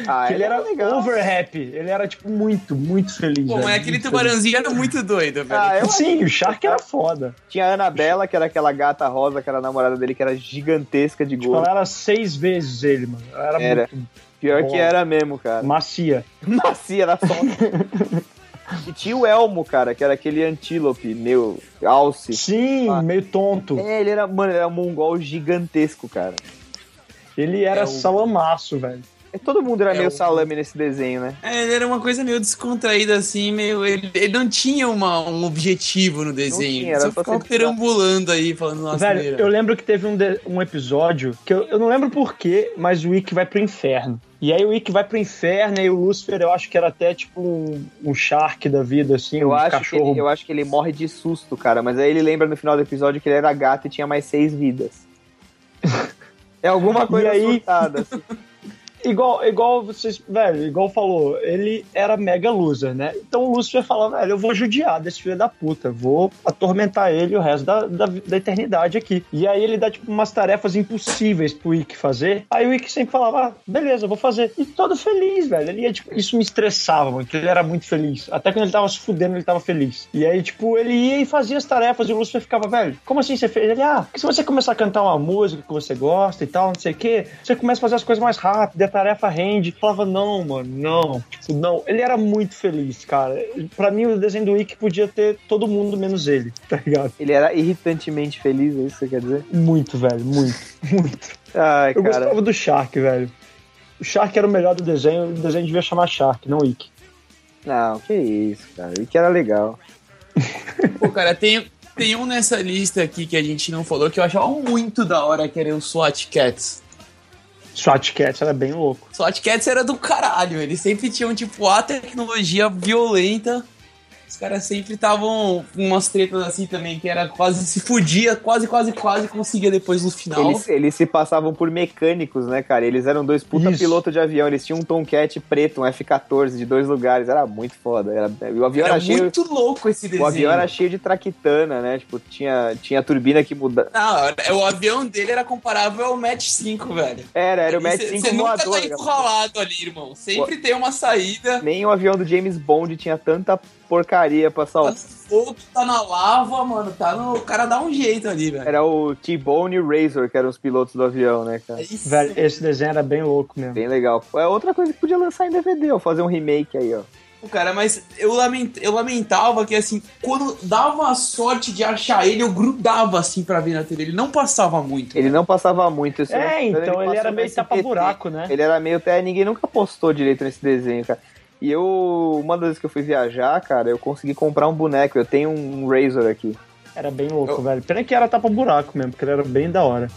S2: Ah,
S3: Que ele era
S2: legal.
S3: over happy. Ele era, tipo, muito, muito feliz.
S4: Pô,
S3: velho.
S4: mas é aquele
S3: Muito feliz.
S4: tubarãozinho era muito doido, velho.
S2: Ah, eu
S3: Sim, o Shark era foda.
S2: tinha a Anabela, que era aquela gata rosa, que era a namorada dele, que era gigantesca de
S3: Tipo,
S2: gordo.
S3: ela era seis vezes ele, mano. Ela era,
S2: Era.
S3: muito
S2: Pior
S3: Boa.
S2: que era mesmo, cara.
S3: macia.
S2: Macia era só. e tinha o Elmo, cara, que era aquele antílope, meu, alce.
S3: Sim,
S2: Ah.
S3: meio tonto.
S2: É, ele era, mano, ele era um mongol gigantesco, cara.
S3: Ele era
S4: É o-
S3: salamaço, velho.
S2: É, Todo mundo era
S4: É
S2: meio
S4: o-
S2: salame nesse desenho, né?
S4: É, ele era uma coisa meio descontraída, assim, meio. Ele, ele não tinha uma, um objetivo no desenho.
S2: tinha, era
S4: só
S2: só
S4: ficava
S2: ser
S4: perambulando aí, falando, nossa,
S3: velho,
S4: Neira.
S3: eu lembro que teve um, de- um episódio que eu, eu não lembro porquê, mas o Ick vai pro inferno. E aí o Ick vai pro inferno e o Lucifer, eu acho que era até tipo um, um shark da vida, assim,
S2: Eu
S3: um
S2: acho, que
S3: cachorro.
S2: ele, eu acho que ele morre de susto, cara. Mas aí ele lembra no final do episódio que ele era gato e tinha mais seis vidas. É alguma coisa
S3: aí-
S2: surtada, assim.
S3: Igual, igual vocês, velho, igual falou, ele era mega loser, né? Então o Lucifer fala, velho, eu vou judiar desse filho da puta, vou atormentar ele o resto da, da, da eternidade aqui. E aí ele dá, tipo, umas tarefas impossíveis pro Ick fazer. Aí o Ick sempre falava, ah, beleza, eu vou fazer. E todo feliz, velho. Ele ia, tipo, isso me estressava, mano, que ele era muito feliz. Até quando ele tava se fudendo, ele tava feliz. E aí, tipo, ele ia e fazia as tarefas e o Lucifer ficava, velho, como assim você fez? Ele, ah, porque se você começar a cantar uma música que você gosta e tal, não sei o quê, você começa a fazer as coisas mais rápido, e a tarefa rende. Falava, não, mano, não. Tipo, não. Ele era muito feliz, cara. Pra mim, o desenho do Wick podia ter todo mundo menos ele, tá ligado?
S2: Ele era irritantemente feliz, é isso que você quer dizer?
S3: Muito, velho, muito, muito.
S2: Ai,
S3: Eu
S2: cara.
S3: gostava do Shark, velho. O Shark era o melhor do desenho, o desenho devia chamar Shark, não Wick.
S2: Não, que isso, cara. E que era legal.
S4: Pô, cara, tem, tem um nessa lista aqui que a gente não falou que eu achava muito da hora, que era o SWAT Cats.
S3: Swat Cat era bem louco.
S4: SWAT Cats era do caralho, eles sempre tinham, tipo, a tecnologia violenta. Os caras sempre estavam com umas tretas assim também, que era quase se fudia, quase, quase, quase conseguia depois no final.
S2: Eles, eles se passavam por mecânicos, né, cara? Eles eram dois puta
S3: Isso.
S2: piloto de avião. Eles tinham um Tomcat preto, um F-14 de dois lugares. Era muito foda. Era, o avião
S4: Era
S2: era cheio.
S4: muito louco esse desenho.
S2: O avião era cheio de traquitana, né? Tipo, tinha, tinha turbina que muda,
S4: Não, o avião dele era comparável ao Match 5, velho.
S2: Era, era o Match
S4: Cê-
S2: 5
S4: cê nunca
S2: voador. né?
S4: tá encurralado ali, irmão. Sempre tem uma saída.
S2: Nem o avião do James Bond tinha tanta porcaria pra salvar.
S4: Fogo tá na lava, mano. Tá no... O cara dá um jeito ali, velho.
S2: Era o T-Bone e o Razor, que eram os pilotos do avião, né, cara?
S4: É isso.
S3: Velho, esse desenho era bem louco mesmo.
S2: Bem legal. É outra coisa que podia lançar em DVD, ó. Fazer um remake aí, ó.
S4: Cara, mas eu, lament... eu lamentava que, assim, quando dava a sorte de achar ele, eu grudava, assim, pra ver na TV. Ele não passava muito.
S2: Ele não passava muito. isso
S3: É,
S2: né?
S3: então ele
S2: passou
S3: era
S2: no
S3: meio
S2: SBT.
S3: tapa-buraco, né?
S2: Ele era meio até. Ninguém nunca postou direito nesse desenho, cara. E eu, uma das vezes que eu fui viajar, cara, eu consegui comprar um boneco. Eu tenho um Razor aqui.
S3: Era bem louco, velho. Pena que era tapa-buraco mesmo, porque ele era bem da hora.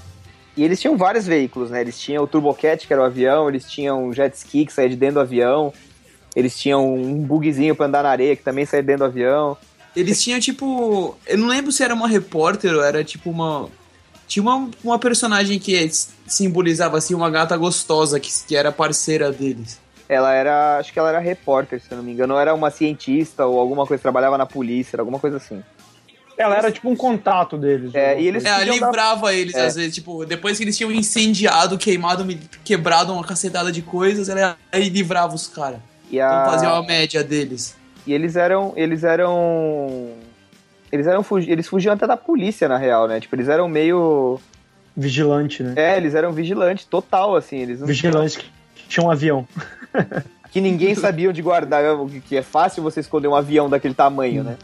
S2: E eles tinham vários veículos, né? Eles tinham o Turbocat, que era o avião, eles tinham um jet ski que saía de dentro do avião, eles tinham um bugzinho pra andar na areia que também saía de dentro do avião.
S4: Eles tinham, tipo... Eu não lembro se era uma repórter ou era, tipo, uma... Tinha uma, uma personagem que s- simbolizava, assim, uma gata gostosa, que, que era parceira deles.
S2: Ela era, acho que ela era repórter, se eu não me engano, ou era uma cientista ou alguma coisa, trabalhava na polícia, era alguma coisa assim.
S3: Ela era tipo um contato deles.
S2: É,
S3: né?
S2: e eles-
S4: É,
S2: podiam dar-
S4: livrava eles,
S2: É.
S4: às vezes, tipo, depois que eles tinham incendiado, queimado, me- quebrado uma cacetada de coisas, ela aí livrava os caras.
S2: E, a-
S4: Vamos fazer uma média deles.
S2: e eles eram. Eles eram. Eles eram fugi- eles fugiam até da polícia, na real, né? Tipo, eles eram meio.
S3: Vigilante, né?
S2: É, eles eram vigilantes, total, assim. Eles não
S3: Vigilante que tinha um avião.
S2: que ninguém sabia onde guardar, que- que é fácil você esconder um avião daquele tamanho, né?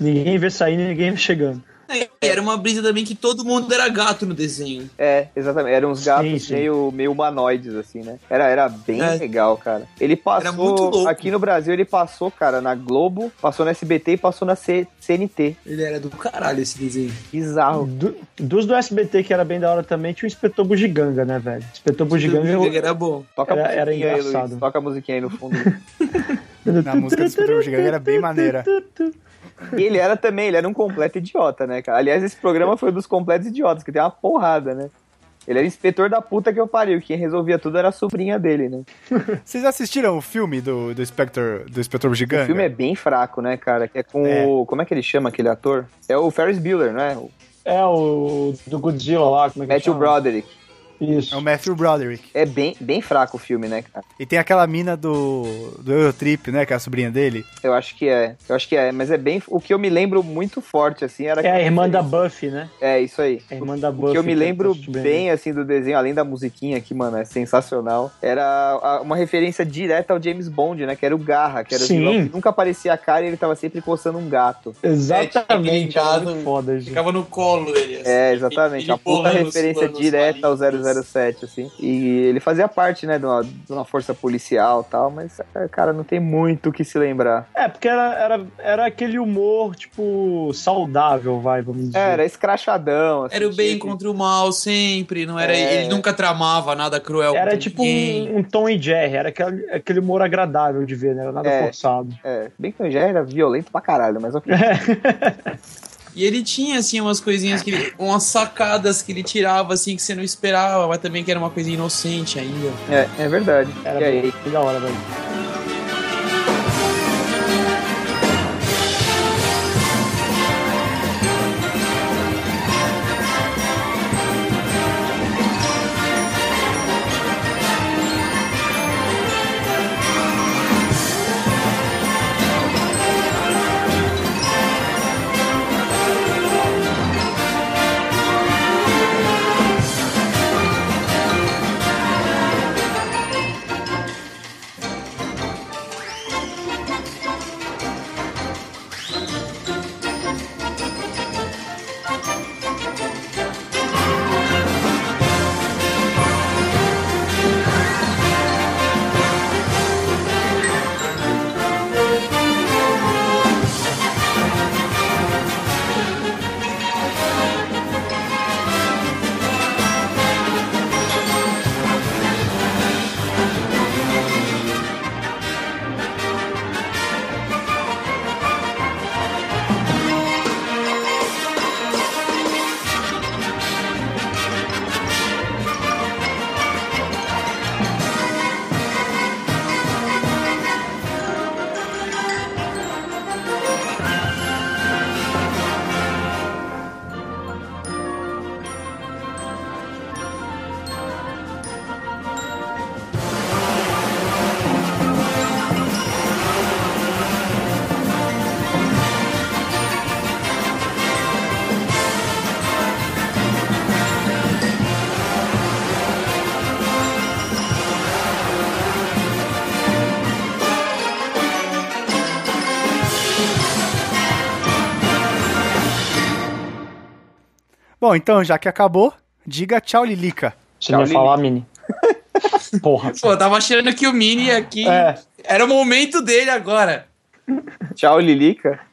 S3: Ninguém vê saindo e ninguém vê chegando.
S4: É, Era uma brisa também que todo mundo era gato no desenho.
S2: É, exatamente. Eram uns
S3: Sim,
S2: gatos
S3: sim.
S2: Meio, meio humanoides, assim, né? Era, era bem
S4: É.
S2: legal, cara. Ele passou.
S4: muito louco.
S2: Aqui no Brasil, ele passou, cara, na Globo, passou na SBT e passou na C- CNT.
S4: Ele era do caralho esse desenho.
S2: Bizarro.
S3: Do- dos do SBT, que era bem da hora também, tinha o Inspetor Bugiganga, né, velho? Inspetor Bugiganga... é eu-
S4: Era bom.
S2: Toca a
S3: Era-
S2: musiquinha
S3: era
S2: aí,
S3: engraçado.
S2: Luiz. Toca a musiquinha aí no fundo.
S1: Na música do Super Gigante era bem maneira.
S2: e ele era também, ele era um completo idiota, né, cara? Aliás, esse programa foi um dos completos idiotas, que tem uma porrada, né? Ele era inspetor da puta que eu pariu. Quem resolvia tudo era a sobrinha dele, né?
S1: Vocês assistiram o filme do, do Spectre do Spectre Gigante?
S2: O filme é bem fraco, né, cara? Que é com
S1: É.
S2: o. Como é que ele chama aquele ator? É o Ferris Bueller, não é? O
S3: É, o do Godzilla lá, como é que
S2: Matthew
S3: chama?
S2: Broderick.
S3: Isso.
S1: É o Matthew Broderick.
S2: É bem, bem fraco o filme, né, cara?
S1: E tem aquela mina do, do Eurotrip, né? Que é a sobrinha dele.
S2: Eu acho que é. Eu acho que é. Mas é bem. O que eu me lembro muito forte, assim, era.
S3: É a irmã da Buffy, né?
S2: É, isso aí.
S3: É a irmã da
S2: O
S3: Buffy.
S2: que eu me lembro
S3: tá assistindo
S2: bem, assim, do desenho, além da musiquinha aqui, mano, é sensacional. Era a- uma referência direta ao James Bond, né? Que era o Garra, que era
S3: Sim.
S2: o vilão que nunca aparecia a cara e ele tava sempre coçando um gato.
S3: Exatamente. É,
S4: É, tinha aquele
S3: muito foda, gente.
S4: Ficava no colo ele. assim.
S2: É, exatamente.
S4: Ele
S2: A puta
S4: bolando os
S2: referência
S4: planos
S2: direta ao
S4: malignos.
S2: 007, assim. E ele fazia parte, né, de uma, de uma força policial e tal, mas, é, cara, não tem muito o que se lembrar.
S3: É, porque era, era, era aquele humor, tipo, saudável, vai, vamos dizer.
S2: É, era escrachadão, assim.
S4: Era o bem
S2: tinha que-
S4: contra o mal sempre, não era?
S2: É.
S4: Ele nunca tramava nada cruel.
S3: Era
S4: contra
S3: tipo
S4: ninguém.
S3: um, um Tom e Jerry, era aquele, aquele humor agradável de ver, né? Era nada
S2: É.
S3: forçado.
S2: É, bem que eu já era violento pra caralho, mas ok.
S4: E ele tinha, assim, umas coisinhas que ele. umas sacadas que ele tirava, assim, que você não esperava, mas também que era uma coisa inocente ainda.
S2: É, é verdade.
S3: Era
S2: e aí?
S3: bem, bem da hora, velho.
S1: Bom, então, já que acabou, diga tchau, Lilica.
S3: Você não ia
S2: Shaolin.
S3: falar, Mini? Porra.
S4: Pô, eu tava achando que o Mini aqui.
S3: É,
S4: Era o momento dele agora.
S2: Tchau, Lilica.